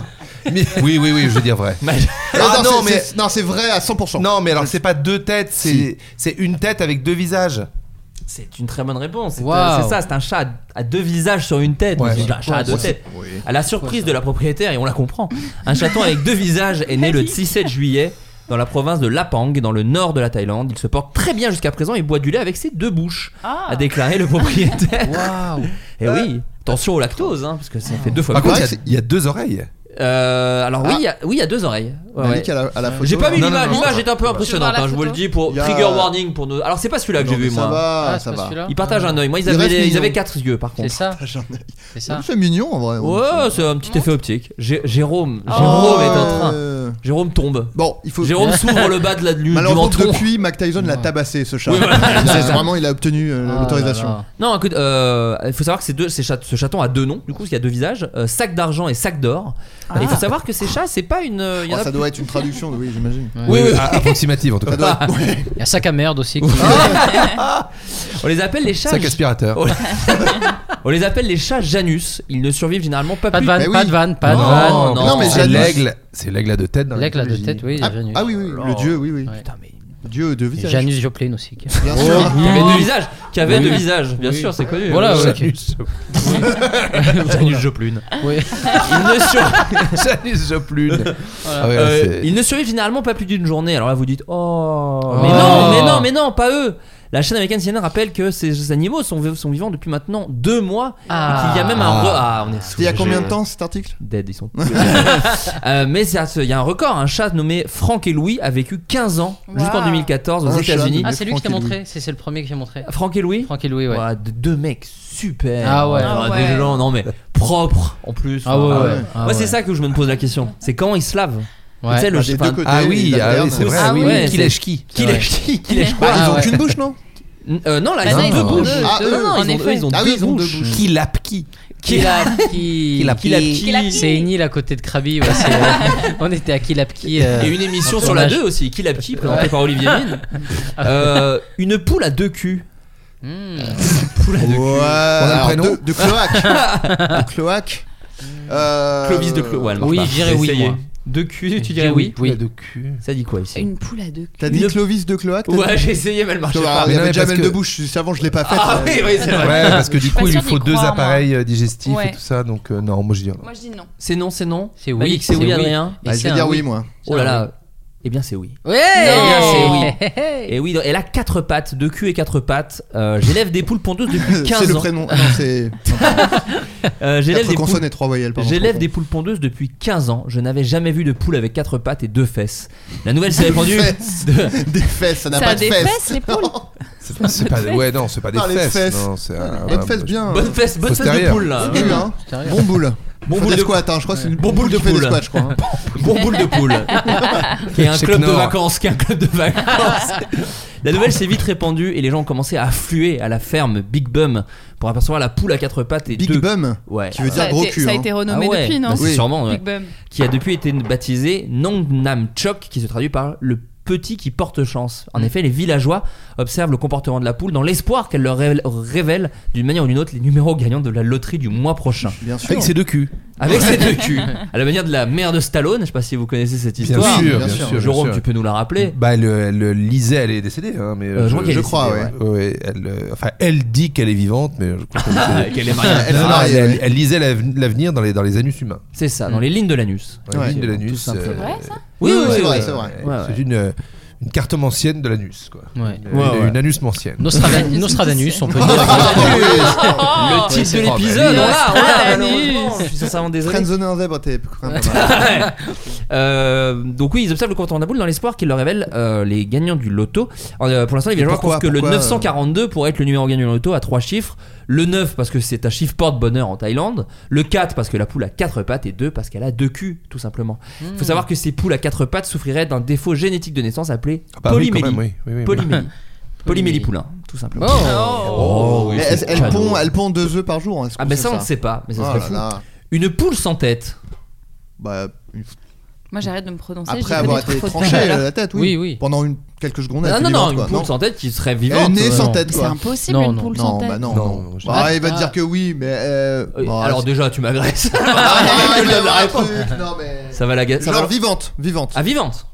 D: Mais- oui, oui, oui, je veux dire vrai.
H: Ah non,
D: non,
H: c'est-
D: mais
H: c'est- non, c'est vrai à 100%.
D: non, mais alors c'est pas deux têtes, c'est
H: Si.
D: c'est une tête avec deux visages.
J: (laughs) C'est une très bonne réponse. C'est
D: Wow.
J: euh, c'est ça, c'est un chat à- à deux visages sur une tête.
D: Ouais.
J: mais c'est un chat à deux
D: Ouais,
J: têtes.
D: c'est- oui.
J: À la surprise de la propriétaire, et on la comprend, un chaton avec deux visages est né le 17 juillet dans la province de Lapang, dans le nord de la Thaïlande. Il se porte très bien jusqu'à présent et boit du lait avec ses deux bouches,
G: Ah.
J: a déclaré le propriétaire. Et oui, attention au lactose, hein, parce que ça fait deux fois
D: Par
J: plus.
D: contre, il y a- il y, a deux oreilles.
J: Euh, alors oui,
D: Ah.
J: il y a- oui, il y a deux oreilles.
G: Bah,
J: Ouais,
D: Malik
J: ouais.
D: à la- à la photo,
J: j'ai pas
D: là.
J: vu
D: Non, non,
J: l'image.
D: non,
J: L'image
D: c'est
J: est un peu
D: pas-
J: impressionnante.
D: c'est pas
J: hein, je vous
D: la
J: le dis pour
D: photo. Il y a-
J: trigger warning pour nos. Alors c'est pas celui-là que j'ai vu
H: ça
J: moi.
H: va, Ah, ça c'est pas va. celui-là
J: Ils partagent un œil. Moi ils
H: Il
J: avaient,
H: reste
J: les- ils
H: mignon.
J: avaient quatre yeux par contre.
G: C'est ça. C'est ça.
H: C'est mignon en vrai.
J: Ouais, c'est un petit effet optique. Jé- Jérôme,
H: Oh.
J: Jérôme est en
H: Euh.
J: train. Jérôme tombe.
H: Bon, il faut.
J: Jérôme s'ouvre le bas de la du, du
H: Malheureusement,
J: menton.
H: depuis, Mac Tyson l'a tabassé ce chat.
J: Oui, voilà.
H: Il a- vraiment, il a obtenu euh,
J: Ah là
H: l'autorisation.
J: là. Non, écoute, euh, il faut savoir que ces deux, ces chats- ce chaton a deux noms, du coup, il y a deux visages, euh, sac d'argent et sac d'or. Et il faut savoir que ces chats, c'est pas une. euh, il y en
H: Oh,
J: a
H: ça
J: plus-
H: doit être une traduction, oui, j'imagine.
J: Oui, oui.
D: a- Euh, approximative en tout
H: Euh, Ça
D: cas.
H: doit être- ouais.
G: Il y a sac à merde aussi. qui-
J: On les appelle les chats.
D: Sac aspirateur.
J: On- On les appelle les chats Janus. Ils ne survivent généralement pas,
G: Pas de
J: plus.
G: vanne, Mais oui. pas de vanne, pas de
J: Non,
G: vanne.
J: Non,
G: Non, mais
D: c'est
G: Janus-
D: l'aigle, c'est l'aigle à deux taites. dans la
G: L'aigle à deux
D: mythologie.
G: têtes, oui, il y a
H: Ah,
G: Janus.
H: ah oui, oui, le dieu, oui, oui.
G: Putain,
J: mais.
H: Dieu de
G: Et
H: visage.
G: Janus Joplin aussi. qui-
H: Bien sûr.
G: Oh,
J: Qui avait
G: oui.
J: deux visages. Qui avait
G: Oui.
J: deux visages, bien
G: Oui.
J: sûr, c'est connu.
G: Voilà,
J: Le
G: ouais.
D: Janus.
G: (laughs)
J: Janus Joplin.
G: Oui.
J: Ils ne survivent.
D: Janus Joplin. Ah ouais,
J: Euh,
D: c'est-
J: ils ne survivent généralement pas plus d'une journée. Alors là, vous dites Oh, mais
D: Oh.
J: non, mais non, mais non, pas eux. La chaîne américaine CNN rappelle que ces animaux sont, sont vivants depuis maintenant deux mois
G: Ah.
J: et qu'il y a même un.
D: Ah.
J: re- Ah, on est
H: C'était il y a
J: soulagés.
H: combien de temps cet article
J: Dead, ils sont. Euh, mais c'est à ce- il y a un record. Un chat nommé Frank et Louis a vécu 15 ans jusqu'en
G: Wow.
J: 2014 aux
H: Un chat
J: États-Unis.
H: nommé
G: Ah, c'est lui qui t'a
H: Franck et
G: montré. C'est c'est le premier que j'ai montré. Ah,
J: Franck et Louis
G: Franck et Louis, ouais.
J: Ouah, de- Deux mecs super.
G: Ah ouais.
J: Enfin,
G: Ah
J: Des
G: ouais.
J: gens, non mais propres en plus.
G: Ah ouais,
J: Enfin,
G: ouais.
J: Moi,
G: Ah ouais.
J: c'est ça que je me pose la question. C'est comment ils se lavent
G: Ouais.
J: Tu sais, le
H: Bah, des
J: enfin,
H: deux côtés.
D: Ah
H: il
D: oui,
H: la
D: ah oui,
H: gouverne.
D: c'est vrai.
J: Ah
D: oui,
J: ouais,
D: qui
J: c'est-
D: lèche qui
J: Qui
G: Ouais.
J: lèche qui Qui lèche quoi
H: Bah, Ils ont
G: ouais.
H: qu'une bouche, non
J: N- euh, Non, là, ils
C: Bah,
J: ont
C: non,
J: deux
C: ils ont
J: bouches.
C: deux.
H: Ah,
J: Non, non,
C: eux, en
J: ils ont deux-
C: effet.
J: ils ont
H: Ah oui, ils ont deux bouches.
D: Qui lape qui
G: Qui l'a qui
D: Qui l'a p'tit.
G: Qui l'a p'tit. C'est une île à côté de Krabi. ouais, c'est- on était à Kilapki. euh,
J: Et une émission
G: en
J: sur la
G: tournage.
J: 2 aussi, qui l'a petit, présentée
G: Ouais.
J: par Olivier Mine. Euh, une poule à deux culs.
G: Hmm.
J: Poule à deux
H: Ouais.
J: culs.
H: alors,
D: prénom
H: de, de cloaque. de cloaque. Euh,
J: Clovis de Clo. Ouais, elle marche
G: Oui,
J: pas.
G: je dirais oui,
J: Essayez.
G: moi.
J: Deux culs, tu
G: Je
J: dirais
G: dirais
J: oui.
G: Oui.
D: de cul.
J: Ça dit quoi ici
C: Une poule à deux queues.
H: T'as dit
J: Une-
H: Clovis de cloaque t'as
J: Ouais,
H: dit
J: j'ai essayé, mais elle marchait pas.
H: Ah, Il
D: Mais
H: y
D: non, mais
H: avait déjà
D: parce
H: de
D: que-
H: bouche, c'est avant je l'ai pas faite.
J: Ah oui, oui, c'est vrai.
D: Ouais, parce que du
C: suis
D: coup,
C: pas
D: il
C: sûre
D: faut
C: d'y
D: deux
C: croire,
D: appareils euh, digestifs et
C: Ouais.
D: tout ça. Donc, euh, non, moi je dis non.
C: Moi je dis non.
J: C'est non, c'est non.
G: C'est oui,
J: Malik, c'est
G: c'est
J: oui,
G: oui.
J: Adrien.
G: Et
H: Ah, je vais
G: c'est
H: dire
G: un
H: oui,
G: oui.
H: moi.
J: Oh là là. Eh bien, c'est oui.
G: Ouais.
J: Eh bien, Et oui, elle a quatre pattes, deux culs et quatre pattes. Euh, J'élève des poules pondeuses depuis 15 ans.
H: (laughs) C'est le prénom. Ah, Non, c'est.
J: Euh, J'élève
H: Quatre
J: des poules
H: consonnes et trois voyelles, pardon.
J: J'élève des poules pondeuses depuis 15 ans. Je n'avais jamais vu de poule avec quatre pattes et deux fesses. La nouvelle s'est répandue.
H: Fesses.
J: de-
H: Des fesses, ça n'a
C: Ça
H: pas
C: a
H: de
C: des
H: fesses.
C: fesses, les poules
D: C'est pas, c'est pas- ouais, non, c'est pas des
H: Par Ah, les
D: fesses.
H: fesses.
D: Non, c'est un-
H: Bonne
D: un-
H: fesse bien.
J: Bonne fesse, bonne fesse de
D: Postérieur.
J: poule là.
H: Bien, hein. Bon boule.
J: Bon
H: Faut
J: boule
H: des
J: de-
H: squats, hein, je crois que c'est une
J: Bon boule de
H: qui fait des
J: poule.
H: squats, je crois. hein.
J: Bon boule de (laughs) poule. qui est un
D: Chez
J: club de
D: Knorr.
J: vacances, qui est un club de vacances. (laughs) La nouvelle s'est vite répandue et les gens ont commencé à affluer à la ferme Big Bum pour apercevoir la poule à quatre pattes et
H: Big
J: deux.
H: bum.
J: Ouais.
H: Tu veux
C: Ça
H: dire
C: a
H: gros
C: été-
H: cul.
C: ça a
H: hein.
C: été renommé
J: Ah ouais,
C: depuis, non
J: bah, c'est
C: Oui.
J: sûrement, ouais.
C: Big Bum.
J: qui a depuis été baptisé Nong Nam Chok, qui se traduit par le petit qui porte chance. En effet, les villageois observent le comportement de la poule dans l'espoir qu'elle leur révèle, révèle d'une manière ou d'une autre les numéros gagnants de la loterie du mois prochain.
H: Bien sûr.
D: Avec ses deux culs.
J: Avec ses (laughs) deux culs. À la manière de la mère de Stallone, je sais pas si vous connaissez cette
D: Bien
J: histoire. Euh,
D: sûr,
H: bien
D: bien
H: sûr.
D: sûr. bien
J: Jérôme,
D: sûr.
J: tu peux nous la rappeler
D: Bah, elle, elle lisait, elle est décédée. Hein, mais
J: Euh, je crois qu'elle est
D: crois,
H: décédée,
D: ouais. Ouais, elle, euh, enfin, elle dit qu'elle est vivante, mais je crois
J: (laughs)
D: qu'elle est décédée.
J: Qu'elle est mariée.
H: Elle
D: Non,
H: est
D: non,
H: mariée,
D: Ah, elle,
H: ouais.
D: elle lisait l'av- l'avenir dans les, dans les anus humains.
J: C'est ça, dans les lignes de l'anus.
D: Dans les
H: Ouais.
D: lignes de
J: Tout
D: l'anus.
J: simplement.
C: Ouais, ça
J: Oui, oui,
H: Oui,
J: oui,
H: c'est vrai,
J: oui.
H: c'est vrai.
J: Ouais, ouais.
D: C'est une, euh, une cartomancienne de l'anus. quoi.
G: Ouais.
D: Une,
J: Ouais, ouais.
D: une anus mancienne.
G: Nostradamus, Nostradamus, on peut dire.
D: Oh,
J: Le titre
G: c'est
J: de
G: propre.
J: l'épisode, hein.
G: Oui,
J: on l'a, on l'a,
C: l'anus.
J: malheureusement. Je suis sincèrement désolé.
H: Friendzone un zèbre, t'es quand même pas mal.
J: Ouais. Euh, donc oui, ils observent le comportement de la boule dans l'espoir qu'il leur révèle euh, les gagnants du loto. Euh, pour l'instant, les villageois
H: pourquoi-
J: pensent que le
H: pourquoi, euh,
J: 942 pourrait être le numéro gagnant du loto à trois chiffres. Le 9 parce que c'est un chiffre porte-bonheur en Thaïlande. Le 4 parce que la poule a quatre pattes. Et 2 parce qu'elle a deux culs, tout simplement. Il faut savoir que ces poules à quatre pattes souffriraient d'un défaut génétique de naissance appelé
D: Ah bah oui, quand
J: polymélie.
D: même, oui, oui, oui, oui. (laughs)
J: Polymélie. Polymélie poulain, tout simplement.
G: Oh.
H: Mais elle, elle pond, elle pond deux œufs par jour. est-ce
J: Ah
H: qu'on
J: ben
H: sait
J: ça, on ne sait pas, mais ça
H: Oh
J: serait
H: là
J: fou.
H: là.
J: Une poule sans tête.
H: Bah, une-
C: Moi, j'arrête de me prononcer. je dis
H: Après
C: que
H: avoir
C: des trucs
H: été
C: faux de
H: tranché
C: parole.
H: euh, la tête, oui.
G: Oui, oui.
H: Pendant une, quelques secondes. elle
J: Ah, non, non,
H: était
J: non,
H: vivante,
J: une
H: quoi.
J: poule sans tête qui serait vivante.
H: Elle est née sans
J: Non.
H: tête,
J: C'est
H: quoi.
J: impossible, Non, une non. poule sans
H: Non,
J: tête.
H: bah non,
J: Non,
H: non.
J: je-
H: Bah, il va
J: Ah.
H: te dire que oui, mais. euh, bon,
J: Alors
H: c'est-
J: déjà, tu m'agresses.
H: Ah,
J: Je
H: il a
J: donne la
H: un
J: réponse.
H: truc, non, mais-
J: Ça va la ga- ça
H: Genre
J: va-
H: vivante, vivante.
J: Ah, vivante.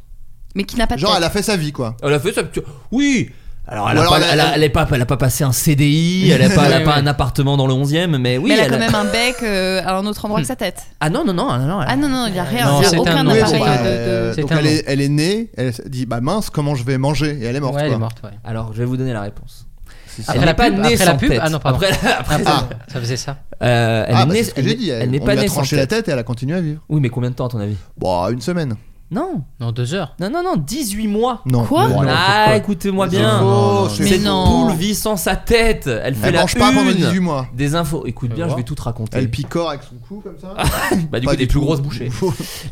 C: Mais qui n'a pas de
H: Genre,
C: tête.
H: elle a fait sa vie, quoi.
J: Elle a fait ça. tu- Oui. Alors, elle
H: Ou
J: n'a
H: alors,
J: pas,
H: elle a-
J: elle a- elle est pas, elle a pas passé un CDI, elle n'a pas, elle a
H: (laughs) Ouais,
J: pas
H: ouais.
J: un appartement dans le 11 e mais oui.
C: mais elle a
J: elle
C: quand
J: a-
C: même un bec euh, à un autre endroit que sa tête.
J: Ah non, non, non, non, non. elle-
C: Ah non, non, il n'y a rien.
J: Non,
C: il y a
J: c'est un
C: aucun
J: nom,
C: appareil
J: c'est un nom.
C: de-
H: Euh,
J: C'est
H: donc
J: un
H: elle
J: nom.
H: est, elle est née, elle se dit bah mince comment je vais manger et elle est morte.
G: Ouais, elle
H: quoi.
G: est morte, ouais.
J: Alors, je vais vous donner la réponse.
G: Après
J: Elle
G: la
J: n'est pas
G: pub-
J: née
G: après la
J: sans
G: pub
J: tête.
G: Ah non, pardon.
J: Après la- après-
G: Ah, pardon. Ça faisait ça.
J: Euh, elle
H: ah,
J: est
H: bah,
J: née-
H: c'est ce que
J: elle
H: j'ai
J: n'est-
H: dit.
J: elle n'est
H: on
J: pas
H: lui a
J: née sans
H: tranché la
J: tête.
H: tête et elle a continué à vivre.
J: Oui, mais combien de temps à ton avis
H: Bah une semaine.
J: Non.
G: Non, deux heures.
J: Non, non, non, 18 mois.
H: Non.
G: Quoi
H: Non, non,
J: Ah,
H: c'est pas-
J: écoutez-moi
H: c'est
J: bien.
H: faux,
J: Non,
H: c'est
J: Cette
H: faux.
J: poule vit sans sa tête. Elle fait
H: Elle
J: la
H: mange pas pendant
J: une
H: 18 mois.
J: Des infos. Écoute bien,
H: vois.
J: je vais tout te raconter.
H: Elle picore avec son cou comme ça.
J: bah, du
H: Pas
J: coup, des
H: du
J: plus
H: tout.
J: grosses bouchées.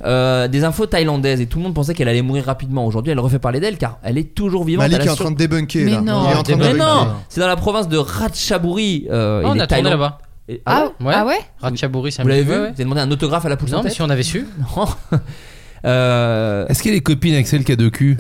J: Euh, des infos thaïlandaises et tout le monde pensait qu'elle allait mourir rapidement. Aujourd'hui, elle refait parler d'elle car elle est toujours vivante.
H: Malik
J: elle
H: est
J: a
H: en
J: sur-
H: train de débunker
J: Mais
H: là.
J: non.
H: Il est en train de
J: Mais
H: débunker.
J: non, c'est dans la province de Ratchaburi. euh,
G: Ah,
J: et
G: on
J: les
G: a tourné
J: Thaïlandais-
G: là-bas.
J: Et-
G: Ah,
J: bon
G: ouais Ah ouais Ratchaburi, ça
J: Vous
G: me-
J: l'avez vu
G: ouais, ouais.
J: Vous avez demandé un autographe à la poule
G: Non,
J: sans
G: mais
J: tête
G: si on avait su.
J: Non. (laughs) Euh,
D: Est-ce qu'elle est copine avec celle qui a deux culs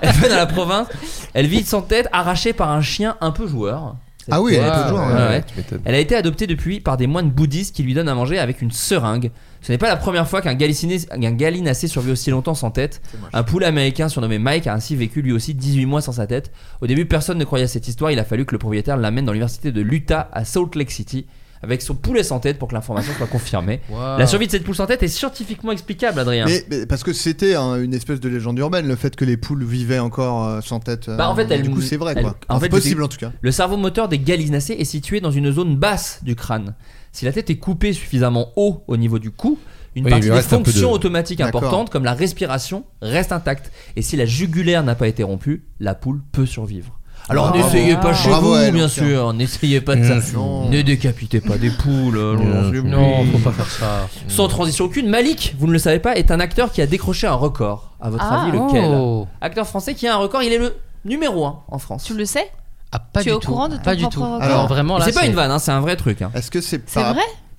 J: elle va dans la province. Elle vit sans tête, arrachée par un chien un peu joueur.
H: Ah oui, elle est un peu
J: Ouais,
H: joueur,
J: ouais,
H: ouais,
J: ouais.
H: tu m'étonnes.
J: Elle a été adoptée depuis par des moines bouddhistes qui lui donnent à manger avec une seringue. Ce n'est pas la première fois qu'un galiciné- qu'un gallinacé survit aussi longtemps sans tête. Un poulet américain surnommé Mike a ainsi vécu lui aussi 18 mois sans sa tête. Au début, personne ne croyait à cette histoire. Il a fallu que le propriétaire l'amène dans l'université de l'Utah à Salt Lake City avec son poulet sans tête pour que l'information soit confirmée.
H: Wow.
J: La survie de cette poule sans tête est scientifiquement explicable, Adrien.
H: Mais, mais parce que c'était hein, une espèce de légende urbaine le fait que les poules vivaient encore euh, sans tête. euh,
J: Bah, en fait, elle-
H: du coup c'est vrai
J: elle-
H: quoi.
J: en fait,
H: possible
J: le-
H: en tout cas.
J: Le cerveau moteur des gallinacés est situé dans une zone basse du crâne. Si la tête est coupée suffisamment haut au niveau du cou, une
D: Oui, il
J: partie
D: lui
J: des
D: reste un peu
J: fonctions
D: de-
J: automatiques
D: D'accord.
J: importantes, comme la respiration, reste intacte. Et si la jugulaire n'a pas été rompue, la poule peut survivre. Alors
H: Bravo.
J: n'essayez pas chez
H: Bravo
J: vous,
H: à elle, en
J: bien
H: tout cas.
J: sûr, n'essayez pas de
H: Bien
J: ça.
H: sûr.
J: Ne décapitez pas des poules. euh, j'en suis
G: Non,
J: venu.
G: faut pas faire ça.
J: Sans transition aucune, Malik, vous ne le savez pas, est un acteur qui a décroché un record. À votre
C: Ah.
J: avis, lequel
G: Oh.
J: Acteur français qui a un record, il est le numéro 1 en France.
C: Tu le sais
G: Ah, pas
C: Tu es
G: du
C: au
G: tout.
C: courant de ton
G: Pas du
C: propre
G: tout.
C: record
G: Alors vraiment là.
J: c'est pas une vanne, hein, c'est un vrai truc. hein.
H: Est-ce que c'est
C: C'est vrai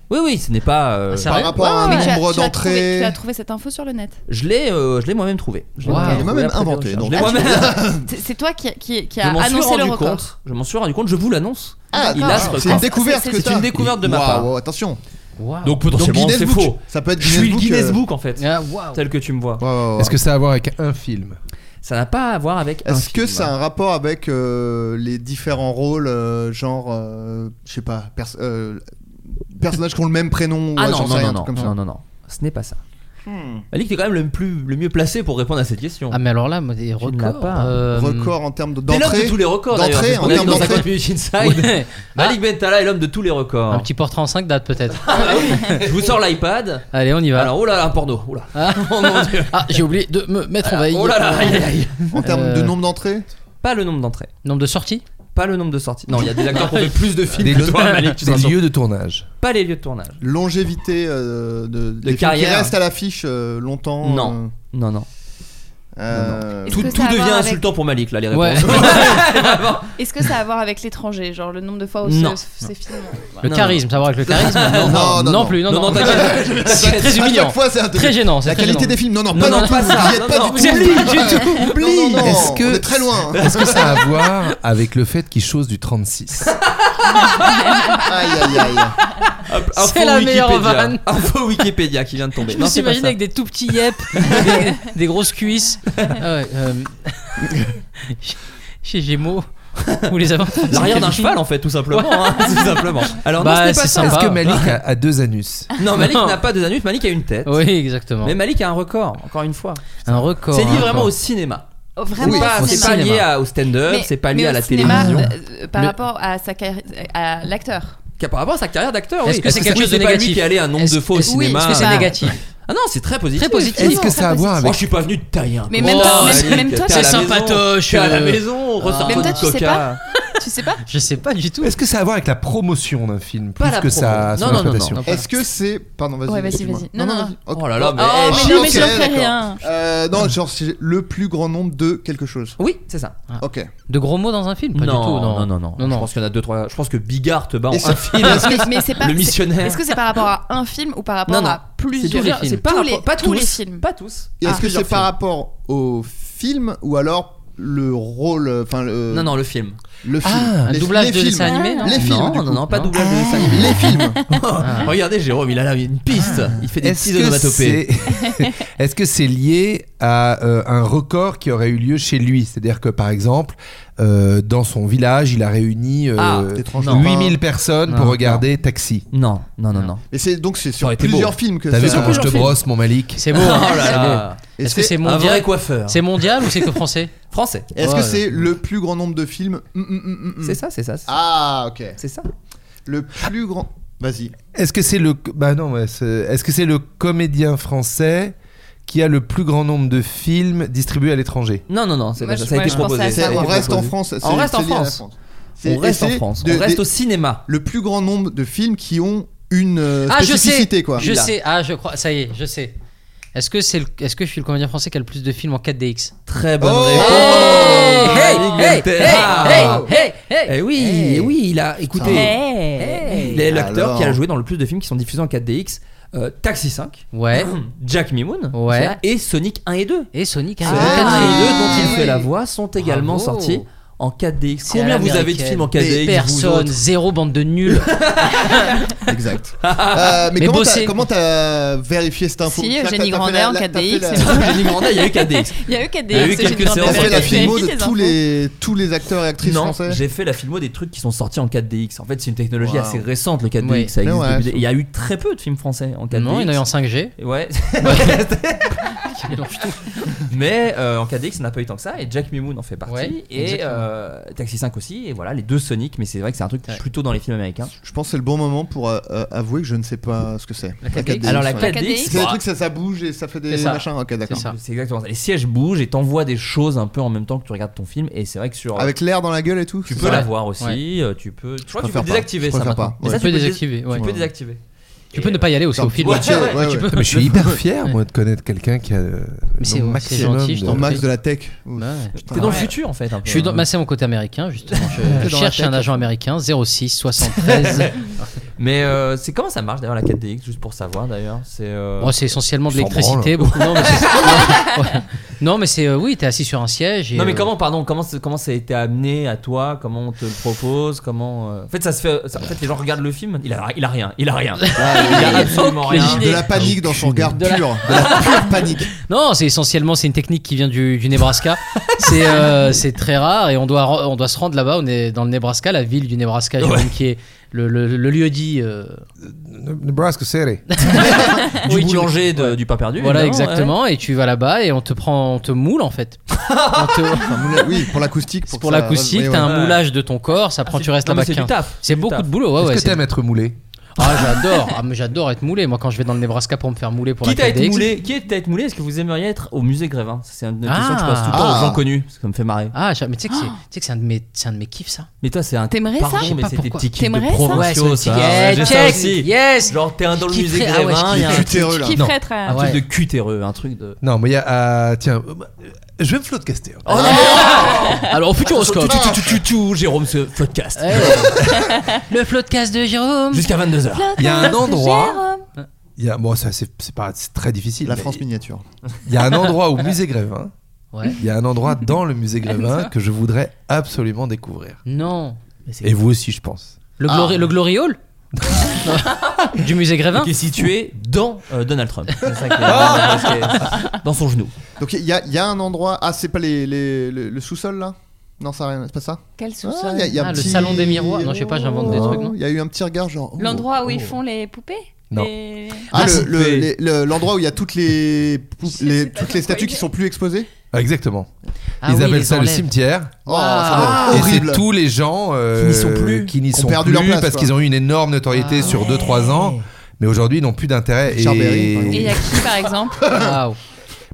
J: Oui, oui, ce n'est pas. euh,
G: Ah, sérieux
H: Par rapport à un
C: Ouais, tu as-
H: nombre
C: tu as trouvé-
H: d'entrées.
C: Tu as trouvé cette info sur le net.
J: Je l'ai, euh, je l'ai moi-même trouvé. Je l'ai
G: Wow.
J: moi-même
H: m'a
G: Il
J: trouvé
H: même
J: après des
H: inventé,
J: recherches.
H: donc.
J: Je l'ai
H: Ah,
J: moi-même-
H: (laughs)
C: C'est
J: (laughs)
C: c'est toi qui, qui, qui
J: Je
C: a
J: m'en suis
C: annoncé le
J: rendu
C: record.
J: compte. Je m'en suis rendu compte. Je vous l'annonce.
H: Ah,
J: Il
H: d'accord.
J: a ce
H: c'est une
J: record.
H: découverte que
J: C'est
H: t'as.
J: une découverte de ma
H: Waouh,
J: part.
H: waouh, attention.
G: Wow.
J: Donc potentiellement
H: Donc,
J: c'est
H: Guinness Book.
J: faux.
H: Ça peut être
J: Je suis le
H: Guinness Book,
J: Guinness
H: euh.
J: Book en fait,
G: Ah, wow.
J: tel que Ah, tu me vois.
H: Ouais, ouais, ouais.
D: Est-ce que ça a à voir avec un film
J: Ça n'a pas à voir avec. un
H: Est-ce que
J: film.
H: ça a un rapport avec euh, les différents rôles, euh, genre, euh, je sais pas, pers- euh, personnages qui ont le même prénom
J: Ah
H: ouais,
J: non
H: j'en sais
J: non
H: rien,
J: non
H: un truc
J: non
H: comme ça.
J: non non non. Ce n'est pas ça.
H: Hmm.
J: Malik, t'es quand même le plus le mieux placé pour répondre à cette question.
G: Ah mais alors là, moi, des
J: ne l'as
G: records.
J: pas.
G: euh,
H: Record en termes de-
J: T'es l'homme
H: d'entrée.
J: de tous les records d'ailleurs.
H: D'entrée,
J: parce
H: en
J: qu'on a dit
H: termes
J: dans
H: d'entrée.
J: 50 minutes inside.
G: (laughs) Ouais.
J: Malik Bentala est l'homme de tous les records.
G: Un petit portrait en 5 dates peut-être.
J: (laughs) Je vous sors l'iPad.
G: (laughs) Allez, on y va.
J: Ah, Alors, oh là là, un porno. Oh là.
G: Ah,
J: Oh mon dieu.
G: ah, j'ai oublié de me mettre en veille.
J: Oh là là, aïe, aïe, aïe.
H: En termes de
G: Euh,
H: nombre d'entrées
J: Pas le nombre d'entrées.
G: Nombre de sorties
J: Pas le nombre de sorties. Non, il y a des acteurs qui ont fait plus de films
D: Des,
J: que toi, Malik. Tu
D: des
J: seras sûr.
D: lieux de tournage.
J: Pas les lieux de tournage.
H: Longévité euh, de, des films Qui
J: carrière.
H: restent à l'affiche euh, longtemps.
J: Non. Non, non.
H: euh, euh,
C: Est-ce
J: Tout,
C: que
J: tout
C: ça a à
J: devient
C: voir avec-
J: insultant pour Malik, là, les
G: Ouais.
J: réponses.
G: (laughs)
J: Vraiment.
C: Est-ce que ça a à voir avec l'étranger Genre le nombre de fois où
J: Non.
C: ce- ces films.
G: Le
J: Non,
G: charisme, ça va avec le charisme Non,
H: non, non.
G: plus, non,
J: (laughs) Non, non,
G: non.
J: t'inquiète.
G: (laughs) C'est très
H: à
G: humiliant.
H: chaque fois, c'est un truc.
G: Très gênant, c'est
H: La
G: très
H: qualité
G: gênant.
H: des films, non, non,
J: Non,
H: pas
J: non,
H: du
J: pas
H: tout.
J: ça.
H: vous y êtes
J: Non,
H: pas
J: non,
H: du
J: vous
H: tout.
J: y êtes pas du
H: tout. Oublie. Non, non,
D: Est-ce que-
H: on est très loin. hein.
D: Est-ce que ça a à voir avec le fait qu'il chose du 36
H: Aïe, aïe, aïe.
J: Info
G: C'est la meilleure
J: Wikipédia.
G: vanne.
J: Info Wikipédia qui vient de tomber.
G: Je
J: non,
G: me
J: c'est
G: suis
J: pas
G: imaginé
J: ça.
G: avec des tout petits
J: (laughs)
G: yep, des, des grosses cuisses. Ah ouais, euh, (laughs) chez Gémeaux, ou les avant
J: L'arrière d'un cheval, en fait, tout simplement. hein, tout simplement. Alors, non,
G: Bah,
J: ce n'est pas
G: c'est
J: ça.
G: sympa.
D: Est-ce que Malik a, a deux anus
J: Non, Malik
G: Non.
J: n'a pas de anus, Malik a une tête.
G: Oui, exactement.
J: Mais Malik a un record, encore une fois.
G: Un record.
J: C'est
G: un
J: lié vraiment
G: record.
J: au cinéma.
C: Oh,
J: C'est
C: vraiment
J: pas,
C: au
J: c'est
C: cinéma.
J: pas lié
G: cinéma.
J: à- au stand-up,
C: Mais-
J: c'est pas lié
C: mais
J: à la
C: au cinéma,
J: télévision.
C: euh, par
G: Le-
C: rapport à sa carrière- à l'acteur.
J: Qu'à- Par rapport à sa carrière d'acteur,
G: Est-ce
J: oui.
G: que c'est quelque
J: oui,
G: chose de
J: pas lui
G: négatif
J: qui allait un nombre
G: Est-ce-
J: de fois au
G: est-ce- oui,
J: cinéma
G: Est-ce que c'est
J: Ah.
G: négatif
C: Bah,
J: Ah non, c'est très positif.
G: Très positif.
D: Est-ce que ça a à voir
J: Oh,
D: avec
J: je suis pas venu de taille. Oh,
C: Mais même toi- même- même toi,
G: C'est sympatoche,
J: T'es à la
G: euh,
J: maison, ressors
G: même
J: ton
G: toi,
J: coca.
C: tu sais pas.
K: Tu sais pas
G: Je sais pas du tout.
D: Est-ce que ça a à voir avec la promotion d'un film plus
K: Pas la
D: que ça
K: promo. Non, non, non, non, non,
H: Est-ce que c'est. Pardon, vas-y.
K: Ouais, vas-y,
H: excuse-moi.
K: vas-y. Non, non, non.
H: ok.
J: Oh là là, mais-
K: Oh, mais non, mais
H: Ok,
K: j'en ferai
H: d'accord.
K: rien.
H: Euh, non, genre, c'est le plus grand nombre de quelque chose.
J: Oui, c'est ça.
H: Ok.
G: De gros mots dans un film Pas
J: non,
G: du tout.
J: non, non, non, Je pense qu'il y en a deux, trois. Je pense que Bigard te bat en
H: Et ça-
J: un film.
C: Mais, mais c'est pas.
J: le
C: c'est-
J: missionnaire.
C: Est-ce que c'est par rapport à un film ou par rapport
J: Non, non.
C: à
J: C'est tous
C: plusieurs
J: les films.
C: C'est
J: Pas
C: tous
J: rapport-
C: les,
J: pas
C: tous les
J: tous.
C: films.
J: Pas tous. Ah.
H: Et est-ce que
J: plusieurs
H: c'est par
J: films.
H: rapport au film ou alors le rôle. euh, Enfin, le...
J: Non, non, le film.
H: Le film.
J: Ah, un
H: Les-
J: doublage
H: les
J: de
H: films. Ah,
J: dessin animé, non
H: Les films.
J: Non,
H: du
J: non,
H: coup.
J: non, pas doublage de dessin animé.
H: Les films.
J: Regardez, Jérôme, il a là une piste. Il fait des
D: Est-ce
J: petits
D: que
J: onomatopées.
D: c'est- Est-ce que c'est lié à euh, un record qui aurait eu lieu chez lui C'est-à-dire que par exemple, euh, dans son village, il a réuni euh,
J: Ah, non.
D: 8000 personnes
J: Non,
D: pour
J: non.
D: regarder Taxi.
J: Non, non, non, non.
H: Et c'est donc c'est
J: aurait
H: sur
J: été
H: plusieurs
J: beau.
H: films que
D: T'as
H: ça.
D: vu comment je te brosse, mon Malik
G: C'est beau.
J: (laughs) Oh
G: hein,
J: là
G: c'est
J: là.
G: beau. Est-ce que
H: c'est
G: c'est
J: Un
G: mondial
J: vrai coiffeur.
G: C'est mondial ou c'est que français
J: Français.
H: Est-ce
G: Ouais.
H: que c'est le plus grand nombre de films Mm, mm, mm, mm, mm.
J: C'est ça, c'est ça. c'est ça.
H: Ah, ok.
J: C'est ça.
H: Le plus grand. Vas-y.
D: Est-ce que c'est le bah non ouais, c'est- est-ce que c'est le comédien français qui a le plus grand nombre de films distribués à l'étranger
J: Non, non, non, c'est
C: Moi,
J: pas ça.
C: je-
J: Ça a
C: moi,
J: été
C: je pensais
J: proposé.
C: à
J: ça
C: ça,
J: a
H: On
J: été
H: reste en
J: proposé.
H: France. c'est-
J: Eh, On reste
H: c'est
J: en
H: lié à la
J: France.
H: C'est-
J: On reste en
H: essayer
J: France.
H: de-
J: On reste
H: de-
J: au cinéma.
H: Le plus grand nombre de films qui ont une euh,
G: Ah, je
H: spécificité,
G: sais.
H: quoi.
G: Je
J: Là.
G: sais. Ah, je crois. Ça y est, je sais. Est-ce que c'est le- est-ce que je suis le comédien français qui a le plus de films en 4DX
J: Très bonne
H: Oh
J: réponse.
G: Hey,
J: Dominique
G: hey,
J: Guetta.
G: hey, hey, hey.
J: Eh oui,
G: Hey.
J: oui, il a. Écoutez, il est l'acteur
H: Alors.
J: qui a joué dans le plus de films qui sont diffusés en 4DX. euh, Taxi 5,
G: Ouais.
J: (clears throat) Jack Mimoun
G: Ouais.
J: et Sonic 1 et 2.
G: Et Sonic. hein.
J: Sonic 1 et 2 dont il
H: oui.
J: fait la voix sont également
G: Bravo.
J: sortis en 4DX.
G: C'est à
J: Combien vous avez de
G: l'américaine.
J: films en 4DX vous
G: Ah, Personne.
J: autres
G: Zéro bande de nuls.
H: Exact.
C: Ah,
H: Euh, mais,
G: Mais
H: comment
G: bosser.
H: t'as- comment t'as vérifié cette info
C: Si,
H: C'est-à-dire que
C: Eugénie
H: t'as fait
C: Grandet
H: la-
C: en
H: la- t'as fait
C: 4DX,
H: la- (laughs)
C: c'est bon.
J: Jenny Grandet, il y a eu (laughs) 4DX.
C: Il y a eu que des.
J: Il y a eu
C: c'est
J: quelques
C: Gilles Grandet.
J: séances
H: T'as fait la
J: Vérifier
H: filmo
C: les
H: de tous
C: infos.
H: les, tous les acteurs et actrices
J: Non,
H: français
J: j'ai fait la filmo des trucs qui sont sortis en 4DX. En fait, c'est une technologie
H: Wow.
J: assez récente, le 4DX.
G: Ouais.
J: ça existe
H: Mais ouais.
J: depuis des- Il y a eu très peu de films français en 4DX.
G: Non, il y en a eu en 5G.
J: (laughs) Ouais. Mais euh, en 4DX, on n'a pas eu tant que ça. Et Jack Mimoun en fait partie.
G: Ouais,
J: et
G: exactement.
J: euh, Taxi 5 aussi. Et voilà, les deux Sonic. Mais c'est vrai que c'est un truc
G: Ouais.
J: plutôt dans les films américains.
H: Je pense que c'est le bon moment pour euh, euh, avouer que je ne sais pas ce que c'est. La
G: 4DX.
H: 4DX,
J: Alors la
H: ouais.
J: 4DX,
H: C'est des trucs, ça, ça bouge et ça fait des
G: C'est ça.
H: machins. Ok, d'accord.
G: C'est ça.
J: Ah. c'est exactement ça. Les sièges bougent et t'envoies des choses un peu en même temps que tu regardes ton film. Et c'est vrai que sur.
H: Avec l'air dans la gueule et tout.
J: tu
H: c'est
J: peux
H: ça
J: la voir aussi.
G: Ouais.
J: euh, Tu peux. Je crois que tu peux
H: préfère pas.
J: désactiver
H: Je
J: ça.
H: préfère
J: maintenant.
H: pas.
J: Mais
H: Ouais.
J: ça,
G: Tu peux
J: dés-
G: désactiver, ouais.
J: Tu peux
G: Ouais.
J: désactiver.
G: Tu peux ne pas y aller aussi
H: Attends,
G: au film.
H: ouais, ouais, ouais,
G: Tu
H: ouais.
G: peux.
D: Mais je suis hyper (laughs) fier moi de connaître quelqu'un qui a euh,
G: Mais c'est-
D: le
G: c'est
D: maximum
G: gentil, je
D: de-
H: Dans le max
G: Ouais.
H: de la tech. Ouf.
G: Ouais.
J: T'es dans le
H: Ouais.
J: futur en fait. un peu.
G: Je suis dans, bah, c'est mon côté américain justement.
H: (laughs) T'es
G: Je, je
H: dans la
G: cherche
H: tech.
G: un agent américain 06 73.
H: (laughs)
J: Mais euh, c'est comment ça marche d'ailleurs la 4DX juste pour savoir d'ailleurs. C'est euh,
G: Bon, Oh, c'est essentiellement de
D: S'en
G: l'électricité, beaucoup. Non, mais c'est, (laughs) Ouais. non, mais c'est euh, oui, t'es assis sur un siège. Et,
J: non mais
G: euh,
J: comment pardon comment c'est- comment ça a été amené à toi comment on te le propose comment euh, en fait ça se fait ça- en fait les gens regardent le film il a il a rien il a rien il
G: (laughs)
J: a absolument rien
H: De la panique Ah, dans son regard
G: De la-
H: pur. De (laughs) la pure panique.
G: Non, c'est essentiellement c'est une technique qui vient du, du
J: (laughs)
G: Nebraska. c'est, euh, c'est très rare et on doit re- on doit se rendre là-bas. On est dans le Nebraska, la ville du Nebraska, Jérôme, qui est le, le, le lieu dit. euh,
D: Nebraska City.
J: du
G: oui, tu-
J: boulanger de- du pas perdu
G: Voilà,
J: évidemment,
G: exactement. Et tu vas là-bas et on te prend, on te moule en fait. On te-
H: Enfin, moula- Oui, pour l'acoustique.
G: c'est
H: que
G: pour
H: ça-
G: l'acoustique,
H: ouais, ouais.
G: t'as un
J: ouais.
G: moulage de ton corps, ça
J: ouais.
G: prend, tu restes
J: Non, mais
G: là-bas
J: c'est du
G: 15.
J: taf
G: C'est
J: du
G: beaucoup
J: taf.
G: de boulot, ouais, ouais.
D: Est-ce que
G: c'est-
D: t'aimes être moulé
G: Ah, j'adore. Ah, mais j'adore être moulé. Moi, quand je vais dans le Nebraska pour me faire mouler pour
J: Quitte à
G: la
J: être
G: 4DX.
J: moulé, quitte à être moulé, est-ce que vous aimeriez être au musée Grévin Ça, C'est une question que je pose tout le temps
H: Ah.
J: aux gens connus, parce que ça me fait marrer.
G: Ah, j'a- mais tu sais que c'est, tu sais que c'est un de mes, c'est un de mes kiffs ça.
J: Mais toi, c'est un.
C: T'aimerais ça
J: Oh Pardon,
G: Je sais
J: mais
G: pas
J: c'est tes
G: pourquoi.
J: petits clips de
C: T'aimerais ça
J: provinciaux,
G: Ouais, c'est
J: ça.
G: le petit- Yeah,
J: J'ai ça
G: Eh, check,
J: aussi.
G: yes.
J: Genre, t'es un dans le
G: Je
J: musée
G: kifferais- ah ouais, je
J: Grévin, il y a un
H: kifferais.
J: truc-
H: Cutéreux, là.
C: Qui
D: Non.
C: ferait être,
J: un
C: euh,
J: truc
G: ouais.
J: de cutéreux, un truc de.
D: Non, mais il y a euh, tiens, euh, bah, je vais me flotter caster.
J: Oh,
G: Alors au futuroscope.
J: Tout, tout, tout, tout, tout, Jérôme, ce podcast.
G: le floodcast de Jérôme.
J: Jusqu'à 22h.
D: Il y a un endroit. Il y a bon, ça c'est c'est pas c'est très difficile.
H: La
D: mais
H: France miniature.
D: Il y a un endroit au musée Grévin.
G: Ouais.
D: Il y a un endroit dans le musée Grévin que je voudrais absolument découvrir.
G: Non.
D: Et vous aussi, je pense.
G: Le glory, le glory hall. (laughs) du musée Grévin.
J: Qui est situé dans euh, Donald Trump. C'est ça qui est- parce que- dans son genou.
H: Donc il y, a- il y a un endroit. Ah, c'est pas les, les- le, le sous-sol là Non, ça a rien. C'est pas ça
C: Quel sous
H: Ah, il y a- il y a un
G: Ah, le
H: petit-
G: salon des miroirs. Non, je sais pas, j'invente des
H: Oh,
G: trucs, non
H: Il y a eu un petit regard genre. oh,
C: L'endroit où
H: oh.
C: ils font les poupées
D: Non.
C: Les-
H: Ah,
J: Ah,
H: le-
J: c'est-
H: le- les- le- l'endroit où il y a toutes les, pou-
C: sais pas
H: les- toutes les
C: pourquoi
H: statues
C: il
H: qui
C: est.
H: sont plus exposées.
D: Ah, exactement.
G: Ah
D: ils
G: oui,
D: appellent
G: les
D: ça le
G: enlèvent.
D: cimetière.
H: Oh,
C: Ah,
H: ça doit
D: Ah, Et
H: être
D: c'est
H: horrible.
D: tous les gens euh,
J: Qui n'y sont plus.
D: qui n'y
H: Qui ont
D: sont
H: perdu
D: plus
H: leur place,
D: parce
H: quoi.
D: qu'ils ont eu une énorme notoriété
G: Ah
D: sur
G: ouais.
D: 2-3 ans, mais aujourd'hui ils n'ont plus d'intérêt.
H: Richard Berry, par
C: Et il y
D: Et...
C: a qui par exemple
G: Waouh.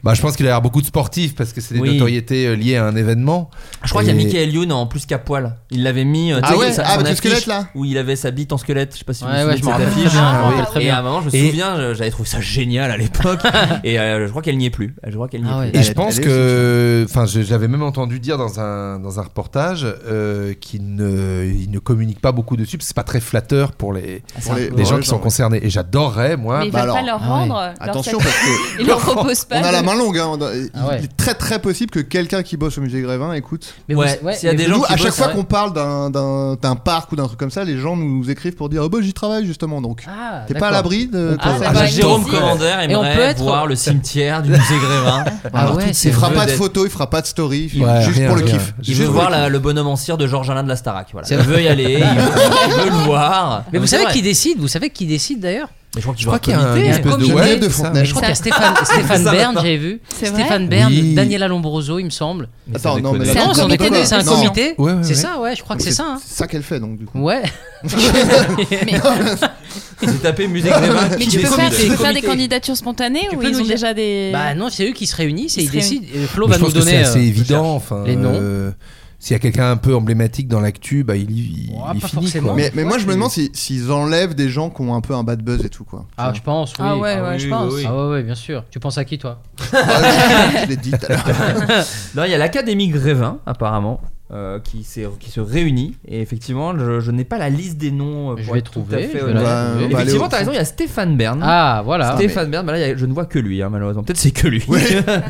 D: Bah, je pense qu'il va y avoir beaucoup de sportifs parce que c'est des
J: Oui.
D: notoriétés euh, liées à un événement.
J: Je crois qu'il y a Michael Youn en plus qu'à poil. Il l'avait mis. euh, tu
D: Ah
J: sais,
D: ouais
J: sa-
D: Ah,
J: son
D: avec le
J: affiche
D: squelette, là
J: Où il avait sa bite en squelette. Je sais pas si vous
G: Ouais,
J: vous
G: ouais, je
J: souvenez de
G: m'en
J: cette
G: rappelle
J: affiche.
G: très bien, je m'en rappelle très
J: Et
G: bien.
J: à un moment, je me
G: Et-
J: souviens, je- j'avais trouvé ça génial à
G: (laughs)
J: l'époque. et euh, je crois qu'elle n'y est plus. Je crois
G: Ah
J: qu'elle n'y est plus.
D: Et je pense que, enfin, je, je l'avais même entendu dire dans un, dans un reportage euh, qu'il ne, il ne communique pas beaucoup dessus, parce que c'est pas très flatteur pour les,
H: Ah, c'est
D: pour
H: un
D: les,
H: peu
D: les gens
H: horrible,
D: qui sont
H: ouais.
D: concernés. Et j'adorerais, moi. bah,
C: Mais ils
H: Bah,
C: veulent
G: Ah
C: pas leur rendre leur
H: Attention
C: statut.
H: parce que
C: Ils leur reposent pas.
H: On a
C: le-
H: la main longue. hein. On a- il-
G: Ah ouais.
H: Il est très très possible que quelqu'un qui bosse au musée Grévin écoute.
G: Mais vous- Ouais, ouais, s'il y a mais des
H: Nous,
G: gens qui
H: à chaque
G: bossent,
H: fois
G: ouais.
H: qu'on parle d'un- d'un d'un parc ou d'un truc comme ça, les gens nous écrivent pour dire oh bah j'y travaille justement donc.
G: Ah,
H: T'es pas à
G: d'accord.
H: l'abri de.
G: Ah,
H: conseils.
G: bah, Ah,
J: Jérôme Commander
G: Et on
J: aimerait
G: peut être-
J: voir le cimetière du musée
G: (laughs)
J: Grévin.
H: Ah
J: Voir
H: ouais,
J: toutes ces
H: il fera pas de
J: vedettes.
H: photos, il fera pas de story, il-
J: Ouais,
H: juste
J: rien,
H: pour le
J: rien.
H: kiff.
J: Il veut voir la- le bonhomme en cire de Georges Alain de la Starac. Voilà. Il veut y aller, il veut, il veut le voir. Ah,
G: Mais vous savez qui
J: qu'il
G: décide Vous savez qui décide d'ailleurs
J: je crois qu'il
G: Je crois qu'il y a
J: un
G: un
J: comité.
G: espèce de
J: comité.
G: web de Fontenay. Je crois qu'il y a Stéphane, Stéphane Bern, j'ai vu.
C: C'est vrai
G: Stéphane Bern,
D: Oui.
G: Daniela Lombroso, il me semble.
H: Attends, non, mais
G: C'est
H: là-
G: un
H: non,
G: comité,
H: mais
G: de- c'est un
H: non.
G: comité.
H: Ouais, ouais,
G: c'est
H: ouais.
G: ça, ouais, je crois que c'est ça. hein.
H: C'est ça qu'elle fait donc du coup.
G: Ouais.
J: J'ai tapé musée Grévin.
G: (laughs) Mais
J: qui
G: tu peux
J: décide.
G: faire-
C: Tu peux faire des
G: comité.
C: candidatures spontanées ou
G: peux
C: ils
G: nous
C: ont
G: dire-
C: déjà des.
G: Bah non, c'est eux qui se réunissent et
C: Ils se
G: ils
C: réunissent.
G: décident. Et Flo
D: Mais
G: va
D: je
G: nous
D: pense que
G: donner.
D: c'est assez
G: euh,
D: évident. Enfin,
G: les noms.
D: euh, S'il y a quelqu'un un peu emblématique dans l'actu, bah, il, y- il,
G: Ouais,
D: est
G: pas
D: fini.
G: forcément.
D: quoi.
H: Mais, mais moi
G: Ouais,
H: je me demande si- s'ils enlèvent des gens qui ont un peu un bad buzz et tout quoi.
G: Ah, je pense, oui.
C: Ah ouais, ouais, je pense.
G: Ah ouais, ouais, bien sûr. Tu penses à qui, toi
H: je l'ai dit tout à l'heure.
J: Non, il y a l'Académie Grévin, apparemment, euh, qui, s'est- qui se réunit. Et effectivement, je, je n'ai pas la liste des noms euh,
G: Je
J: pour
G: vais
J: être tout
G: trouver,
J: à
G: je
J: fait
G: vais
J: honnête.
G: la
H: On
G: trouver. Bah,
H: va aller
J: effectivement,
H: au
J: t'as raison, il y a Stéphane Bern.
C: Hmm.
G: Ah, voilà.
J: Stéphane Bern, bah là, il y a- je ne vois que lui, hein, malheureusement. Peut-être c'est que lui. (laughs)
H: Oui.
G: Ah,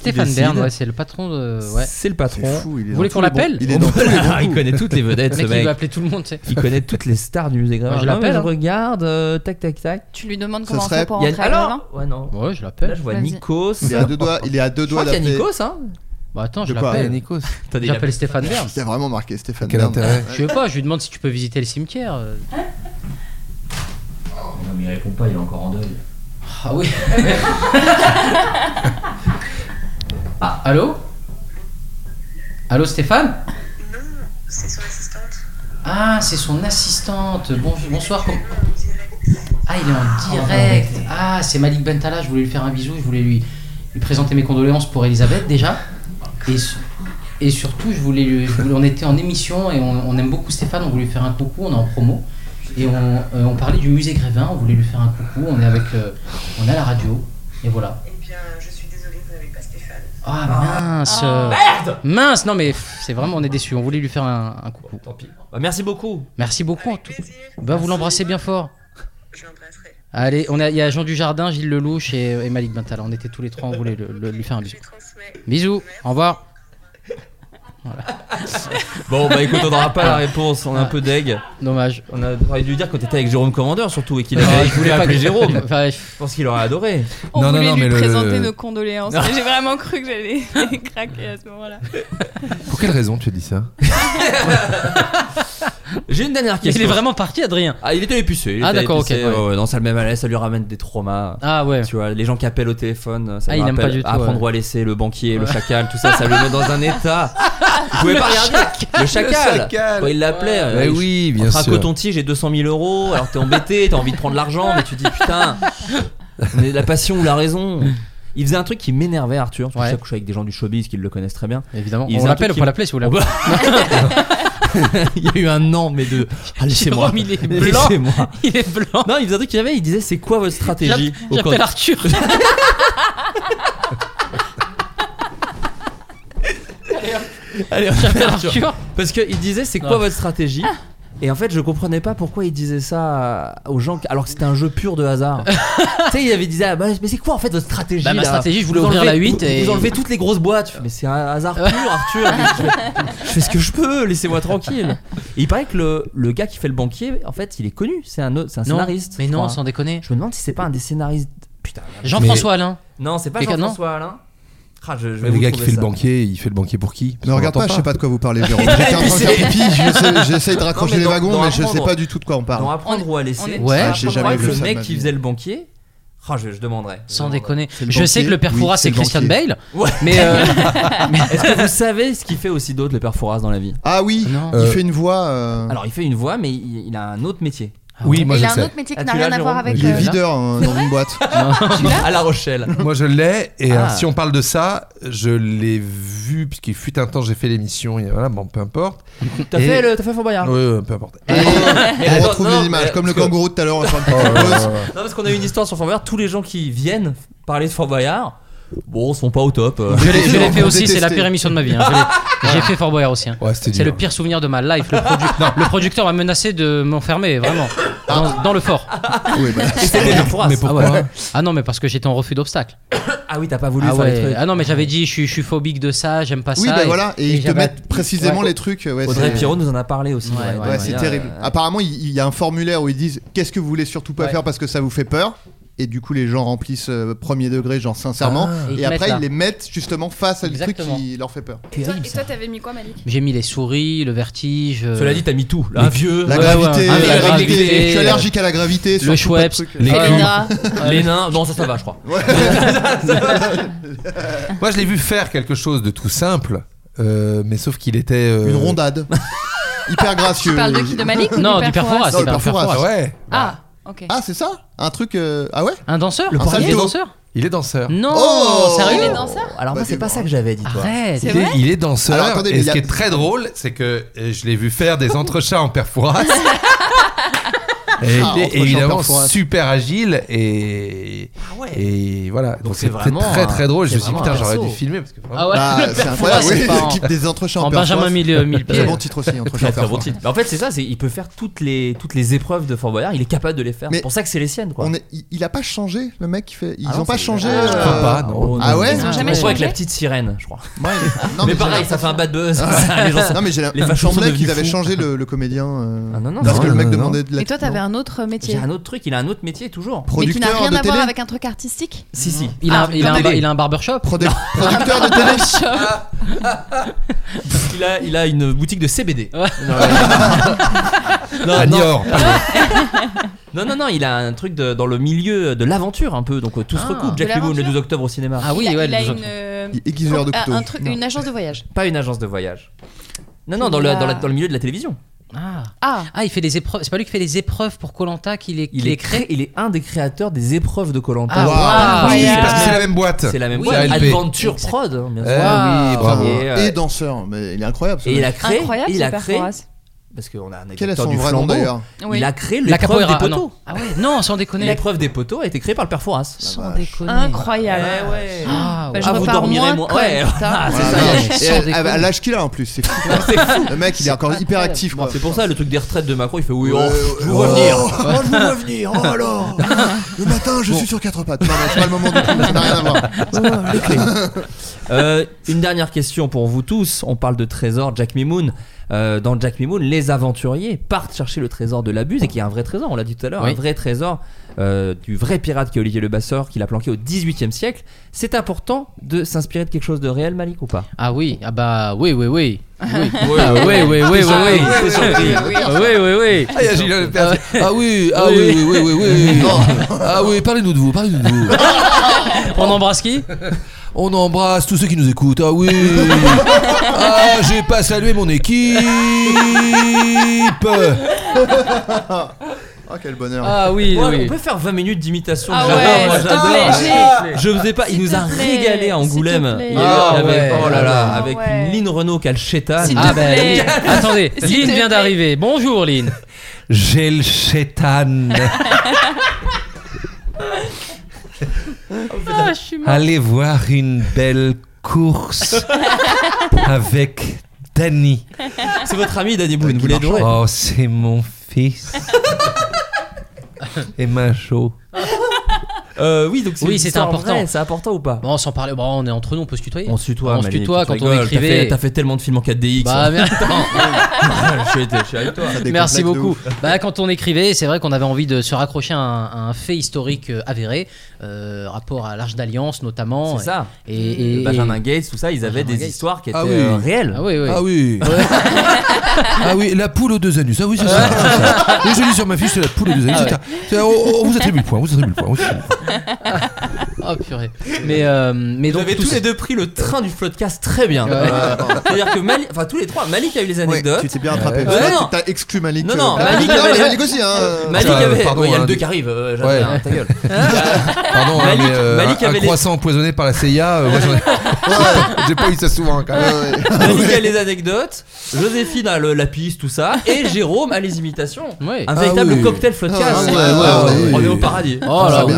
G: Stéphane
J: décide.
G: Bern, ouais, c'est le patron de. Euh, Ouais.
J: C'est le patron.
H: C'est fou, il est
G: Vous voulez
H: dans tous
G: qu'on
H: les bons-
G: l'appelle
H: Il est dans tous les bons
J: il
H: coups.
J: connaît toutes les vedettes,
G: Le
J: ce
G: mec, il
J: mec.
G: va appeler tout le monde, tu sais.
J: Il connaît toutes les stars du musée Grévin.
G: Ouais, je
J: Non, mais
G: l'appelle, hein.
J: regarde, euh, tac, tac, tac.
C: Tu lui demandes
H: Ça
C: comment on
H: serait-
C: fait pour
J: Il y a-
C: rentrer à Berlin
J: Alors, ouais, non.
G: Ouais, je
J: Là,
G: l'appelle.
J: je vois
C: Vas-y.
J: Nikos.
H: Il est à deux doigts, il est à deux
J: Je crois
H: doigts
J: qu'il y a
H: d'appeler.
J: Nikos, hein.
G: Bah attends,
H: De
G: je
H: quoi
D: Ouais,
G: l'appelle.
D: Nikos.
J: Attendez, il a-
G: J'appelle Stéphane Bern.
H: Il a vraiment marqué Stéphane.
D: Quel
H: Bern.
D: intérêt
G: Je sais pas, je lui demande si tu peux visiter le cimetière. euh.
J: Non, mais il répond pas, il est encore en deuil.
G: Ah oui (laughs) Ah, allô Allô Stéphane Non, c'est son assistante. Ah, c'est son assistante. Bon, bonsoir. com- Ah, il est en direct. Ah, c'est Malik Bentala, je voulais lui faire un bisou, je voulais lui, lui présenter mes condoléances pour Elisabeth déjà. Et, su- et surtout, je voulais, lui- je voulais- on était en émission et on, on aime beaucoup Stéphane, on voulait lui faire un coucou, on est en promo. Et on, euh, on parlait du musée Grévin, on voulait lui faire un coucou, on est avec... euh, on a la radio, et voilà. Ah mince Merde Mince, non mais pff, c'est vraiment, on est déçus, on voulait lui faire un, un coucou.
J: Tant pis. Bah, merci beaucoup.
G: Merci beaucoup en tout. Bah vous l'embrassez bien fort. Allez, on a- il y a Jean Dujardin, Gilles Lelouch et, et Malik Bentala. On était tous les trois, on voulait le- le- lui faire un bisou. Bisous, au revoir.
J: Bon, bah écoute, on n'aura pas
G: Ah.
J: la réponse, on est un peu deg.
G: Dommage.
J: On a on aurait dû lui dire quand t'étais avec Jérôme Commandeur surtout et qu'il
G: Ah,
J: avait,
G: je
J: il voulait
G: voulais pas
J: appeler
G: que- (laughs)
J: Jérôme. Je
G: Enfin, je-
J: pense qu'il aurait adoré.
C: On
D: Non, non,
C: voulait
D: non,
C: lui
D: mais le-
C: présenter nos condoléances. mais J'ai vraiment cru que j'allais craquer à ce moment-là.
D: Pour quelle raison tu as dit ça
J: J'ai une dernière
G: (laughs) Il
J: question.
G: est vraiment parti, Adrien.
J: Ah, il était épucé. il
G: Ah,
J: était
G: d'accord,
J: épucé.
G: ok, ouais.
J: Ouais, ouais, non, ça le même à l'aise, ça lui ramène des traumas.
G: Ah ouais.
J: Tu vois, les gens qui appellent au téléphone, ça
G: Ah,
J: lui
G: il aime
J: rappelle
G: pas du tout,
J: Apprendre
G: ouais.
J: à laisser le banquier, le chacal, tout ça, ça le met dans
G: (laughs)
J: un état. Vous pouvez
G: Le
J: pas regarder. Le chacal. Quand il l'appelait. euh,
D: Mais
J: il-
D: oui, bien
J: Entre un
D: sûr.
J: coton-tige et 200 000 euros, alors t'es embêté, t'as envie de prendre l'argent, mais tu dis putain, mais la passion ou la raison. Il faisait un truc qui m'énervait, Arthur. Tu
G: Ouais.
J: sais que je suis avec des gens du showbiz qui le connaissent très bien. (laughs)
G: Évidemment.
J: Il faisait
G: on
J: un
G: l'appelle,
J: truc
G: on
J: qui-
G: peut l'appeler si vous
J: On
G: voulez.
J: peut- il y a eu un an, mais
G: (laughs)
J: de. Ah, (laughs) laissez-moi.
G: Jérôme, il est blanc.
J: Laissez-moi.
G: Il est blanc.
J: Non, il faisait un truc qu'il avait, il disait c'est quoi votre stratégie
G: J'app-
J: au
G: J'appelle
J: candidat
G: Arthur.
J: Allez, on
G: J'appelle
J: appelle Arthur.
G: Arthur.
J: Parce qu'il disait c'est quoi
G: Non.
J: votre stratégie et en fait, je comprenais pas pourquoi il disait ça à- aux gens alors que c'était un jeu pur de
G: (laughs)
J: hasard. tu sais, il avait disait ah, bah, mais c'est quoi en fait votre stratégie
G: Bah, ma
J: là
G: stratégie, je voulais
J: Vous
G: ouvrir
J: enlevez-
G: la 8
J: vous-
G: et-
J: vous enlevez toutes les grosses boîtes. Je fais, Mais c'est un hasard
G: (laughs)
J: pur, Arthur. je, je fais ce que je peux, laissez-moi tranquille. Et il paraît que le, le gars qui fait le banquier, en fait, il est connu, c'est un, autre- c'est un
G: Non,
J: scénariste.
G: Mais
J: je
G: non,
J: crois.
G: sans déconner.
J: Je me demande si c'est pas un des scénaristes. Putain. merde.
G: Jean-François Alain.
J: Non, c'est pas
G: Quelqu'un, non
J: Jean-François Alain. Ah, je, je vais
D: Le
J: vous
D: gars qui
J: trouver
D: fait le
J: ça.
D: banquier, il fait le banquier pour qui Parce
H: Ne
D: qu'on
H: regarde pas,
D: l'entend
H: je sais pas de quoi vous parlez, Jérôme. J'étais en train de faire pipi, j'essaie- j'essaie de raccrocher
J: mais
H: les
J: dans-
H: wagons,
J: dans
H: mais
J: un
H: je sais
J: moment-
H: pas du tout de quoi on
J: On
H: parle.
J: apprendre où à
C: on
J: laisser.
C: est-
G: Ouais. Ah,
H: j'ai jamais
J: Apprendre
H: vu
J: le
H: ça de
J: mec
H: ma
J: qui
H: vie.
J: faisait le banquier. Ah, je, je demanderai. Je
G: Sans
J: demanderai.
G: déconner.
H: C'est le
G: Je sais
H: banquier.
G: que le père
H: Oui,
G: Fouras,
H: c'est
G: c'est
H: le
G: Christian
H: banquier.
G: Bale.
J: Ouais. Ah
G: Mais euh,
H: (laughs)
J: Est-ce que vous savez ce qu'il fait aussi d'autre, le père Fouras, dans la vie
H: Ah oui,
G: Non.
H: il
D: Euh,
H: fait une voix. euh,
J: Alors, il fait une voix, mais il, il a un autre métier.
D: Oui, moi
C: il
D: je
C: a un
D: sais.
C: autre métier qui n'a rien à voir avec.
D: Il est
C: euh,
D: videur
H: euh,
C: C'est
H: dans
C: vrai
H: une boîte.
J: à La Rochelle.
D: Moi je l'ai et euh,
J: Ah.
D: si on parle de ça, je l'ai vu puisqu'il fut un temps j'ai fait l'émission et voilà bon peu importe.
J: T'as
D: Et-
J: fait, le- t'as fait Fort Boyard
D: Oui, oui, peu importe.
J: Et
H: On
J: attends,
H: retrouve
J: non,
H: les images,
J: mais-
H: comme le
J: parce que-
H: kangourou de tout à l'heure. en train de
D: Oh,
H: faire une
D: ouais, ouais,
H: bosse.
D: ouais.
J: Non, parce qu'on a eu une histoire sur Fort Boyard. Tous les gens qui viennent parler de Fort Boyard, bon, sont pas au
H: (laughs)
J: top. euh.
G: Je l'ai je l'ai fait
J: Ils ont
G: aussi, c'est la
J: détesté.
G: pire émission de ma vie. hein. Je l'ai- J'ai fait Fort Boyard aussi. hein.
D: c'était dur.
G: c'est le pire souvenir de ma life. Le, produ-
H: (laughs)
G: le producteur m'a menacé de m'enfermer, vraiment,
H: Ah.
G: dans, dans le fort.
J: Et c'était bien pour As.
G: Mais pourquoi
J: Ah
G: ah,
J: ouais.
G: non, mais parce que j'étais en refus d'obstacle.
J: Ah oui, t'as pas voulu
G: Ah,
J: faire les
G: ouais.
J: trucs.
G: Ah non, mais j'avais dit, je suis, je suis phobique de ça, j'aime pas
H: Oui,
G: ça.
H: ben voilà, et ils te
G: Ah, j'avais-
H: mettent précisément
G: Ouais.
H: les trucs. ouais,
J: Audrey
H: c'est-
J: Pirot nous en a parlé aussi.
H: Ouais, c'est terrible. Apparemment, il il y a un formulaire où ils disent qu'est-ce que vous voulez surtout pas
G: Ouais.
H: faire parce que ça vous fait peur. Et du coup, les gens remplissent euh, premier degré, genre sincèrement.
G: Ah. Et ils
H: et
G: te
H: après,
G: mettent là.
H: ils les mettent justement face à des trucs
G: Exactement.
H: qui leur fait peur.
C: Et toi- et toi, t'avais mis quoi, Malik
G: J'ai mis les souris, le vertige. euh,
J: Cela dit, t'as mis tout. Hein là, Un
G: les-
J: vieux,
H: La
G: Ouais,
H: gravité,
G: ouais, un-
H: la
G: la
H: gravité.
G: gravité,
H: Je suis allergique à la gravité.
G: Le
H: surtout pas de
G: Schweppes,
H: trucs.
G: les
H: Ah,
G: clous.
J: les nains. Non, ça, ça va, je crois.
D: Moi je l'ai vu faire quelque chose de tout simple, euh, mais sauf qu'il était euh,
H: Une rondade. Hyper gracieux.
C: Tu parles de qui De Malik ou
G: Non, du
C: Perforas
G: perforas,
H: Non,
G: c'est
H: le
G: pas un
H: perforas,
G: perforas.
D: Ouais,
C: Ah, ok.
H: Ah, c'est ça Un truc. euh, Ah ouais
G: Un danseur
J: Le
H: Un
J: poirier,
G: Il est
H: salto.
G: danseur
D: il est danseur.
J: Mm.
G: Non,
H: Oh
G: sérieux
C: Il est danseur
J: Alors, moi,
H: Bah,
J: c'est
H: c'est
J: pas
H: bon.
J: ça que j'avais dit, toi.
G: Arrête
C: C'est
D: Il est,
C: vrai
D: il est danseur.
H: Alors, attendez, mais
D: et
H: il y
D: ce
H: a-
D: qui est très drôle, c'est que euh, je l'ai vu faire des entrechats en
J: (laughs)
D: perforas. Et
H: Ah,
D: il est
H: entrechats en
D: évidemment
H: perforas.
D: super agile et
J: ouais.
D: et voilà. Donc,
J: c'est
D: c'est
J: vraiment
D: très
J: un-
D: très drôle. Je
J: c'est
D: me suis dit
J: vraiment
D: putain
J: un
D: j'aurais dû
J: perso.
D: filmer parce que vraiment-
G: Ah ouais,
H: Bah,
G: le (laughs)
H: c'est
G: perforas,
H: incroyable.
G: c'est
H: Oui,
G: pas en-
H: l'équipe des entrechats en
G: en Benjamin
H: perforas.
G: Mille, euh, Mille
H: Très
G: Pieds.
H: bon titre aussi, entretien
J: Très, très
H: en
J: bon
H: perforas.
J: titre. Mais en fait, c'est ça, c'est- il peut faire toutes les, toutes les épreuves de Fort Boyard, il est capable de les faire.
H: Mais
J: C'est pour ça que c'est les siennes, quoi.
H: On est- il- Il a pas changé, le mec qui fait. Ils
J: Ah non,
H: ont pas
J: c'est-
H: changé.
J: Ah, je
H: euh,
D: crois pas, non.
J: Oh,
H: Ah ouais
C: Ils ont jamais
J: Je crois avec
C: changé
J: la petite sirène, je crois.
H: Ouais, non,
J: mais,
H: j'ai
J: pareil, ça fait un bad buzz. (laughs) Ça, les gens sont-
H: non mais j'ai la-
J: les
H: il me
J: fachos sont
H: semblait qu'ils
J: devenus
H: avaient
J: fous.
H: changé le, le comédien euh,
J: Ah non, non,
H: parce
J: non,
H: que le
D: non,
H: mec
D: non,
H: demandait de la
C: Et toi, t'avais un autre
J: J'ai
C: métier
J: un autre truc, il a un autre métier toujours.
C: mais qui n'a
H: producteur
C: rien
H: de
C: à voir
H: télé
C: avec un truc artistique
J: Si, si.
G: Il a,
C: Ah,
G: il, a un,
J: télé.
G: bar- il a un barbershop
H: Produ- producteur de télé
J: (laughs) Il a, il a une boutique de CBD. (laughs)
G: Ouais.
J: non,
D: À
H: euh.
J: non,
D: Niort.
J: non, non, non, il a un truc de- dans le milieu de l'aventure un peu, donc euh, tout se
G: Ah.
J: recoupe.
G: De
J: Jack Lemmon le
C: l'aventure
J: 12 octobre au cinéma.
G: Ah oui,
C: il a,
G: ouais,
C: il a
G: les autres.
C: une, euh,
H: Il- aiguiseur de
C: un-
H: couteau.
C: un truc- une agence de voyage.
J: Pas une agence de voyage. Non, non,
C: Il
J: dans, le,
C: a-
J: dans, la- dans le milieu de la télévision.
G: Ah.
C: Ah,
G: Ah, il fait les épreuves. C'est pas lui qui fait les épreuves pour Colanta qu'il est,
J: Il est, cré- il est un des créateurs des épreuves de Colanta.
G: Ah,
D: Ah, oui,
G: incroyable.
D: parce que c'est la même boîte.
J: euh, C'est la même
D: C'est
J: boîte.
D: ALP.
J: Adventure Prod, hein, bien sûr.
D: Eh oui, bravo.
J: Et, euh,
H: et danseur mais il est incroyable ce
J: et il
H: mec.
J: a créé,
C: incroyable,
J: il a
C: ce
J: créé,
C: Perforas.
J: parce qu'on a un
H: quel est
J: acteur
H: son
J: du
H: vrai nom
J: flambeau.
H: d'ailleurs
C: Oui.
J: Il a créé
G: La
J: l'épreuve
G: capoeira.
J: des
G: Ah, non.
J: poteaux.
G: Ah ouais, non, sans déconner.
J: L'épreuve des poteaux a été créée par le Perforas.
G: Sans
H: vache.
G: déconner.
C: Incroyable.
J: ouais.
G: Ah,
C: Bah,
G: ouais.
C: je
J: Ah, vous
C: repars
J: dormirez
C: moins
J: moins.
C: conne,
J: Ouais. Ah, bah,
C: putain.
H: Voilà,
G: Ah, ça,
H: non,
G: il a-
H: et
G: sans
H: à- à
G: déconner.
H: l'âge qu'il a en plus c'est fou le mec il est encore hyper actif quoi
J: C'est pour ça le truc des retraites de Macron, il fait oui, oh,
H: Ouais,
J: je vous
H: oh,
J: vois venir.
H: oh, je vous vois venir. Oh alors Le matin, je suis sur quatre pattes. Non, non, c'est pas le moment du tout. Ça n'a rien à voir.
J: Euh, une dernière question pour vous tous. On parle de trésor Jack Mimoun. Euh, dans Jack Mimoun, les aventuriers partent chercher le trésor de la buse et qui est un vrai trésor. On l'a dit tout à l'heure,
G: Oui.
J: un vrai trésor euh, du vrai pirate qui est Olivier Le Basseur, qui l'a planqué au 18 siècle. C'est important de s'inspirer de quelque chose de réel, Malik ou pas
G: Ah oui, ah bah oui, oui, oui.
J: (laughs)
G: Oui, Ah oui, oui, oui, oui, oui.
J: Ah, oui, oui,
G: oui, oui, oui.
D: Ah, il y a Gilles Lepers. Ah oui, ah oui, oui, oui, oui, (laughs) oui. Ah oui, parlez-nous de vous, parlez-nous de vous.
G: On embrasse qui
D: On embrasse tous ceux qui nous écoutent. Ah oui. Ah, j'ai pas salué mon équipe.
H: Oh, quel bonheur.
G: Ah oui,
J: Ouais,
G: oui.
J: On peut faire 20 minutes d'imitation.
C: Ah
J: J'adore,
C: ouais,
J: moi,
C: s'il te
J: j'adore.
C: plaît,
J: Je faisais pas. Il
C: S'il
J: nous
C: te
J: a
C: plaît,
J: régalé à
C: s'il te
J: Angoulême.
C: plaît.
J: Il est-
D: Ah
J: avec,
D: ouais.
J: oh là là,
C: Ah
J: avec
C: ouais.
J: une Lynn Renault qui a le chétan.
C: S'il te
G: Ah ben,
C: plaît. (laughs)
G: Lynn, attendez,
C: S'il te
G: Lynn
C: plaît.
G: vient d'arriver. Bonjour Lynn.
D: J'ai le chétan.
G: Ah, je suis
D: Allez voir une belle course avec Danny.
J: C'est votre ami Danny Boone. Vous l'adorez.
D: Oh, c'est mon fils. Et macho.
J: Euh, oui, donc c'est
G: Oui,
J: une
G: c'est
J: histoire
G: important.
J: vraie, C'est important ou pas
G: Bon, sans parler, bon, on est entre nous, on peut se tutoyer.
J: On se tutoie.
G: On se
J: Malik,
G: tutoie
J: tu
G: quand on
J: rigoles, t'as
G: écrivait.
J: fait- T'as fait tellement de films en 4DX. (laughs)
G: Bah, mais attends.
J: je, suis, je suis avec toi.
H: Ça décomplexe
G: Merci
H: de
G: beaucoup.
H: ouf.
G: Bah, quand on écrivait, c'est vrai qu'on avait envie de se raccrocher à un, à un fait historique euh, avéré, euh, rapport à l'Arche d'Alliance notamment.
J: C'est ça.
G: Et, et- et-
J: Euh, Benjamin Gates, tout ça, ils avaient
G: Benjamin
J: des
G: Gates.
J: histoires qui étaient
D: Ah oui.
J: euh, réelles.
G: Ah oui, oui.
D: Ah oui. ah oui, la poule aux deux anus. Ah oui, c'est ça. c'est ça. Oui, je lis sur ma fiche, c'est la poule aux deux anus.
G: Ah
D: c'est ça. C'est- on, on vous attribue le point. On vous attribue le point. on vous attribue le point.
G: Oh purée. Mais, euh, mais
J: Vous
G: donc.
J: avez
G: tout
J: tous
G: ça-
J: les deux pris le train du podcast très bien.
G: Ouais.
J: (laughs) C'est-à-dire que Malik, enfin tous les trois, Malik a eu les anecdotes.
H: tu t'es bien attrapé.
J: Ouais, non.
H: T'as exclu Malik.
J: Non,
H: euh,
J: non,
H: ah,
J: Malik
H: non,
J: avait.
H: mais Malik aussi, hein.
J: Malik
D: Ah,
J: avait.
D: pardon,
J: ouais, Il y a
D: hein,
J: le 2
D: du-
J: qui arrive, euh,
D: Ouais.
J: Jacques, ta gueule.
D: Pardon, hein,
J: Malik-
D: mais euh,
J: Malik
D: un, un
J: avait les-
D: croissant empoisonné par la CIA, euh, moi, j'en ai- j'ai pas eu ça souvent quand même.
J: Malik a les anecdotes, Joséphine a le- la piste, tout ça, et Jérôme a les imitations.
G: Ouais.
J: Un
G: Ah
J: véritable
G: oui.
J: cocktail floodcast.
G: Ah ouais, ouais,
J: Ah,
G: ouais,
J: on
G: ouais.
J: est au paradis.
D: Ah,
G: Oh là oui.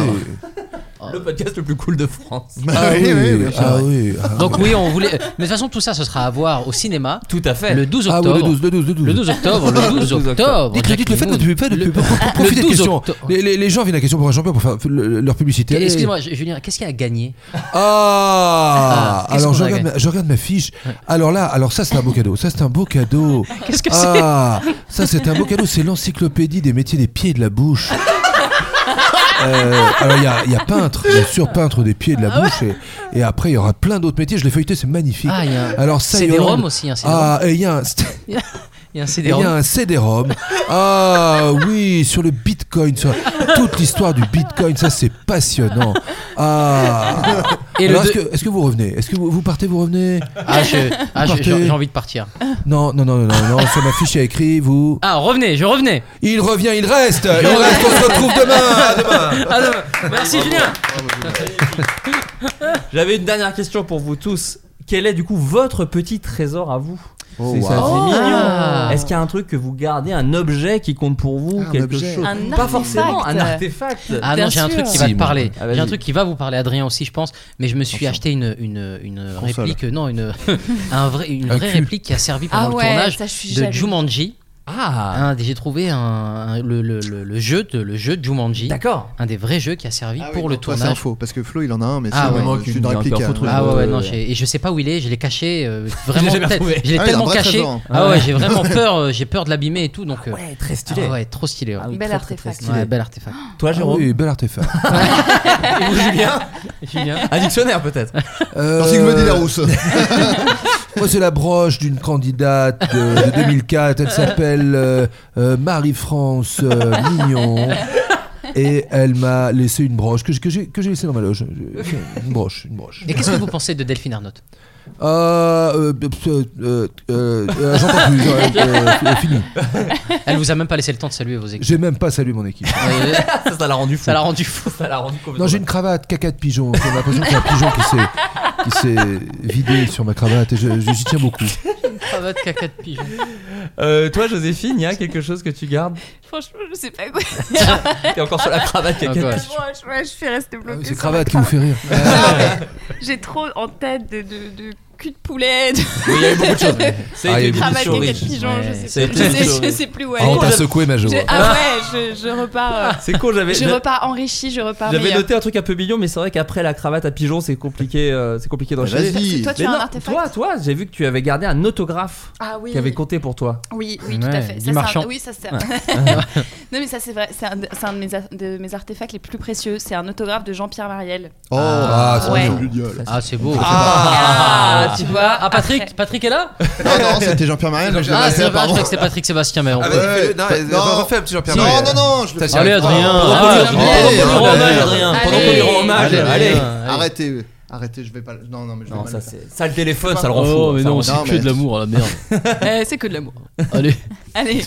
J: Le podcast le plus cool de France.
G: Ah oui, oui,
D: Bah ah oui.
G: Donc oui, on voulait. euh, Mais de toute façon, tout ça, ce sera à voir au cinéma.
J: Tout à fait.
G: Le 12
D: Ah oui,
G: octobre.
D: le 12, le Ah, 12, le 12.
G: octobre. Le 12 octobre.
D: Dites-le, dites-le, faites
G: Jacques
D: notre pub, faites notre pub. Profitez de
G: 12
D: questions.
G: octobre.
D: Les, les- les gens viennent à question pour un champion pour faire le- leur publicité. Allez.
G: Excuse-moi, Ju- Julien, qu'est-ce qu'il y a à gagner
D: Ah,
G: Ah, qu'est-ce
D: alors
G: qu'on
D: je
G: a
D: regarde,
G: gagné
D: ma, je regarde ma fiche. Alors là, alors ça c'est un beau cadeau. Ça c'est un beau cadeau.
G: (laughs) Qu'est-ce que
D: ah, Ça c'est un beau cadeau. C'est l'encyclopédie des métiers des pieds et de la bouche. Euh, alors il y a, il y a peintre, bien sûr peintre des pieds et de la bouche et, et après il y aura plein d'autres métiers. Je l'ai feuilleté, c'est magnifique.
G: Ah, il y a un
D: alors ça, il y a-
G: CD-ROM aussi, un CD-ROM.
D: Ah, et il y a un.
G: (laughs) Il y a- il y
D: Il y
G: a un
D: a
G: CD-ROM.
D: un CD-ROM. Ah oui, sur le Bitcoin, sur toute l'histoire du Bitcoin, ça c'est passionnant. Ah.
G: Et le
D: Alors, est-ce
G: deux-
D: que, est-ce que vous revenez Est-ce que vous, vous partez, vous revenez
G: Ah, je-
D: Vous
G: ah, je-
D: partez
G: j'ai j'ai envie de partir.
D: Non, non, non, non, non, non, sur ma fiche il y a écrit, vous.
G: Ah, revenez, je revenez.
D: Il revient, il reste Il reste, on se retrouve demain, à demain.
G: Ah, non, Merci Julien.
J: J'avais une dernière question pour vous tous. Quel est du coup votre petit trésor à vous C'est ça,
G: Oh, wow.
J: c'est mignon.
G: Ah.
J: Est-ce qu'il y a un truc que vous gardez, un objet qui compte pour vous,
H: un
J: quelque
H: objet.
J: chose
H: Un
J: Pas forcément un
G: artefact.
J: artefact.
G: Ah non, j'ai un truc qui va
J: Si,
G: te parler.
J: Ah, vas-y.
G: J'ai un truc qui va vous parler, Adrien aussi, je pense. Mais je me suis acheté une, une, une
J: Console.
G: réplique, euh, non, une, un vrai, une
J: Un
G: vraie
J: cul.
G: réplique qui a servi pendant
C: Ah ouais,
G: le tournage
C: ça, je suis
G: de
C: jalouse.
G: Jumanji.
J: Ah.
G: Un des- J'ai trouvé un, un- le, le- le- le jeu de, le jeu de Jumanji.
J: D'accord.
G: Un des vrais jeux qui a servi
H: Ah oui,
G: pour le
H: toi,
G: tournage.
H: C'est un faux, parce que Flo il en a un, mais
G: Ah
H: c'est
G: ouais.
H: vraiment c'est une réplique. hein.
G: Ah ouais, ouais, non, j'ai- et je sais pas où il est, je l'ai caché. euh, vraiment,
J: jamais
G: te-
J: retrouvé.
G: je
H: Ah, il
G: l'ai
H: a un
G: tellement
H: vrai
G: caché.
H: trésor.
G: Ah
J: Ah
G: ouais,
J: ouais.
G: j'ai vraiment peur, euh, j'ai peur de l'abîmer et tout. Donc, euh,
J: Ouais, très stylé.
G: ah ouais, trop stylé. ouais.
J: Ah oui,
C: Bel
J: très, très, très
C: artefact.
J: stylé.
G: Ouais, bel artefact.
J: Toi,
D: Ah
J: Jérôme
D: oui, bel
G: (laughs)
D: artefact.
J: Et vous, Julien
G: Julien.
J: Un dictionnaire peut-être
D: Euh,
H: Parce qu'il me dit la rousse.
D: Moi, c'est la broche d'une candidate de, de 2004. Elle s'appelle euh, euh, Marie-France euh, Mignon. Et elle m'a laissé une broche que j'ai- que j'ai que j'ai laissée dans ma loge. Une broche, une broche.
G: Et qu'est-ce que vous pensez de Delphine Arnaute
D: Euh, euh, euh, euh, euh, euh, J'entends plus. euh, euh, euh, fini.
G: Elle vous a même pas laissé le temps de saluer vos équipes.
D: J'ai même pas salué mon équipe.
G: Ouais, ouais.
J: Ça, ça l'a rendu fou.
G: Ça l'a rendu (laughs) fou.
J: Ça l'a rendu complètement.
D: Non, j'ai une cravate caca de pigeon. J'ai l'impression qu'il y a un pigeon qui s'est- qui s'est vidé sur ma cravate et je- je- j'y tiens beaucoup.
G: Cravate caca de pigeon.
J: Euh, toi, Joséphine, il y a quelque chose que tu gardes
K: Franchement, je sais
J: (laughs)
K: pas quoi.
J: T'es encore sur la cravate,
G: Ah, quoi.
J: quelqu'un
K: Moi, je, ouais, je suis restée bloquée.
D: C'est
K: sur
D: cravate
K: ma
D: qui vous fait rire.
K: cravate. Non, mais J'ai trop en tête de, de, de cul de poulet, de
J: Il y a eu beaucoup de choses. C'est
D: Ah, il y a eu beaucoup
J: une
D: de
K: cravate,
J: émission
K: caca
J: riche.
K: de pigeon,
G: Ouais.
K: je
J: C'est
K: sais
J: une
K: plus. Je
J: émission
K: sais, je
J: riche.
K: sais plus où
D: Ah, on t'a
K: elle est.
D: secoué, Majo.
K: Je- Ah ouais, je, je repars. euh,
J: C'est con, j'avais.
K: Je
J: j'a-
K: repars enrichi, je repars
J: J'avais
K: meilleur.
J: noté un truc un peu mignon, mais c'est vrai qu'après la cravate à pigeon, c'est compliqué, euh, c'est compliqué d'enchaîner.
H: Vas-y.
K: Toi, tu
J: Mais
K: as un
J: non,
K: artefact
J: Toi, toi, j'ai vu que tu avais gardé un autographe
K: Ah oui.
J: qui avait compté pour toi.
K: Oui, oui, tout
G: Ouais,
K: à fait.
G: du
K: Ça, c'est un-
G: marchand.
K: oui, ça c'est. non, mais ça c'est vrai. C'est un, de- c'est un de, mes a- de mes artefacts les plus précieux. C'est un autographe de Jean-Pierre Mariel.
H: Oh,
D: Ah, c'est
K: Ouais.
D: mignon.
G: Ah, c'est beau.
K: Ah, tu vois.
G: Ah, Patrick,
K: après.
G: Patrick est là
H: Non, non, c'était Jean-Pierre Mariel. donc je l'ai
G: Ah,
H: passé,
G: c'est vrai, je
H: pardon.
G: croyais que c'était Patrick Sébastien, mais on
D: Ah,
G: peut.
D: vas-y, fais-le.
H: Ouais.
D: Non,
H: Non.
D: euh, refais un petit Jean-Pierre.
H: Non,
D: Mariel.
H: non, non, je
D: Ça,
H: le fais.
D: c'est
G: Allez,
D: un-
G: Adrien.
D: Oh,
G: Ah,
D: Adrien.
G: Adrien.
D: Allez,
J: Pendant qu'on lui rend hommage, Adrien,
K: Allez.
J: pendant qu'on lui rend hommage,
H: Allez,
J: allez.
H: allez, arrêtez, arrêtez, je vais pas. Non, non, mais je vais
J: Non,
H: pas
J: ça,
H: le faire.
J: c'est... ça le téléphone, ça le rend fou. ça le rend fou.
H: c'est que Oh, mais- de
G: l'amour,
K: (laughs)
G: la merde.
K: Euh, c'est que de l'amour.
G: Allez,
K: Allez.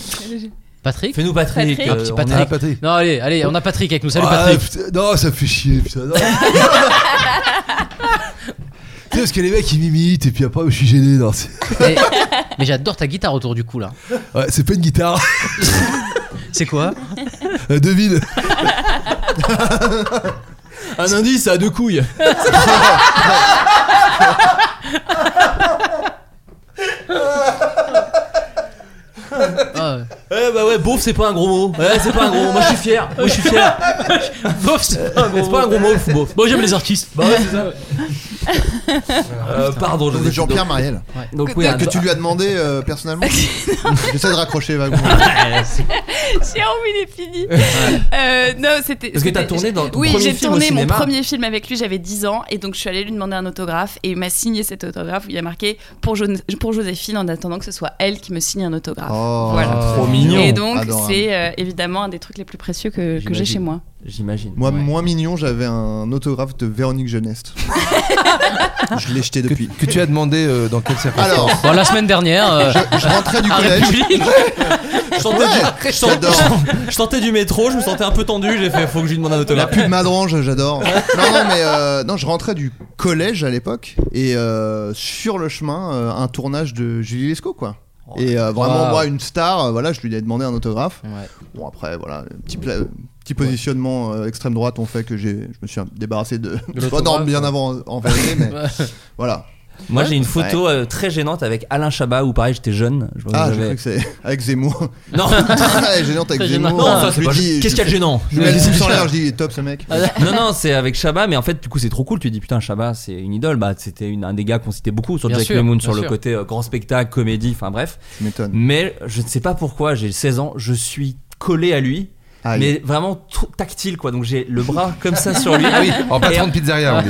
G: Patrick
J: Fais-nous Patrick.
K: Patrick.
J: euh,
G: Un petit
J: on
G: Patrick.
J: est-
D: Ah, Patrick.
G: Non, allez, allez, on a Patrick avec nous. Salut
D: Ah,
G: Patrick.
D: putain, non, ça me fait chier, putain. non. (laughs) Tu sais, parce que les mecs ils m'imitent et puis après je suis gêné. non, c'est
G: Mais, mais j'adore ta guitare autour du cou là.
D: ouais, c'est pas une guitare,
G: C'est quoi
D: Euh, devine. (laughs)
J: Un indice à deux couilles. Eh bah ouais, beauf, c'est pas un gros mot. Ouais, c'est pas un gros mot. Moi, je suis fier. Moi, je suis fier.
G: Bof, c'est pas un
J: C'est pas (laughs) un gros mot, le beauf.
G: Bon, j'aime les artistes.
J: Bah ouais, c'est ça. Euh, pardon,
H: Donc,
J: je
H: Jean-Pierre Mariel,
J: Ah, Donc, oui, un-
H: que tu lui as demandé euh, personnellement J'essaie de raccrocher vaguement.
C: J'ai envie d'être fini. Euh, non, c'était.
J: Parce que t'as
C: c'était-
J: tourné dans ton
C: Oui,
J: premier
C: j'ai
J: film au
C: tourné mon
J: cinéma.
C: premier film avec lui. J'avais 10 ans et donc je suis allée lui demander un autographe et il m'a signé cet autographe. Il a marqué pour, Jo- pour Joséphine en attendant que ce soit elle qui me signe un autographe.
H: Oh,
C: voilà.
H: trop mignon.
C: Et donc
H: Adorable.
C: c'est euh, évidemment un des trucs les plus précieux que, que j'ai chez moi.
J: J'imagine.
H: Moi, moins mignon, j'avais un autographe de Véronique Jeuneste. je l'ai jeté depuis.
D: Que tu as demandé euh, dans quelles circonstances
H: Alors,
G: Bon, la semaine dernière, euh,
H: je rentrais du
G: en
H: collège. (laughs)
G: République.
J: Je sentais, du, je sent- je sentais du métro, je me sentais un peu tendu, j'ai fait faut que je lui demande un
H: La
J: autographe.
H: pub Madrange, j'adore. non, non, mais euh, non, je rentrais du collège à l'époque et euh, sur le chemin, euh, un tournage de Julie Lescaut, quoi.
J: Oh,
H: Et euh, vraiment,
J: Wow.
H: moi, une star, euh, voilà, je lui ai demandé un autographe. Bon, après, voilà, petit, pla- euh, petit positionnement euh, extrême droite ont fait que j'ai, je me suis débarrassé (laughs) de.
J: l'autographe,
H: non, bien avant, en vérité,
J: (laughs)
H: mais voilà.
J: Moi j'ai une
H: Ouais.
J: photo euh, très gênante avec Alain Chabat où pareil j'étais jeune. Je
H: Ah,
J: j'avais-
H: j'ai cru que c'est (laughs) avec Zemmour.
J: (laughs) Non.
H: (laughs) Très gênante avec
J: Très gênant.
H: Zemmour.
J: Non, ça, c'est
H: Je lui
J: pas-
H: dis-
J: qu'est-ce qu'il y
H: je lui
J: a de
H: fais-
J: gênant
H: Je lui mets
J: Je-
H: les pouces en
J: je-
H: l'air, je dis, il est top ce mec.
J: non non c'est avec Chabat mais en fait du coup c'est trop cool tu dis putain Chabat c'est une idole bah c'était une- un des gars qu'on citait beaucoup sur
G: Bien
J: Jack
G: sûr,
J: Lemmon
G: bien
J: sur le
G: sûr.
J: côté euh, grand spectacle comédie enfin bref
H: Tu m'étonnes.
J: mais je ne sais pas pourquoi j'ai 16 ans je suis collé à lui
H: Aïe.
J: mais vraiment tout tactile quoi donc j'ai le bras comme ça sur
H: (laughs)
J: lui (laughs)
D: Ah oui, en patron
J: Et- ah,
D: de pizzeria, on dit.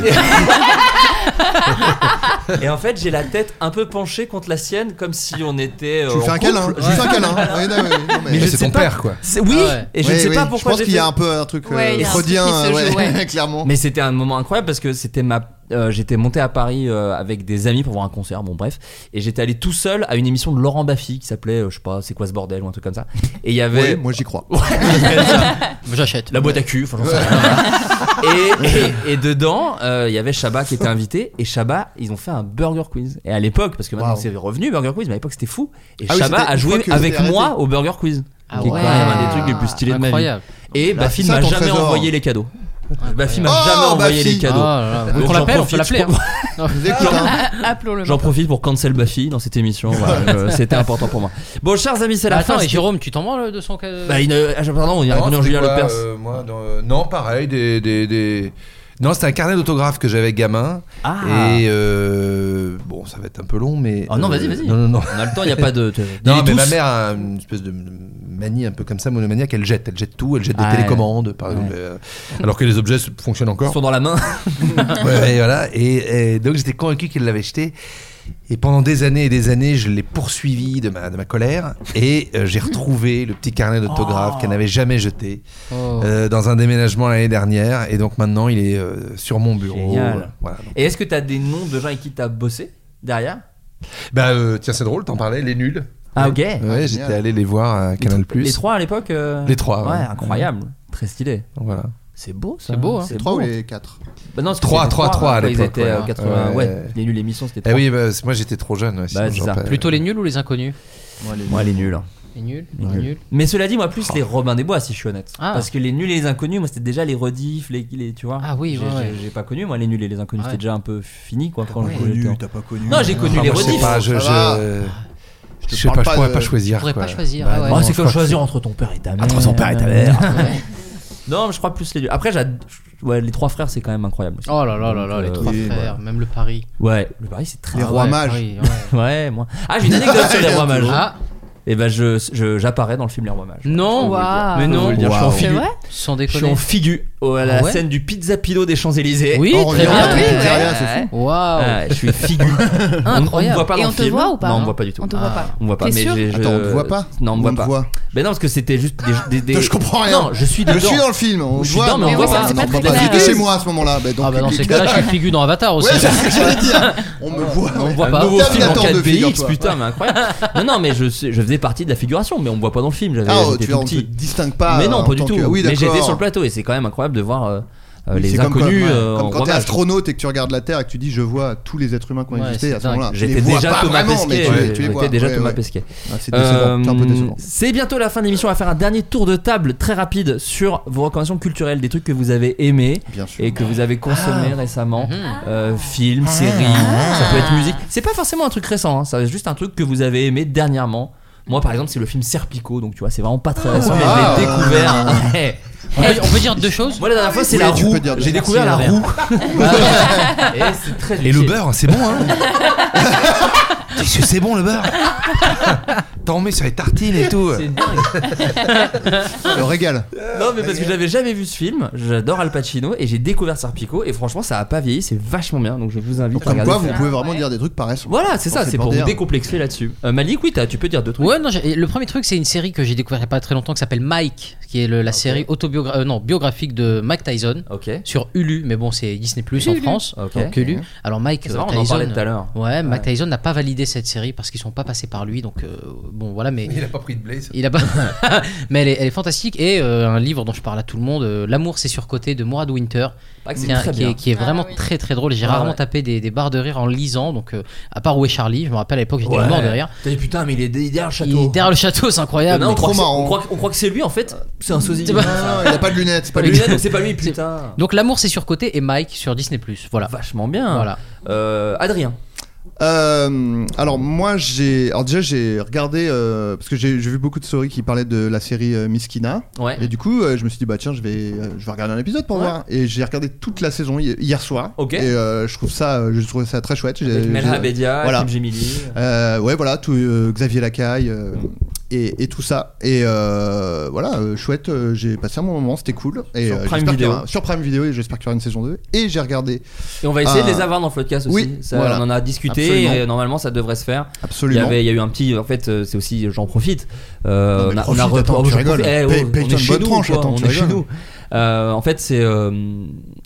J: Et en fait, j'ai la tête un peu penchée contre la sienne, comme si on était. euh,
H: Je lui fais
J: en
H: un
J: couple.
H: câlin. hein. Je lui fais un
J: Ouais.
H: câlin. Ouais, non, ouais, non,
J: Mais
H: mais-
J: je
D: c'est
J: sais
D: ton
J: pas-
D: père, quoi.
J: C'est- Oui,
G: Ah ouais.
J: et je
H: Ouais,
J: ne sais
H: ouais,
J: pas pourquoi.
H: Je pense
J: j'ai
H: qu'il y a
J: fait-
H: un peu un truc
C: Ouais, il y a un truc qui
H: rodien,
C: se joue, ouais.
H: clairement.
J: Mais c'était un moment incroyable parce que c'était ma. euh, j'étais monté à Paris euh, avec des amis pour voir un concert, bon bref, et j'étais allé tout seul à une émission de Laurent Baffy qui s'appelait, euh, je sais pas, c'est quoi ce bordel ou un truc comme ça. Et il y
H: Ouais,
J: avait
H: moi j'y crois.
G: J'achète.
J: la boîte à cul, enfin, j'en sais
H: (laughs)
J: rien. Et, et- et dedans, euh, il y avait Shabba qui était invité, et Shabba, ils ont fait un burger quiz. Et à l'époque, parce que maintenant
H: Wow.
J: c'est revenu burger quiz, mais à l'époque c'était fou. Et
H: Ah oui,
J: Shabba
H: c'était
J: a
H: une fois
J: joué
H: que
J: avec
H: c'était
J: moi
H: arrêté.
J: au burger quiz.
G: Ah
J: qui est
G: ouais.
J: quand même un des trucs les plus stylés de ma vie.
G: Incroyable.
J: Et
H: Là,
J: Bafi ne
H: Bah, c'est
J: m'a
H: ça ton
J: jamais
H: trésor.
J: envoyé les cadeaux. Bafi m'a
H: Oh,
J: jamais envoyé
H: Bafi.
J: les cadeaux.
G: Ah, là, là.
J: Donc,
G: Donc on
J: j'en
G: l'appelle, on
J: profite
G: peut l'appeler.
J: pour-
G: hein.
J: (laughs)
H: Je vous
G: (laughs)
H: écoute, hein.
C: Appelons-le.
J: J'en profite pour cancel Bafi dans cette émission.
H: (laughs)
J: Voilà, euh, C'était important pour moi. Bon, chers amis, c'est la
G: Bah, Attends,
J: fin.
G: et Jérôme, tu t'en branles de son cas
J: Bah, une- ah, Pardon, il y a
D: Non,
J: répondu en
D: c'était
J: Julien
D: quoi,
J: Lepers.
D: euh, moi, dans, euh, non, pareil, des. des- des- Non, c'était un carnet d'autographes que j'avais gamin.
J: Ah.
D: Et euh, bon, ça va être un peu long, mais.
J: Oh non,
D: euh,
J: vas-y, vas-y.
D: Non, non, non.
J: On a le temps, il n'y a pas de. Il est
D: Non, mais ma
J: douce.
D: mère a une espèce de manie un peu comme ça, monomaniaque. Elle jette, elle jette tout, elle jette des
J: Ah,
D: télécommandes, par exemple, euh, alors que les objets se- fonctionnent
J: Ils
D: encore.
J: sont dans la main.
D: Ouais, et voilà. Et, et donc j'étais convaincu qu'il l'avait jeté. Et pendant des années et des années, je l'ai poursuivi de ma, de ma colère. Et euh, j'ai retrouvé le petit carnet d'autographe qu'elle n'avait jamais jeté
G: Oh.
D: euh, dans un déménagement l'année dernière. Et donc maintenant, il est euh, sur mon bureau.
J: Génial.
D: Voilà. Donc,
J: Et est-ce que t'as des noms de gens avec qui t'as bossé derrière
D: Bah, euh, tiens, c'est drôle, t'en parlais, les nuls.
J: Ah, ok.
D: Ouais, j'étais allé les voir à Canal Plus.
J: Les trois à l'époque euh,
D: Les trois,
J: Ouais,
D: ouais.
J: incroyable. Très stylé.
D: Voilà.
J: C'est beau ça.
G: C'est beau, hein.
H: Trois ou les quatre
J: Bah non, c'était
D: Trois,
J: c'était
D: trois, trois à
J: quoi, Ils
D: l'époque,
J: étaient euh,
D: ouais.
J: 80. Ouais,
D: Ouais.
J: il y a eu l'émission, c'était
D: Eh
J: trois.
D: oui, bah, c'est- moi j'étais trop jeune. ouais, sinon,
J: c'est
D: j'aurais
J: ça.
D: pas-
G: Plutôt les nuls ou les inconnus
J: Moi, Euh, les nuls.
G: Les nuls, les nuls.
J: Mais cela dit, moi, plus les Robin des Bois, si je suis honnête.
G: Ah.
J: Parce que les nuls et les inconnus, moi, c'était déjà les rediffs, les, les- tu vois.
G: Ah oui,
J: J'ai-
G: ouais, ouais.
J: j'ai j'ai pas connu, moi, les nuls et les inconnus,
G: Ouais.
J: c'était déjà un peu fini, quoi. Quand
H: T'as
J: j'étais
H: connu,
J: en-
H: t'as pas connu.
J: Non, j'ai connu
D: Ah,
J: les
D: moi, je sais
J: rediffs.
D: pas, je,
H: ça va.
D: je-
H: te
D: je sais
H: parle
D: pas, je
H: pas
D: pourrais
H: de-
D: pas choisir.
G: pourrais
D: quoi.
G: pas choisir,
D: Bah,
G: ah ouais.
D: non,
J: Ah,
G: Oh,
D: je
J: c'est
D: crois
J: comme
D: que Ah,
J: choisir entre ton père et ta mère.
D: Entre son père et ta
G: Ouais.
J: Non, mais je crois plus les nuls. Après, j'ad- ouais, les trois frères, c'est quand même incroyable aussi.
G: Oh là là là là, les
J: Euh,
G: trois
H: oui, bah.
G: frères, même le Paris.
J: Ouais, le Paris, c'est très.
H: Les
G: Ah
H: rois
G: ouais,
H: mages. (laughs)
G: Paris, ouais.
J: Ouais, moi. Ah, j'ai une
C: (laughs)
J: anecdote sur les rois mages.
G: Ah,
J: Et ben, je je- j'apparais dans le film Les rois mages.
G: non,
C: Waouh.
G: mais non,
J: Je veux dire, je suis en
C: C'est
J: figu-
C: vrai
G: sans
J: Je suis
G: déconner.
J: en figu oh, à la
G: Ah ouais
J: scène du Pizza Pilo des Champs-Élysées.
G: Oui,
H: Oh, on
G: très
H: dirait
G: bien.
H: un truc
G: oui,
H: de
G: ouais.
H: derrière, c'est fou.
G: Waouh.
J: Ah, je
C: (laughs)
J: suis figu. On- On me
G: Incroyable.
J: voit pas
C: Et
J: dans
C: on
J: le
C: te
J: film.
C: voit ou pas hein
J: Non, on me voit pas du tout. Ah,
C: On te voit pas.
J: On me voit pas.
C: T'es
J: mais
C: sûr
J: j'ai- je-
H: Attends, on te voit pas
J: Non, on me voit
H: te
J: pas.
H: voit.
J: Mais non, parce que c'était juste des. des- des-
H: Je comprends rien.
J: Non, je suis dedans.
H: Je suis dans le film. On
J: Je suis
H: voit,
J: dedans, mais on
H: on
J: voit
H: voit
J: pas, c'est
H: non,
J: pas
H: on
J: très
H: voit pas.
J: clair.
H: J'étais chez moi à ce moment-là. bah, donc,
G: Ah bah dans ces
H: public.
G: cas-là, je suis figure dans Avatar aussi.
H: Ouais, c'est ce que j'allais dire. On me voit.
J: On me voit
G: Un
J: pas.
G: nouveau
J: film en
H: Terminator 2,
J: 4DX,
H: figure-toi.
J: putain, mais incroyable. Non, non, mais je, sais- je faisais partie de la figuration, mais on me voit pas dans le film. J'avais
H: Ah, oh,
J: j'étais
H: tu
J: tout
H: vois, on te
J: petit.
H: distingue pas.
J: mais
H: euh,
J: non,
H: en
J: pas du
H: tant
J: tout.
H: que- Oui,
J: mais
H: d'accord.
J: j'étais sur le plateau et c'est quand même incroyable de voir euh, euh,
H: C'est
J: les
H: comme quand-
J: inconnus
H: ouais,
J: euh, en
H: Comme quand
J: roi
H: t'es
J: mage.
H: astronaute et que tu regardes la Terre et que tu dis je vois tous les êtres humains qui ont
G: Ouais,
H: existé
G: c'est
H: à ce moment-là. Tu
J: J'étais
H: les vois
J: déjà
H: pas
J: Thomas
H: vraiment, mais
J: Pesquet.
H: tu les-
J: euh,
H: tu les vois.
J: J'étais déjà
H: Ouais,
J: Thomas
H: ouais.
J: Pesquet.
H: Ah, C'est décevant. C'est un peu
J: Euh,
H: décevant.
J: c'est bientôt la fin de l'émission. On va faire un dernier tour de table très rapide sur vos recommandations culturelles, des trucs que vous avez aimés
H: Bien sûr.
J: et que vous avez
H: Ah.
J: consommés récemment.
H: Mhm.
J: Euh, films, séries, ça peut être musique. C'est pas forcément un truc récent, hein, ça reste juste un truc que vous avez aimé dernièrement. Moi par exemple, c'est le film Serpico, donc tu vois, c'est vraiment pas très récent, mais
H: Ah.
J: je l'ai découvert. Ouais.
G: On peut- Eh, on peut dire deux choses
J: Moi la dernière fois, c'est
H: Oui,
J: la
H: tu
J: roue.
H: peux dire-
J: J'ai
H: Merci,
J: découvert la
G: Adrien.
J: roue. Et c'est très
D: Et le (laughs)
J: utile.
D: beurre, c'est bon, hein Qu'est-ce que C'est bon le beurre (laughs) t'en mets sur les tartines et tout.
J: C'est dingue.
H: Le régal.
J: Non, mais parce que je n'avais jamais vu ce film. J'adore Al Pacino et j'ai découvert Sarpico. Et franchement, ça a pas vieilli, c'est vachement bien. Donc je vous invite à
H: Comme
J: regarder.
H: quoi,
J: ce
H: vous
J: film.
H: pouvez vraiment dire des trucs pareils.
J: Voilà, c'est ça, c'est pour vous décomplexer là-dessus. Euh, Malik, oui, t'as- tu peux dire deux trucs.
G: Ouais, non, j'ai- le premier truc, c'est une série que j'ai découvert il n'y a pas très longtemps qui s'appelle Mike, qui est le- la série autobiogra- euh, non, biographique de Mike Tyson sur Hulu, mais bon, c'est Disney Plus en
J: Hulu.
G: France. euh,
J: Ok.
G: Donc Hulu. Alors Mike
J: C'est
G: euh,
J: vrai, on en
G: Tyson.
J: parlait tout à l'heure.
G: Ouais, Mike
J: Ouais.
G: Tyson n'a pas validé cette série parce qu'ils sont pas passés par lui, donc euh, bon, voilà, mais.
D: Il a pas pris de blaze.
G: (laughs) Il a pas- mais elle est, elle est fantastique et euh, un livre dont je parle à tout le monde, euh, L'amour c'est surcoté de Mourad Winter,
J: Pas que Ah,
G: qui,
J: c'est
G: est un-
J: très
G: qui est,
J: bien.
G: qui est vraiment très très drôle. J'ai
J: Ouais,
G: rarement
J: ouais.
G: tapé des, des barres de rire en lisant, donc euh, à part Où est Charlie, je me rappelle à l'époque j'étais
J: Ouais.
G: mort de rire.
J: T'as dit, putain, mais il est derrière le château.
G: Il est derrière le château, c'est incroyable.
J: Non, on, croit que c'est- on croit, on croit que c'est lui en fait, (laughs) c'est un sosie. Ah,
G: C'est pas-
H: Non, Ah, il a pas de lunettes, c'est
J: Pas
H: pas
J: de
H: lui.
J: lunettes, donc c'est pas lui, putain.
G: Donc l'amour c'est surcoté et Mike sur Disney+. Voilà.
J: Vachement bien.
G: Ah, Voilà.
J: Adrien.
H: Euh, alors moi j'ai alors déjà j'ai regardé euh, parce que j'ai j'ai vu beaucoup de stories qui parlaient de la série euh, Miskina
J: Ouais.
H: et du coup euh, je me suis dit bah tiens je vais euh, je vais regarder un épisode pour
J: Ouais.
H: voir et j'ai regardé toute la saison hi- hier soir
J: Ok.
H: et euh, je trouve ça euh, je trouve ça très chouette J'ai-
J: Avec Melha
H: j'ai-
J: Bedia,
H: voilà.
J: Kim Gemili.
H: Euh, ouais voilà tout euh, Xavier Lacaille euh, et, et tout ça et euh, voilà euh, chouette euh, j'ai passé un bon moment c'était cool et
J: Sur
H: euh,
J: Prime
H: j'espère qu'il y
J: Video.
H: aura- sur Prime Vidéo et j'espère qu'il y aura une saison 2 et j'ai regardé
J: Et on va essayer
H: un-
J: de les avoir dans le podcast aussi.
H: Oui,
J: Ça,
H: voilà.
J: On en a discuté
H: Absolument.
J: et euh, normalement ça devrait se faire.
H: Absolument.
J: Il y, avait, il y a eu un petit. En fait, euh, c'est aussi. J'en profite. Euh,
H: Non,
J: on
H: mais
J: a,
H: profite,
J: on a repris-
H: attends,
J: oh,
H: tu
J: j'en
H: rigoles.
J: profite. Eh,
H: Paye-
J: oh,
H: paye-toi
J: on est
H: une
J: chez
H: bonne
J: nous,
H: tranche,
J: quoi.
H: attends,
J: On
H: tu
J: est chez
H: rigoles.
J: nous. Euh, en fait, c'est. euh,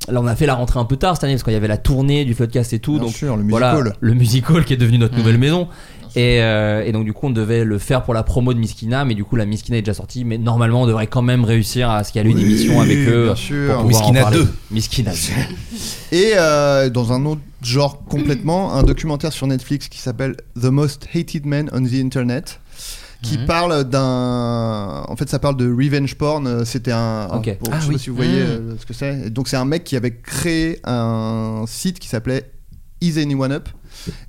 J: là, on a fait la rentrée un peu tard cette année parce qu'il y avait la tournée du podcast et tout.
H: Bien
J: donc,
H: sûr, le
J: voilà,
H: musical.
J: le musical qui est devenu notre
H: Mm.
J: nouvelle maison. Et, euh, et donc, du coup, on devait le faire pour la promo de Miskina, mais du coup, la Miskina est déjà sortie. Mais normalement, on devrait quand même réussir à ce qu'il y ait une
H: Oui,
J: émission avec eux.
H: bien sûr.
J: pour pouvoir en
H: Miskina
J: parler.
H: 2.
J: Miskina
H: (laughs)
J: 2.
H: Et euh, dans un autre genre complètement, un documentaire sur Netflix qui s'appelle The Most Hated Man on the Internet, qui
J: Mhm.
H: parle d'un. En fait, ça parle de revenge porn. euh, C'était un.
J: Ok.
H: un- bon,
J: Ah
H: je sais
J: oui.
H: pas si vous voyez
J: Mhm.
H: euh, ce que c'est. Et Donc, c'est un mec qui avait créé un site qui s'appelait Is Anyone Up.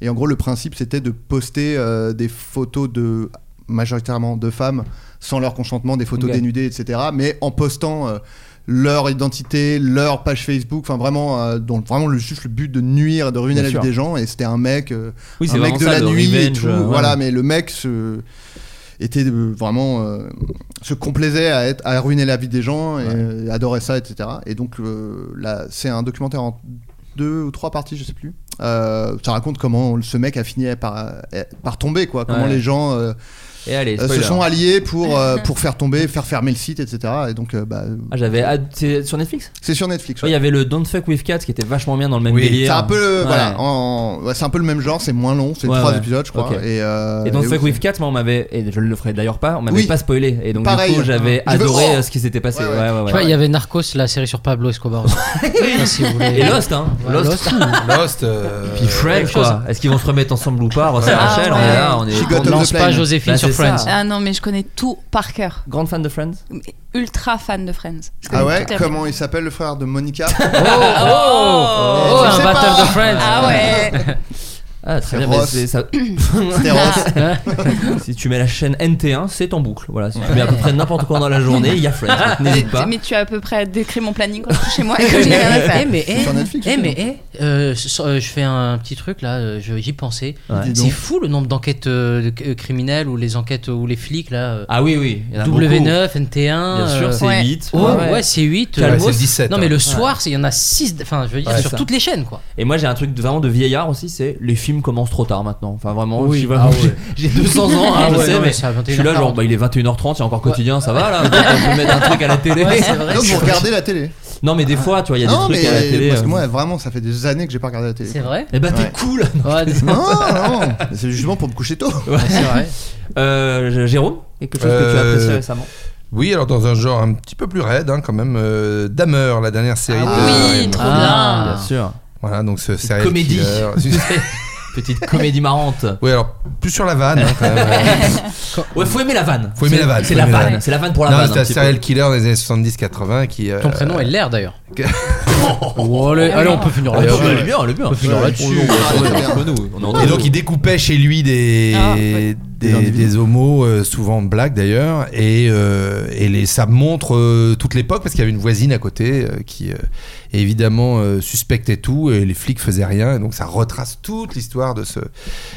H: Et en gros, le principe, c'était de poster euh, des photos de majoritairement de femmes sans leur consentement, des photos
J: Ok.
H: dénudées, etc. Mais en postant euh, leur identité, leur page Facebook, enfin vraiment, euh, dont vraiment le, juste le but de nuire, de ruiner
J: Bien
H: la
J: sûr.
H: vie des gens. Et c'était un mec, euh,
J: Oui, c'est
H: un mec
J: vraiment
H: de
J: ça,
H: la
J: le
H: nuit et
J: revenge,
H: tout.
J: euh, ouais.
H: Voilà, mais le mec se était euh, vraiment euh, se complaisait à, être, à ruiner la vie des gens et euh, adorait ça etc et donc euh, là c'est un documentaire en deux ou trois parties je sais plus Euh, ça raconte comment ce mec a fini par, euh, par tomber quoi comment
J: Ouais.
H: les gens euh,
J: Et allez,
H: euh, se
J: spoiler.
H: sont alliés pour, euh, pour faire tomber faire fermer le site etc et donc euh, bah,
J: Ah, j'avais hâte- C'est sur Netflix
H: c'est sur Netflix
J: Ouais, Il
H: ouais.
J: y avait le Don't Fuck With Cats qui était vachement bien dans le même
H: Oui,
J: délire.
H: c'est un peu le,
J: Ouais.
H: voilà, en- ouais, c'est un peu le même genre, c'est moins long, c'est
J: Ouais,
H: trois
J: ouais.
H: épisodes je crois.
J: Ok.
H: Et, euh,
J: Et Don't
H: et
J: Fuck
H: oui,
J: With Cats, moi on m'avait, et je ne le ferai d'ailleurs pas, on m'avait
H: Oui.
J: pas spoilé. Et donc
H: Pareil.
J: du coup j'avais
H: Je veux-
J: adoré
H: Oh
J: euh, ce qui s'était passé. Ouais, ouais, ouais.
G: Tu vois, il y avait Narcos, la série sur Pablo Escobar.
J: (laughs)
G: aussi. Ah, si vous voulez.
J: Et Lost, hein.
G: Ouais,
J: Lost.
G: Lost.
D: Lost. euh,
J: Puis Friends
G: Quelque chose.
J: quoi. Est-ce qu'ils vont se remettre ensemble ou pas Ross et
D: Ouais.
J: Rachel,
D: Ah,
J: on est
D: ouais.
J: là, on
D: She
J: est.
D: got
J: on
D: on the
J: lance
D: plane.
G: Joséphine
J: Bah,
G: sur
J: c'est
G: Friends.
J: ça.
C: Ah non, mais je connais tout par cœur.
J: Grande fan de Friends
C: Ultra fan de Friends. Je connais
H: Ah ouais,
C: tout à fait.
H: comment il s'appelle le frère
J: (laughs)
H: de Monica
G: Oh,
H: Je
G: un
H: sais
G: battle
H: pas.
G: de Friends.
C: Ah ouais.
J: Ah très
H: C'est
J: bien, mais
H: Ross.
J: c'est ça.
H: C'était Ross.
J: (coughs) si tu mets la chaîne NT1, c'est en boucle. Voilà, si tu mets à peu près n'importe quoi dans la journée, il y a Friends. N'hésite pas.
C: Mais tu as à peu près décrit mon planning quand je suis chez moi et que je n'ai
G: (laughs)
C: rien à faire.
G: Eh mais eh,
H: Sur Netflix,
G: eh,
H: c'est
G: mais eh, euh, ce- euh, je fais un petit truc là, euh, je- j'y pensais.
J: Ouais.
H: Dis donc.
G: C'est fou le nombre d'enquêtes euh, de- euh, criminelles ou les enquêtes ou les flics là. euh,
J: Ah oui, oui. il y en a beaucoup.
G: W9, NT1.
J: Bien sûr,
G: euh,
J: c'est
C: ouais.
J: 8.
G: Oh, ouais, c'est 8.
J: Calmos.
D: Ouais, c'est 17,
G: Non, mais
D: hein.
G: le
D: Ouais.
G: soir, c'est- il y en a 6. Enfin, je veux dire,
J: Ouais,
G: sur
J: ça.
G: toutes les
J: (laughs)
G: chaînes, quoi.
J: Et moi j'ai un truc de- vraiment de vieillard aussi, c'est les films commencent trop tard maintenant. Enfin vraiment,
G: Oui.
J: je suis vraiment-
G: Ah ouais.
J: j'ai j'ai 200 ans, hein,
G: Ah
J: je
G: ouais,
J: sais,
G: non, mais
J: mais
G: c'est à
J: je suis là
G: 21h40.
J: genre bah, il est 21h30, c'est encore quotidien, ça va là, on peut mettre un truc à la télé.
G: Ouais, c'est vrai.
H: Donc vous regardez la télé
J: Non mais des fois, tu vois, il y a
H: Non
J: des
H: mais
J: trucs à la télé.
H: parce
J: euh,
H: que moi vraiment ça fait des années que j'ai pas regardé la télé.
G: C'est vrai
J: Eh bah t'es
H: Ouais.
J: cool.
G: Ouais,
H: Non non, c'est justement pour me coucher tôt.
J: Ouais.
G: c'est vrai.
J: (laughs) Euh, Jérôme, quelque chose que tu as
D: Euh,
J: apprécié récemment
D: (laughs) Oui, alors dans un genre un petit peu plus raide, hein, quand même, euh, Dahmer, la dernière série de.
C: Oui, trop
G: Ah.
C: bien.
J: Bien sûr.
D: Voilà, donc ce série.
J: comédie. (laughs) Petite comédie marrante.
D: oui, alors plus sur la vanne, hein,
C: (laughs)
D: quand même.
J: Ouais, faut aimer la vanne.
D: Faut aimer la vanne,
J: C'est
D: faut
J: la
D: aimer la
J: vanne,
D: vanne.
J: c'est la vanne pour la
D: non,
J: vanne.
D: c'est
J: un
D: un
J: petit
D: serial
J: peu.
D: killer des années 70-80 qui. euh,
G: Ton prénom est l'air d'ailleurs.
D: que-
G: Oh, allez, allez, on peut finir
J: Ah,
G: là-dessus.
J: bah, Elle est bien, elle est bien.
G: On peut finir
H: Ouais,
G: là-dessus.
H: on- on-
J: On est entre
D: Et
J: nous.
D: donc il découpait chez lui des,
C: Ah, ouais.
D: des
C: des, des homos, euh, souvent blagues d'ailleurs, et, euh, et les, ça montre euh, toute l'époque parce qu'il y avait une voisine à côté euh, qui euh, évidemment euh, suspectait tout et les flics faisaient rien, et donc ça retrace toute l'histoire de ce,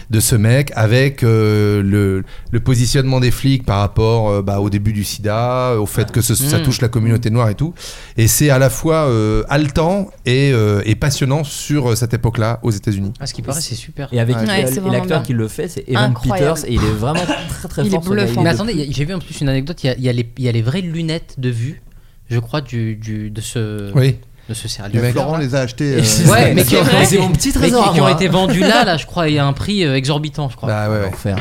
C: de ce mec avec euh, le, le positionnement des flics par rapport euh, bah, au début du sida, au fait que ce- ça
L: Mm.
C: touche la communauté noire et tout. Et c'est à la fois euh, haletant et, euh, et passionnant sur euh, cette époque-là aux États-Unis.
G: À ce qui paraît, c'est super.
J: Et avec
G: Ouais,
J: et
G: c'est vraiment
J: l'acteur
G: bien.
J: qui le fait, c'est Evan
G: Incroyable.
J: Peters, et il est vraiment très très
G: Il
J: fort.
G: est
J: ce gars.
G: bluffant.
J: Il
G: Mais
J: est-
G: attendez, il y a- j'ai vu en plus une anecdote. Il y a, il y a les, il y a les vraies lunettes de vue, je crois, du, du de ce.
C: Oui.
G: De ce
H: Le
G: serial killer.
H: mec Laurent les a achetés, euh,
G: Et- Ouais, mais qui
H: C'est vrai. C'est mon petit
G: mais qui-
H: trésor,
G: qui ont
H: moi.
G: été vendus là, là, je crois, et à un prix euh, exorbitant, je crois.
C: Bah ouais, ouais.
J: L'enfer.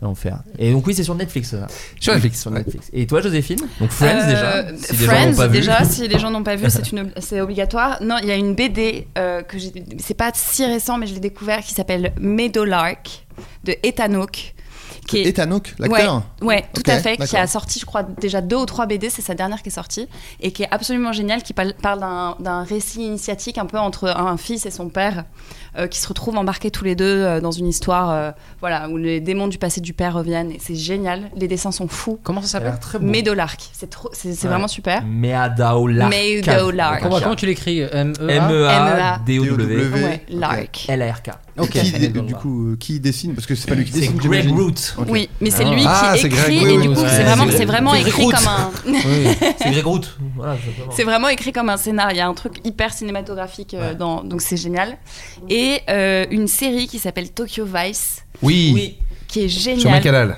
J: L'enfer. Et donc oui, c'est sur Netflix. ça.
C: Sur Netflix,
J: Sur Netflix. Et toi, Joséphine Donc Friends
D: Euh,
J: déjà. si des gens l'ont
D: Friends,
J: pas vu.
D: déjà, si les gens n'ont pas vu, c'est une, ob- c'est obligatoire. Non, il y a une BD euh, que j'ai, c'est pas si récent, mais je l'ai découvert, qui s'appelle Meadowlark de Ethan Hawke. Qui
H: C'est
D: est...
H: Ethan Hawke, l'acteur
D: Ouais, ouais, tout
H: Ok,
D: à fait. Qui
H: d'accord.
D: a sorti, je crois, déjà deux ou trois BD, c'est sa dernière qui est sortie, et qui est absolument géniale, qui parle, parle d'un, d'un récit initiatique un peu entre un fils et son père, euh, qui se retrouvent embarqués tous les deux euh, dans une histoire euh, voilà, où les démons du passé du père reviennent. Et c'est génial, les dessins sont fous.
G: Comment ça
J: s'appelle très beau.
D: Meadowlark. C'est, trop, c'est, c'est
J: Ouais.
D: vraiment super.
J: Meadow Lark.
D: Meadow Lark.
G: Comment, comment tu l'écris m e
J: M-E-A-D-O-W.
H: M-E-A-D-O-W.
D: Ouais, Lark.
J: L-A-R-k.
H: Et
G: Ok.
H: qui,
G: Fernando
H: du
G: Lara.
H: coup, euh, qui dessine Parce que c'est pas lui qui
J: C'est
H: dessine.
J: Greg
H: j'imagine.
J: Root.
H: Ok.
D: Oui, mais c'est lui
H: Ah,
D: qui
H: c'est Greg
D: écrit et
H: Root.
D: du coup
H: Ouais,
D: c'est vraiment,
H: Greg-
D: c'est vraiment
H: Greg
D: écrit
H: Root.
D: comme
H: (laughs)
D: un. (laughs)
J: C'est Greg Root. Voilà, simplement.
D: C'est vraiment écrit comme un scénario. Il y a un truc hyper cinématographique euh, dans, donc c'est génial. Et euh, une série qui s'appelle Tokyo Vice.
C: Oui. Oui.
D: Qui est géniale.
C: Sur Canal.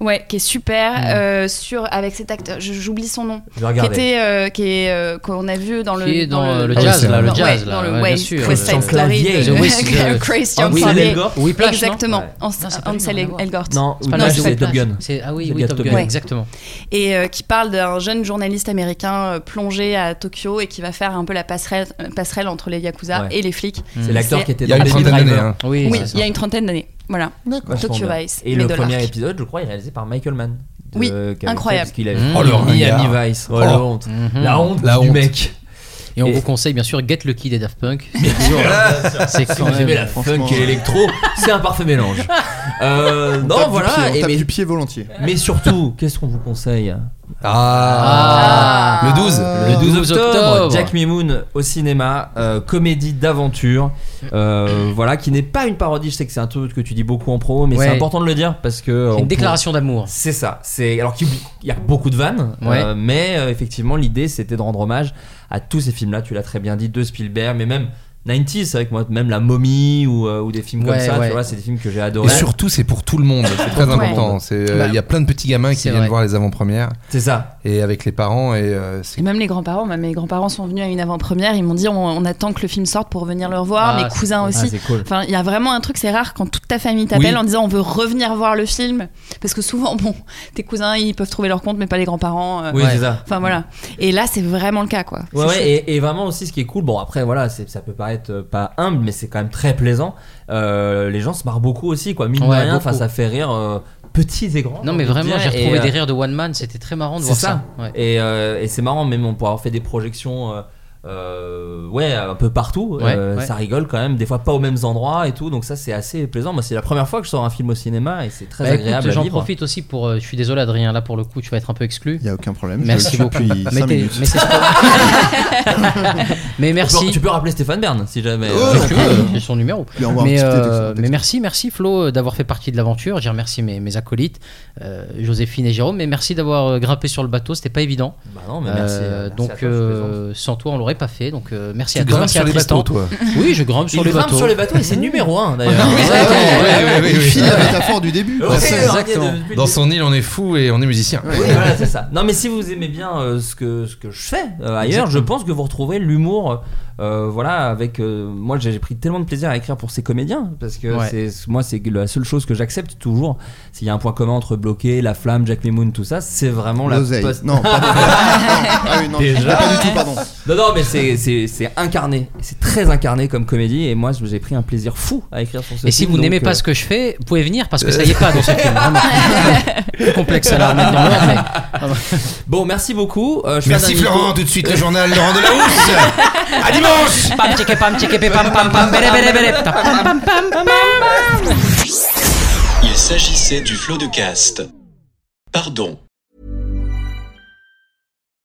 D: Ouais, qui est super.
C: Mm.
D: euh, sur avec cet acteur, je- j'oublie son nom.
C: Je vais regarder.
D: Qui était, euh, qui est euh, qu'on a vu dans le
G: Qui est dans, euh, le
D: dans
G: jazz, là, le
D: ouais,
G: jazz,
D: dans
G: là,
D: le
G: ouais,
D: ouais,
G: bien sûr.
D: West Side
G: Christian
D: Story
G: Clavier,
D: (laughs) de-
G: The euh, Whist-
D: Christian
G: Hansel
D: Clavier.
G: Elgort. Whiplash, non
D: exactement.
G: Ouais.
D: Hans- Hansel Elgort.
J: Non,
G: C'est pas
J: Whiplash,
G: le
J: c'est
G: Whiplash.
J: Top Gun.
G: C'est- Ah oui,
J: C'est
G: oui,
J: le
G: Top
J: Top
G: Gun,
J: Gun.
G: exactement.
D: et euh, qui parle d'un jeune journaliste américain euh, plongé à Tokyo et qui va faire un peu la passerelle, euh, passerelle entre les yakuza
J: Ouais.
D: et les flics.
J: C'est
G: Mm.
J: l'acteur qui était
C: Il y a
J: dans
C: une
J: Baby
C: trentaine d'années,
J: Driver.
C: hein.
G: Oui,
D: Oui,
G: c'est
D: il y a une trentaine d'années. Voilà.
J: Vachement
D: Tokyo
J: bien.
D: Vice.
J: Et le
D: Meadowlark.
J: premier épisode, je crois, est réalisé par Michael Mann. de-
D: Oui,
J: qui avait fait,
D: incroyable.
J: Parce qu'il avait
G: Mmh.
J: fait
G: Oh, le
J: Miami
G: ringard.
J: Vice. Oh,
G: Oh.
J: la honte.
G: Mhm.
J: La honte
G: La
J: du
G: honte.
J: mec.
G: Et on
J: Et-
G: vous conseille bien sûr Get Lucky des Daft Punk. c'est
J: Si
G: quand
J: vous
G: même.
J: aimez la funk et l'électro, c'est un parfait mélange. Euh,
H: On
J: non,
H: tape du
J: voilà.
H: pied, on
J: et
H: tape
J: mais,
H: du pied volontiers.
J: mais surtout, qu'est-ce qu'on vous conseille
C: Ah. Le 12.
J: Le 12 octobre,
G: octobre.
J: Jack Mimoun au cinéma, euh, comédie d'aventure, euh, voilà, qui n'est pas une parodie. Je sais que c'est un truc que tu dis beaucoup en promo, mais
G: Ouais.
J: c'est important de le dire parce que
G: C'est
J: euh, on
G: une déclaration d'amour.
J: C'est ça. C'est alors qu'il il y a beaucoup de vannes,
G: Ouais.
J: euh, mais euh, effectivement l'idée c'était de rendre hommage à tous ces films-là. Tu l'as très bien dit, de Spielberg, mais même 90s, c'est vrai que moi même La Momie ou, euh, ou des films
G: Ouais,
J: comme ça.
G: ouais.
J: Tu vois, c'est des films que j'ai
C: Et
J: adoré.
C: surtout, c'est pour tout le monde. C'est très
J: Ouais.
C: important. C'est, euh, Il
J: Bah,
C: y
G: Ah,
C: a plein de petits gamins qui
J: c'est
C: viennent
J: vrai.
C: voir les avant-premières.
J: C'est ça.
C: Et avec les parents. Et euh, c'est
D: Et même les grands-parents, même mes grands-parents sont venus à une avant-première, ils m'ont dit on, on attend que le film sorte pour venir le revoir,
J: Ah,
D: mes
J: c'est
D: cousins
J: cool. Ah,
D: aussi.
J: c'est cool.
D: Enfin, il y a vraiment un truc, c'est rare quand toute ta famille t'appelle
J: Oui.
D: en disant on veut revenir voir le film, parce que souvent, (laughs) bon, tes cousins ils peuvent trouver leur compte, mais pas les grands-parents. euh,
J: Oui, c'est ça.
D: Enfin voilà. Et là, c'est vraiment le cas, quoi.
J: Ouais,
D: C'est
J: ouais,
D: chouette.
J: et, et vraiment aussi ce qui est cool, bon après voilà, c'est- ça peut paraître euh, pas humble, mais c'est quand même très plaisant. Euh, les gens se marrent beaucoup aussi, quoi, mine
G: Ouais,
J: de rien,
G: beaucoup.
J: enfin ça fait rire euh, petits et grands.
G: Non, mais
J: j'ai envie de
G: vraiment, j'ai
J: dire,
G: retrouvé
J: et,
G: des
J: euh,
G: rires de One Man, c'était très marrant de
J: C'est
G: voir
J: ça.
G: ça. Ouais.
J: Et, euh, et c'est marrant, même on pourrait avoir fait des projections. euh, euh, ouais, un peu partout,
G: Ouais,
J: Euh,
G: ouais.
J: ça rigole quand même, des fois pas aux mêmes endroits et tout, donc ça c'est assez plaisant. Moi, c'est la première fois que je sors un film au cinéma et c'est très
G: Bah, écoute,
J: agréable à
G: J'en
J: vivre.
G: profite aussi pour. euh, je suis désolé, Adrien, là pour le coup, tu vas être un peu exclu.
H: Il y a aucun problème. je
G: Merci
H: le suis
G: beaucoup.
H: depuis
G: Mais
H: cinq
G: t'es-
H: minutes.
G: mais c'est- Mais merci.
J: Tu peux, tu peux rappeler Stéphane Bern si jamais.
G: Euh,
J: euh,
G: j'ai son numéro.
H: Il envoie un
G: Mais,
H: petit texte,
G: euh,
H: un texte.
G: mais merci, merci Flo euh, d'avoir fait partie de l'aventure. J'ai remercié mes, mes acolytes, euh, Joséphine et Jérôme, mais merci d'avoir euh, grimpé sur le bateau. C'était pas évident.
J: Bah non, mais merci, euh, merci
G: donc
J: à toi, je
G: euh, sans toi, on l'aurait pas fait. Donc euh, merci
C: Tu
G: à toi,
C: grimpes
G: merci
C: sur
G: à
C: les
G: Tristan.
C: bateaux, toi.
G: Oui, je grimpe sur
J: il
G: les
J: grimpe
G: bateaux.
J: sur les bateaux
G: (laughs)
J: et c'est numéro 1 d'ailleurs.
G: Oui,
J: Ouais, ouais, ouais, ouais, ouais.
H: Ah Il file la métaphore du début.
C: Oh,
J: Ouais,
H: quoi.
J: c'est
H: C'est
J: ça.
H: exactement.
J: Depuis le
C: Dans son île, on est fou et on est musicien.
J: Oui, voilà, c'est ça. Non, mais si vous aimez bien euh, ce, que, ce que je fais euh, ailleurs, je pense que vous retrouverez l'humour. euh, voilà, avec. euh, moi, j'ai j'ai pris tellement de plaisir à écrire pour ces comédiens, parce que
G: Ouais.
J: c'est moi, c'est la seule chose que j'accepte toujours. S'il y a un point commun entre Bloqué, La Flamme, Jack Mimoun, tout ça, c'est vraiment la
H: L'oseille.
J: post-
H: Non,
J: (laughs)
H: pardon. Ah oui, non, je
J: Déjà.
H: comprends pas du tout, pardon.
J: Non, non, mais c'est- c'est c'est incarné. C'est très incarné comme comédie, et moi, j'ai pris un plaisir fou à écrire sur ce
G: Et si
J: film,
G: vous
J: donc,
G: n'aimez
J: euh,
G: pas ce que je fais, vous pouvez venir parce que
J: (laughs)
G: ça y est pas dans ce film. Vraiment. Plus complexe à la remettre dans l'ordre, mais
J: Bon, merci beaucoup. Euh, je fais
C: Merci
J: un dernier
C: Florent,
J: tour.
C: tout de suite le journal Laurent Delahousse. à dimanche
G: Pam tchiké pam tchiké pé pam pam pam béré béré béré. Pam, pam, pam, pam, pam.
M: Il s'agit
N: s'agissait du flot de caste. Pardon.